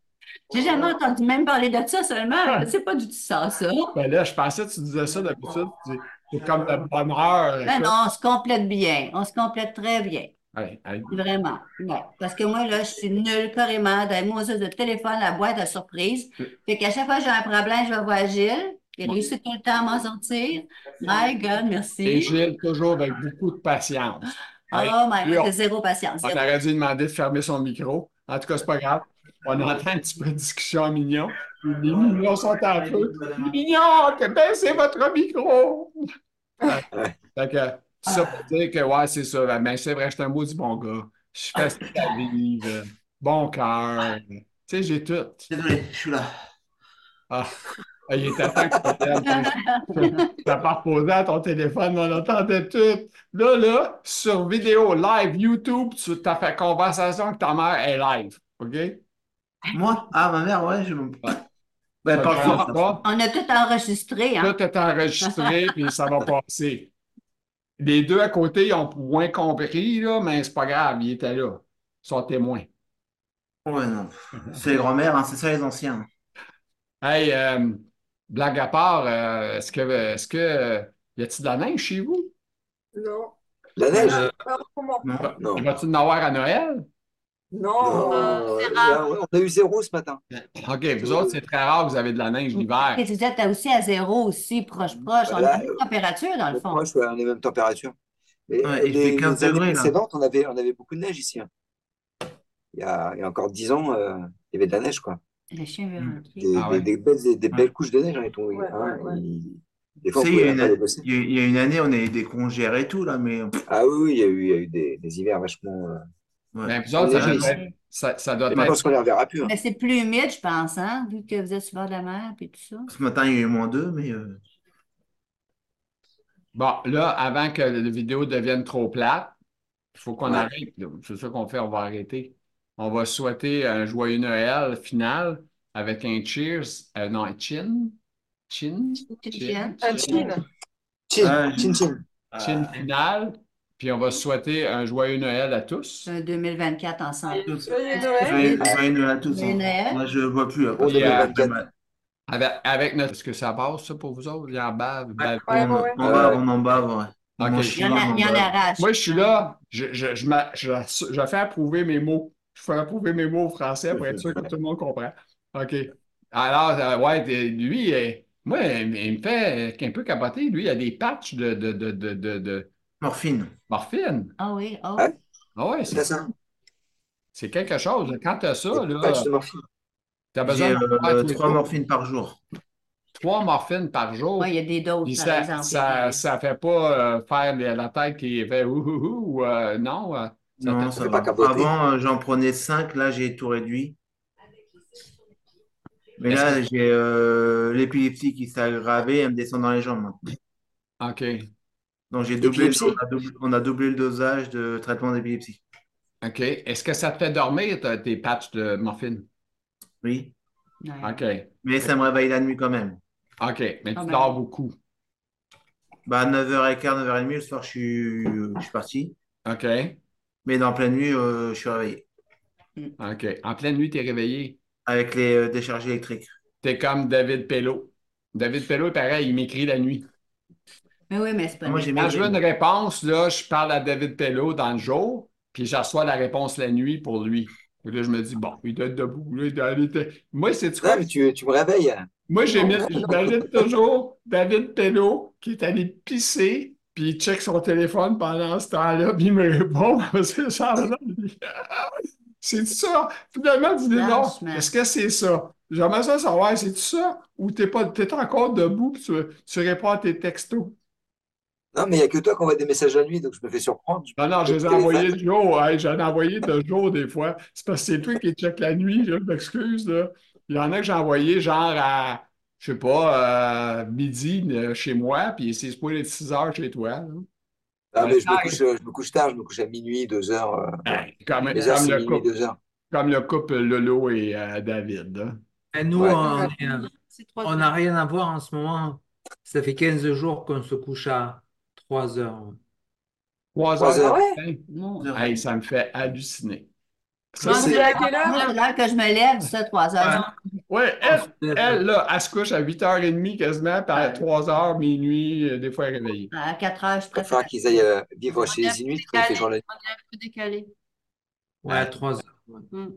[SPEAKER 7] J'ai jamais entendu même parler de ça seulement. Je sais pas du tout ça, ça.
[SPEAKER 1] Ben là, je pensais que tu disais ça d'habitude. tu dis, C'est comme le bonheur.
[SPEAKER 7] Ben non, on se complète bien. On se complète très bien.
[SPEAKER 1] Hey, hey,
[SPEAKER 7] Vraiment. Ouais. Parce que moi, là, je suis nulle carrément. Dans moi, ça, de téléphone, la boîte à surprise.
[SPEAKER 1] Mm.
[SPEAKER 7] Fait qu'à chaque fois que j'ai un problème, je vais voir Gilles. Il réussit tout le temps à m'en sortir. My God,
[SPEAKER 1] Et
[SPEAKER 7] merci.
[SPEAKER 1] Gilles, toujours avec beaucoup de patience. Hey,
[SPEAKER 7] Oh my
[SPEAKER 1] Léon,
[SPEAKER 7] God, c'est zéro patience.
[SPEAKER 1] on
[SPEAKER 7] zéro.
[SPEAKER 1] aurait dû lui demander de fermer son micro. En tout cas, c'est pas grave. On entend un petit peu de discussion à Mignon. Les mignons sont en feu. Mignon, que- baissez votre micro! Fait- fait que, ça pour dire que, ouais, c'est ça. Ben, c'est vrai, je suis un maudit bon gars. Je suis facile à vivre. Bon cœur. Tu sais, j'ai tout.
[SPEAKER 6] Désolé, je suis là.
[SPEAKER 1] Ah, Il était temps que tu T'as pas reposé à ton téléphone, on entendait tout. Là, là, sur vidéo, live, YouTube, tu t'as fait conversation que ta mère est live. OK?
[SPEAKER 6] Moi? Ah, ma mère, ouais, je me. Ben,
[SPEAKER 1] Ça
[SPEAKER 6] parle-moi.
[SPEAKER 1] te va?
[SPEAKER 7] On a tout enregistré, hein?
[SPEAKER 1] Tout est enregistré, puis ça va passer. Les deux à côté, ils ont moins compris, là, mais c'est pas grave, ils étaient là. Ils sont témoins.
[SPEAKER 6] Ouais, non. C'est les grands-mères, hein, c'est ça les anciens.
[SPEAKER 1] Hey, euh, blague à part, euh, est-ce que, est-ce que, euh, y a-t-il de la neige chez vous?
[SPEAKER 5] Non.
[SPEAKER 2] La neige?
[SPEAKER 4] Euh,
[SPEAKER 5] Ah, comment?
[SPEAKER 6] Non.
[SPEAKER 2] Non.
[SPEAKER 1] Va-t-il en avoir à Noël?
[SPEAKER 5] Non.
[SPEAKER 3] euh, c'est
[SPEAKER 2] Là,
[SPEAKER 3] rare.
[SPEAKER 2] on a eu zéro ce matin.
[SPEAKER 1] OK, vous autres, c'est très rare que vous avez de la neige l'hiver.
[SPEAKER 7] Et vous êtes aussi à zéro aussi, proche, proche. On
[SPEAKER 2] Voilà.
[SPEAKER 7] a une température, dans le fond.
[SPEAKER 2] Moi, je suis à les mêmes températures. Mais
[SPEAKER 6] Ouais, il fait
[SPEAKER 2] les,
[SPEAKER 6] 15
[SPEAKER 2] les années
[SPEAKER 6] degrés, là.
[SPEAKER 2] précédentes, on avait, on avait beaucoup de neige ici. hein. Il, y a, il y a encore 10 ans, euh, il y avait de la neige, quoi.
[SPEAKER 7] Le chien veut
[SPEAKER 6] Mm.
[SPEAKER 7] rentrer.
[SPEAKER 2] Des,
[SPEAKER 1] Ah ouais.
[SPEAKER 2] des- des belles, des, des
[SPEAKER 6] Ouais.
[SPEAKER 2] belles couches de neige. hein, et tout,
[SPEAKER 5] Ouais,
[SPEAKER 2] hein,
[SPEAKER 5] ouais, ouais.
[SPEAKER 2] il- Des fois, on
[SPEAKER 6] Tu sais, il y a
[SPEAKER 2] pouvait
[SPEAKER 6] une-
[SPEAKER 2] pas les bosser.
[SPEAKER 6] Il y a- il y a une année, on a eu des congères et tout, là, mais.
[SPEAKER 2] Ah oui, oui, il y a eu, il y a eu des, des hivers vachement. euh,
[SPEAKER 6] Ouais.
[SPEAKER 1] Ben, vous autres, ça
[SPEAKER 2] Ouais.
[SPEAKER 1] doit être, ça, ça doit
[SPEAKER 2] Et maintenant,
[SPEAKER 1] être-
[SPEAKER 2] ce qu'on ne les reverra plus. hein.
[SPEAKER 7] Mais c'est plus humide, je pense, hein, vu que vous êtes sur le bord de la mer et tout ça.
[SPEAKER 6] Ce matin, il y a eu moins deux, mais. euh,
[SPEAKER 1] Bon, là, avant que la vidéo devienne trop plate, il faut qu'on
[SPEAKER 2] Ouais.
[SPEAKER 1] arrête. là. C'est ça qu'on fait, on va arrêter. On va souhaiter un joyeux Noël final avec un cheers. euh, non, un chin. Chin.
[SPEAKER 7] Tu te gênes?
[SPEAKER 5] Un chin.
[SPEAKER 2] Chin,
[SPEAKER 6] Ouais.
[SPEAKER 2] chin, chin.
[SPEAKER 1] ah.
[SPEAKER 6] Euh.
[SPEAKER 1] Chin final. Puis on va souhaiter un joyeux Noël à tous.
[SPEAKER 7] Un 2024 ensemble.
[SPEAKER 6] tous.
[SPEAKER 5] Joyeux Noël.
[SPEAKER 6] Joyeux joyeux Noël à tous.
[SPEAKER 7] Joyeux
[SPEAKER 6] hein.
[SPEAKER 7] Noël.
[SPEAKER 6] Moi, je vois plus. là,
[SPEAKER 2] Bon
[SPEAKER 6] parce que-
[SPEAKER 2] 2024.
[SPEAKER 1] Avec, avec notre. Est-ce que ça passe, ça, pour vous autres? Il y en bave, bave.
[SPEAKER 5] Ouais, ouais,
[SPEAKER 6] On,
[SPEAKER 5] ouais.
[SPEAKER 6] on va, on en bave, ouais. On
[SPEAKER 1] Ok.
[SPEAKER 6] en
[SPEAKER 7] Il y
[SPEAKER 6] chie,
[SPEAKER 7] en,
[SPEAKER 6] on
[SPEAKER 7] a,
[SPEAKER 6] en
[SPEAKER 7] il y en
[SPEAKER 6] bave.
[SPEAKER 7] arrache.
[SPEAKER 1] Moi, je suis là. Je, je, je, m'a- je, je fais approuver mes mots. Je fais approuver mes mots au français pour être sûr que tout le monde comprend. OK. Alors, euh, ouais, t'es- lui, euh, moi, il, il me fait euh, un peu capoter. Lui, il a des patchs de, de, de, de, de, de
[SPEAKER 6] Morphine.
[SPEAKER 1] morphine.
[SPEAKER 7] Ah oui, oh.
[SPEAKER 2] Ah.
[SPEAKER 1] Ah ouais,
[SPEAKER 2] C'est
[SPEAKER 1] c'est,
[SPEAKER 2] ça.
[SPEAKER 1] c'est quelque chose. Quand tu as ça,
[SPEAKER 2] Des
[SPEAKER 1] Oh là,
[SPEAKER 2] patchs de morphine.
[SPEAKER 1] tu as
[SPEAKER 6] J'ai
[SPEAKER 1] besoin de
[SPEAKER 6] euh,
[SPEAKER 1] faire tous hein. les
[SPEAKER 6] trois
[SPEAKER 1] jours
[SPEAKER 6] morphines par jour.
[SPEAKER 1] trois morphines par jour.
[SPEAKER 7] Ouais, il y a des
[SPEAKER 1] Puis
[SPEAKER 7] doses, par
[SPEAKER 1] ça,
[SPEAKER 7] exemple.
[SPEAKER 1] ça, ça fait pas euh, faire la la tête qui fait ouh, ouh, ouh, ou, euh, non. euh, ça
[SPEAKER 6] Non,
[SPEAKER 1] fait-
[SPEAKER 6] ça
[SPEAKER 2] fait
[SPEAKER 6] va.
[SPEAKER 2] pas capoter.
[SPEAKER 6] Avant, euh, j'en prenais cinq. Là, j'ai tout réduit. Mais
[SPEAKER 1] Est-ce
[SPEAKER 6] là, j'ai euh, l'épilepsie qui s'est aggravée. Elle me descend dans les jambes. maintenant.
[SPEAKER 1] OK.
[SPEAKER 6] Donc, j'ai doublé,
[SPEAKER 2] Épilepsie.
[SPEAKER 6] on a doublé, on a doublé le dosage de traitement d'épilepsie.
[SPEAKER 1] OK. Est-ce que ça te fait dormir, t'as- tes patchs de morphine?
[SPEAKER 6] Oui.
[SPEAKER 7] Ouais.
[SPEAKER 1] OK.
[SPEAKER 6] Mais ça me réveille la nuit quand même.
[SPEAKER 1] OK. Mais
[SPEAKER 7] Ah
[SPEAKER 1] tu
[SPEAKER 7] ben.
[SPEAKER 1] dors beaucoup.
[SPEAKER 6] Bah, 9h15, 9h30, le soir, je suis, je suis parti.
[SPEAKER 1] OK.
[SPEAKER 6] Mais dans la pleine nuit, euh, je suis réveillé.
[SPEAKER 1] OK. En pleine nuit, t'es réveillé.
[SPEAKER 6] Avec les euh, décharges électriques.
[SPEAKER 1] T'es comme David Pello. David Pello, pareil, il m'écrit la nuit.
[SPEAKER 7] Mais oui, mais c'est pas
[SPEAKER 6] Moi,
[SPEAKER 7] mieux.
[SPEAKER 6] j'ai
[SPEAKER 1] Quand
[SPEAKER 6] mis
[SPEAKER 1] Ah, je veux une réponse, là, je parle à David Pello dans le jour, puis je reçois la réponse la nuit pour lui. Et là, je me dis, bon, il doit être debout. là, il doit- il doit- Moi, c'est
[SPEAKER 2] Non,
[SPEAKER 1] quoi?
[SPEAKER 2] mais tu, tu me réveilles.
[SPEAKER 1] Moi, j'imite- j'imagine toujours David Pello qui est allé pisser, puis il check son téléphone pendant ce temps-là, puis il me répond. C'est ça, là. C'est ça? Finalement, tu dis non.
[SPEAKER 7] Franchement.
[SPEAKER 1] Est-ce que c'est ça? J'aimerais ça savoir, c'est-tu ça? Ou t'es pas, t'es encore debout puis tu, tu réponds à tes textos?
[SPEAKER 2] Non, mais il n'y a que toi qui envoie des messages à lui, donc je me fais surprendre. Je-
[SPEAKER 1] Non, Ah non, je les ai envoyés de jour. hein. J'en ai envoyé de jour des fois. C'est parce que c'est toi qui check la nuit, là, je m'excuse. là. Il y en a que j'ai envoyé genre à, je sais pas, euh, midi euh, chez moi, puis c'est supposé être 6 heures chez toi. là.
[SPEAKER 2] Ah, mais je me couche, euh, je me couche tard, je me couche à minuit, deux heures. euh,
[SPEAKER 1] Ouais, ah, Comme,
[SPEAKER 2] les heures,
[SPEAKER 1] comme
[SPEAKER 2] c'est
[SPEAKER 1] le
[SPEAKER 2] minuit,
[SPEAKER 1] couple,
[SPEAKER 2] deux heures.
[SPEAKER 1] comme le couple Lolo et euh, David. hein.
[SPEAKER 4] Mais nous,
[SPEAKER 2] Ouais.
[SPEAKER 4] on est-
[SPEAKER 3] C'est trois
[SPEAKER 4] on n'a rien à voir en ce moment. Ça fait 15 jours qu'on se couche à 3 heures.
[SPEAKER 1] Trois
[SPEAKER 2] Trois
[SPEAKER 1] heures
[SPEAKER 5] Ah ouais?
[SPEAKER 1] du matin.
[SPEAKER 7] Non.
[SPEAKER 1] Hey, ça me fait halluciner. Ça,
[SPEAKER 7] Moi,
[SPEAKER 1] c'est-
[SPEAKER 5] c'est à quelle heure?
[SPEAKER 7] moi, l'heure que je me lève, ça, trois heures.
[SPEAKER 1] Ouais,
[SPEAKER 4] Ah,
[SPEAKER 1] elle, elle, là, elle se couche à 8h30 quasiment, puis à 3h, minuit, euh, des fois elle est réveillée.
[SPEAKER 7] À quatre heures, je
[SPEAKER 2] Il va falloir
[SPEAKER 7] préfère.
[SPEAKER 2] qu'ils aillent euh, vivre chez
[SPEAKER 3] On a
[SPEAKER 2] les Inuits,
[SPEAKER 3] décalé.
[SPEAKER 2] quand il fait jour la nuit.
[SPEAKER 3] On est un peu décalé.
[SPEAKER 4] Ouais, à 3 heures. ouais.
[SPEAKER 3] Mm.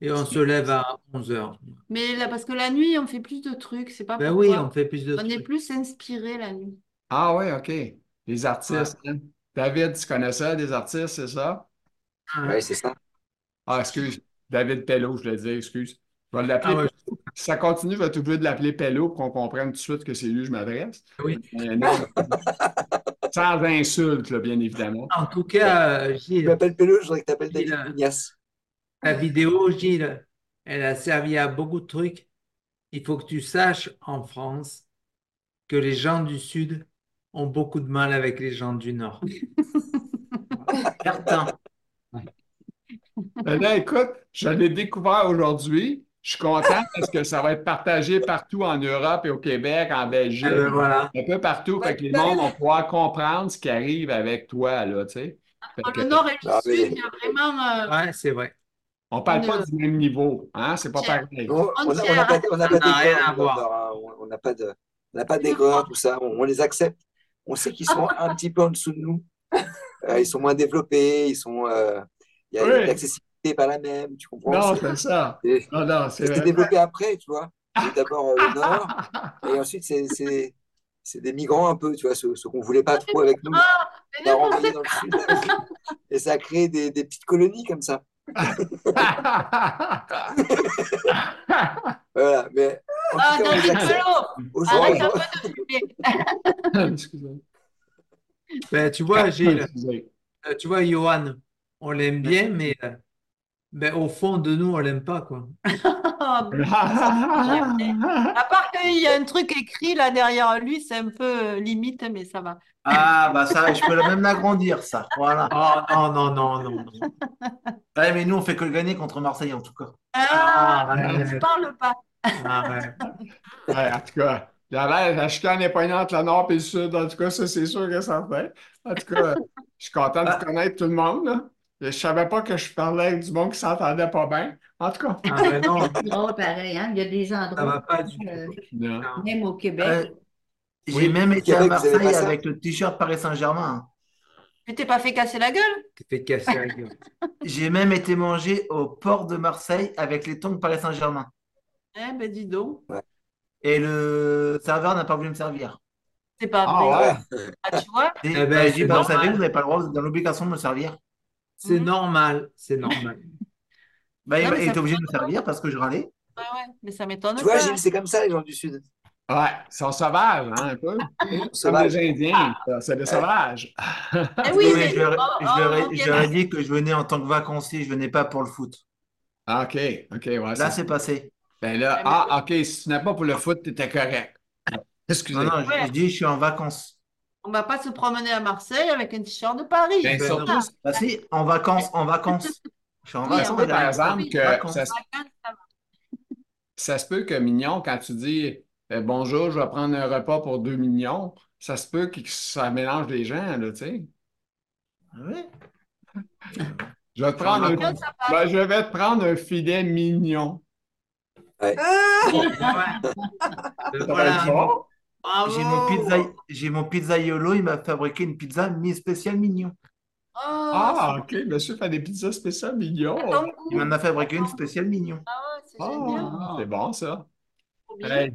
[SPEAKER 4] Et on se lève à 11 heures.
[SPEAKER 3] Mais là, parce que la nuit, on fait plus de trucs. C'est pas
[SPEAKER 4] Ben oui,
[SPEAKER 3] pourquoi.
[SPEAKER 4] on fait plus de
[SPEAKER 3] on est
[SPEAKER 4] trucs.
[SPEAKER 3] plus inspiré la nuit.
[SPEAKER 1] Ah ouais, OK. Les artistes. hein. David, tu connais ça, des artistes, c'est ça?
[SPEAKER 4] Ah,
[SPEAKER 2] Ouais, c'est ça.
[SPEAKER 1] Ah, excuse. David Pello, je le dis, excuse. Je vais
[SPEAKER 4] ah
[SPEAKER 1] l'appeler.
[SPEAKER 4] ouais,
[SPEAKER 1] Si ça continue, je vais être obligé de l'appeler Pello pour qu'on comprenne tout de suite que c'est lui que je m'adresse.
[SPEAKER 4] Oui.
[SPEAKER 1] Mais non. Sans insulte, là, bien évidemment.
[SPEAKER 4] En tout cas, euh,
[SPEAKER 2] Tu
[SPEAKER 4] Gilles,
[SPEAKER 2] m'appelles Pelou, je voudrais que tu appelles
[SPEAKER 4] Il a-
[SPEAKER 2] David Ignace.
[SPEAKER 4] la vidéo, Gilles, elle a servi à beaucoup de trucs. Il faut que tu saches en France que les gens du Sud ont beaucoup de mal avec les gens du Nord. Certain.
[SPEAKER 1] Ben là, écoute, je l'ai découvert aujourd'hui. Je suis content parce que ça va être partagé partout en Europe et au Québec, en Belgique,
[SPEAKER 4] Ah ben voilà.
[SPEAKER 1] un peu partout. Fait que les gens vont pouvoir comprendre ce qui arrive avec toi, là, tu sais. Fait
[SPEAKER 3] Dans
[SPEAKER 1] que-
[SPEAKER 3] le nord et le
[SPEAKER 2] Ah, mais-
[SPEAKER 3] sud, il y a vraiment. euh,
[SPEAKER 4] Ouais, c'est vrai.
[SPEAKER 1] On parle pas du même niveau, hein? C'est pas
[SPEAKER 3] Tiens.
[SPEAKER 1] pareil.
[SPEAKER 2] On on n'a on n'a pas, on n'a pas
[SPEAKER 4] Ça n'a rien
[SPEAKER 2] d'aigreur,
[SPEAKER 4] à
[SPEAKER 2] nous,
[SPEAKER 4] voir.
[SPEAKER 2] dans- hein. On- on n'a pas de, on n'a pas d'aigreur, tout ça. On, on les accepte. On sait qu'ils sont un petit peu en dessous de nous. Euh, ils sont moins développés. Ils sont, euh, il y a-
[SPEAKER 1] Oui.
[SPEAKER 2] l'accessibilité n'est pas la même. Tu comprends?
[SPEAKER 1] Non,
[SPEAKER 2] C'est-
[SPEAKER 1] c'est ça.
[SPEAKER 2] c'est-
[SPEAKER 1] Non, non, c'est
[SPEAKER 2] c'est
[SPEAKER 1] vrai.
[SPEAKER 2] développé après, tu vois. C'est D'abord euh, le Nord, et ensuite c'est- c'est c'est des migrants un peu, tu vois, ceux, ceux qu'on voulait pas trop avec nous, on
[SPEAKER 3] Ah, mais
[SPEAKER 2] a
[SPEAKER 3] non,
[SPEAKER 2] renvoyés dans le Sud. Et ça a créé des, des petites colonies comme ça. Voilà, mais en
[SPEAKER 3] Ah,
[SPEAKER 2] tout cas, on les
[SPEAKER 3] David
[SPEAKER 2] accepte.
[SPEAKER 3] Bello,
[SPEAKER 2] Aujourd'hui,
[SPEAKER 3] arrête un peu de fumer.
[SPEAKER 1] Excusez.
[SPEAKER 4] Ben, tu vois, Gilles,
[SPEAKER 1] Excusez.
[SPEAKER 4] euh, tu vois, Johan, on l'aime bien, mais euh, ben, au fond de nous, on l'aime pas, quoi.
[SPEAKER 3] Ah, À
[SPEAKER 4] Ah.
[SPEAKER 3] part qu'il Ah, y a un truc écrit là derrière lui, c'est un peu euh, limite, mais ça va.
[SPEAKER 6] Ah, bah ça, je peux même l'agrandir, ça. Voilà.
[SPEAKER 4] Oh non, non, non, non, non.
[SPEAKER 6] Ouais, mais nous, on fait que gagner contre Marseille, en tout cas.
[SPEAKER 3] Ah,
[SPEAKER 4] Ah, ouais,
[SPEAKER 3] on parle pas.
[SPEAKER 4] ah, ouais.
[SPEAKER 1] Ouais, en tout cas, la, la- la chicane est poignante, le nord et le sud. En tout cas, ça, c'est sûr que ça fait. En tout cas, je suis content de connaître tout le monde. là. Je savais pas que je parlais avec du monde qui s'entendait pas bien. En tout cas,
[SPEAKER 4] Ah, ben, non,
[SPEAKER 7] C'est drôle, pareil, hein? Il y a des
[SPEAKER 4] ça va
[SPEAKER 7] endroits,
[SPEAKER 4] pas du tout.
[SPEAKER 7] euh,
[SPEAKER 1] non.
[SPEAKER 7] même au Québec.
[SPEAKER 6] Ouais. J'ai
[SPEAKER 1] Oui,
[SPEAKER 6] même été à
[SPEAKER 2] Québec, vous avez pas
[SPEAKER 6] Marseille
[SPEAKER 2] ça
[SPEAKER 6] avec le t-shirt Paris Saint-Germain. hein.
[SPEAKER 3] Tu t'es pas fait casser la gueule?
[SPEAKER 4] Tu fais casser la gueule.
[SPEAKER 6] J'ai même été manger au port de Marseille avec les tongs Paris Saint-Germain.
[SPEAKER 3] Eh ben dis donc,
[SPEAKER 6] Et le serveur n'a pas voulu me servir.
[SPEAKER 3] c'est pas
[SPEAKER 1] Ah
[SPEAKER 3] vrai.
[SPEAKER 1] ouais.
[SPEAKER 3] Ah, tu vois?
[SPEAKER 6] Et,
[SPEAKER 4] Eh ben,
[SPEAKER 6] euh, j'ai dit,
[SPEAKER 4] c'est
[SPEAKER 6] bah, vous
[SPEAKER 4] normal.
[SPEAKER 6] savez, vous n'avez pas le droit, vous êtes dans l'obligation de me servir.
[SPEAKER 4] C'est
[SPEAKER 1] Mmh.
[SPEAKER 3] Mhm.
[SPEAKER 4] normal, c'est normal.
[SPEAKER 6] Bah, il
[SPEAKER 3] Non, mais
[SPEAKER 6] il
[SPEAKER 3] ça
[SPEAKER 6] était obligé de me
[SPEAKER 3] fait-
[SPEAKER 6] servir parce que je râlais.
[SPEAKER 3] Ah ouais, mais ça m'étonne
[SPEAKER 2] tu vois,
[SPEAKER 3] pas.
[SPEAKER 2] Gilles, c'est comme ça les gens du Sud.
[SPEAKER 1] Ouais, ils sont sauvages, hein, un peu.
[SPEAKER 7] Mmh. Ah,
[SPEAKER 1] Comme
[SPEAKER 2] Sauvages.
[SPEAKER 1] les Indiens, ça, c'est des sauvages.
[SPEAKER 3] Eh oui,
[SPEAKER 6] Mais
[SPEAKER 3] mais-
[SPEAKER 6] je leur ai-
[SPEAKER 3] oh,
[SPEAKER 6] je leur ai-
[SPEAKER 3] oh, ok.
[SPEAKER 6] je leur ai dit que je venais en tant que vacancier, je venais pas pour le foot.
[SPEAKER 1] Ah, OK, OK, ouais,
[SPEAKER 6] Là,
[SPEAKER 1] ça-
[SPEAKER 6] c'est passé.
[SPEAKER 1] Ben là, ah, OK, si tu n'es pas pour le foot, tu étais correct.
[SPEAKER 6] Non,
[SPEAKER 1] Excusez.
[SPEAKER 6] non, je,
[SPEAKER 3] Ouais.
[SPEAKER 6] je dis, je suis en vacances.
[SPEAKER 3] On va pas se promener à Marseille avec un t-shirt de Paris.
[SPEAKER 1] Ben,
[SPEAKER 4] Ben
[SPEAKER 1] surtout,
[SPEAKER 3] non. Ah,
[SPEAKER 1] c'est
[SPEAKER 6] Bah, si, en vacances, en vacances. Je suis en
[SPEAKER 3] Oui,
[SPEAKER 6] vacances,
[SPEAKER 3] en
[SPEAKER 6] j'arrive
[SPEAKER 1] par
[SPEAKER 6] pas,
[SPEAKER 1] exemple
[SPEAKER 6] en
[SPEAKER 3] Ah,
[SPEAKER 1] que
[SPEAKER 6] vacances.
[SPEAKER 1] ça, se- ça se peut que Mignon, quand tu dis euh, bonjour, je vais prendre un repas pour deux mignons, ça se peut que ça mélange les gens, là, tu sais.
[SPEAKER 6] Ah Ouais.
[SPEAKER 1] Je vais te prendre un-
[SPEAKER 3] Ah, Ça passe.
[SPEAKER 1] ben, je vais te prendre un filet mignon.
[SPEAKER 5] Ah!
[SPEAKER 4] Ben,
[SPEAKER 1] Ah, Ça va
[SPEAKER 4] voilà.
[SPEAKER 1] être bon?
[SPEAKER 6] J'ai mon pizza, j'ai mon pizzaiolo, il m'a fabriqué une pizza mi-spéciale mignon.
[SPEAKER 3] Ah,
[SPEAKER 1] Ah, OK, monsieur fait des pizzas spéciales mignons.
[SPEAKER 3] c'est bon goût.
[SPEAKER 6] Il m'en a fabriqué une spéciale mignon.
[SPEAKER 3] Ah, c'est génial.
[SPEAKER 1] Ah, c'est bon, ça.
[SPEAKER 3] Trop bien.
[SPEAKER 1] Hey,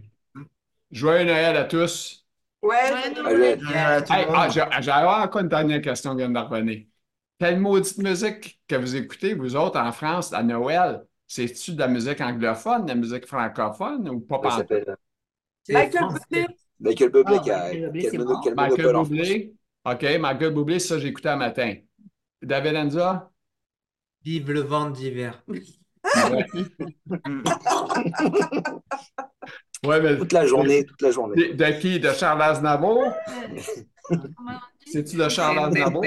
[SPEAKER 1] joyeux Noël à tous.
[SPEAKER 5] Ouais,
[SPEAKER 3] Ouais,
[SPEAKER 5] j'ai-
[SPEAKER 3] non,
[SPEAKER 2] Allez.
[SPEAKER 6] Génial à tout le
[SPEAKER 1] Hey,
[SPEAKER 6] monde.
[SPEAKER 1] ah, j'ai- j'avais encore une dernière question qui vient de revenir. Quelle maudite musique que vous écoutez, vous autres, en France, à Noël? C'est-tu de la musique anglophone, de la musique francophone ou pas
[SPEAKER 2] Comment il
[SPEAKER 1] pantoute?
[SPEAKER 2] s'appelle euh,
[SPEAKER 4] C'est
[SPEAKER 5] Michael
[SPEAKER 4] français.
[SPEAKER 5] Bublé.
[SPEAKER 2] Michael Bublé
[SPEAKER 7] Ah,
[SPEAKER 2] qui a
[SPEAKER 7] Michael Bublé,
[SPEAKER 2] qui a
[SPEAKER 7] c'est
[SPEAKER 2] mono-
[SPEAKER 7] bon.
[SPEAKER 2] qui a le
[SPEAKER 1] Michael
[SPEAKER 2] monopole en France.
[SPEAKER 1] Bublé. OK, Michael Bublé, ça, j'écoutais un matin. David Enza?
[SPEAKER 4] Vive le vent d'hiver.
[SPEAKER 6] Mm.
[SPEAKER 1] Ouais, mais
[SPEAKER 2] Toute la journée, toute la journée.
[SPEAKER 1] de, de qui? De Charles Aznavour?
[SPEAKER 3] Comment on dit?
[SPEAKER 1] C'est-tu de Charles Aznavour?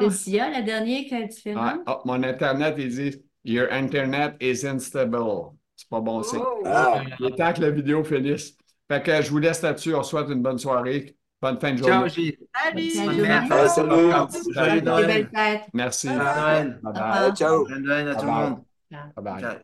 [SPEAKER 7] C'est Sia, la dernière qui est
[SPEAKER 1] Ah,
[SPEAKER 7] différente.
[SPEAKER 1] oh, mon Internet, il dit Your Internet is instable. C'est pas bon signe.
[SPEAKER 5] Oh.
[SPEAKER 2] Ah,
[SPEAKER 1] Il est temps que la vidéo finisse. Fait que je vous laisse là-dessus. On souhaite une bonne soirée. Bonne fin de
[SPEAKER 4] Ciao,
[SPEAKER 1] journée.
[SPEAKER 4] Gilles.
[SPEAKER 7] Salut.
[SPEAKER 4] Bonne
[SPEAKER 2] ah, salut.
[SPEAKER 7] Des
[SPEAKER 1] Salut.
[SPEAKER 4] Noël.
[SPEAKER 7] belles fêtes.
[SPEAKER 1] Merci.
[SPEAKER 6] Bonne
[SPEAKER 1] Bye
[SPEAKER 6] Noël.
[SPEAKER 7] Au
[SPEAKER 1] bye.
[SPEAKER 7] revoir.
[SPEAKER 2] Ah, ciao.
[SPEAKER 6] Bonne Noël à tout le
[SPEAKER 1] Bye-bye.
[SPEAKER 6] monde.
[SPEAKER 1] Bye bye.
[SPEAKER 6] Ciao.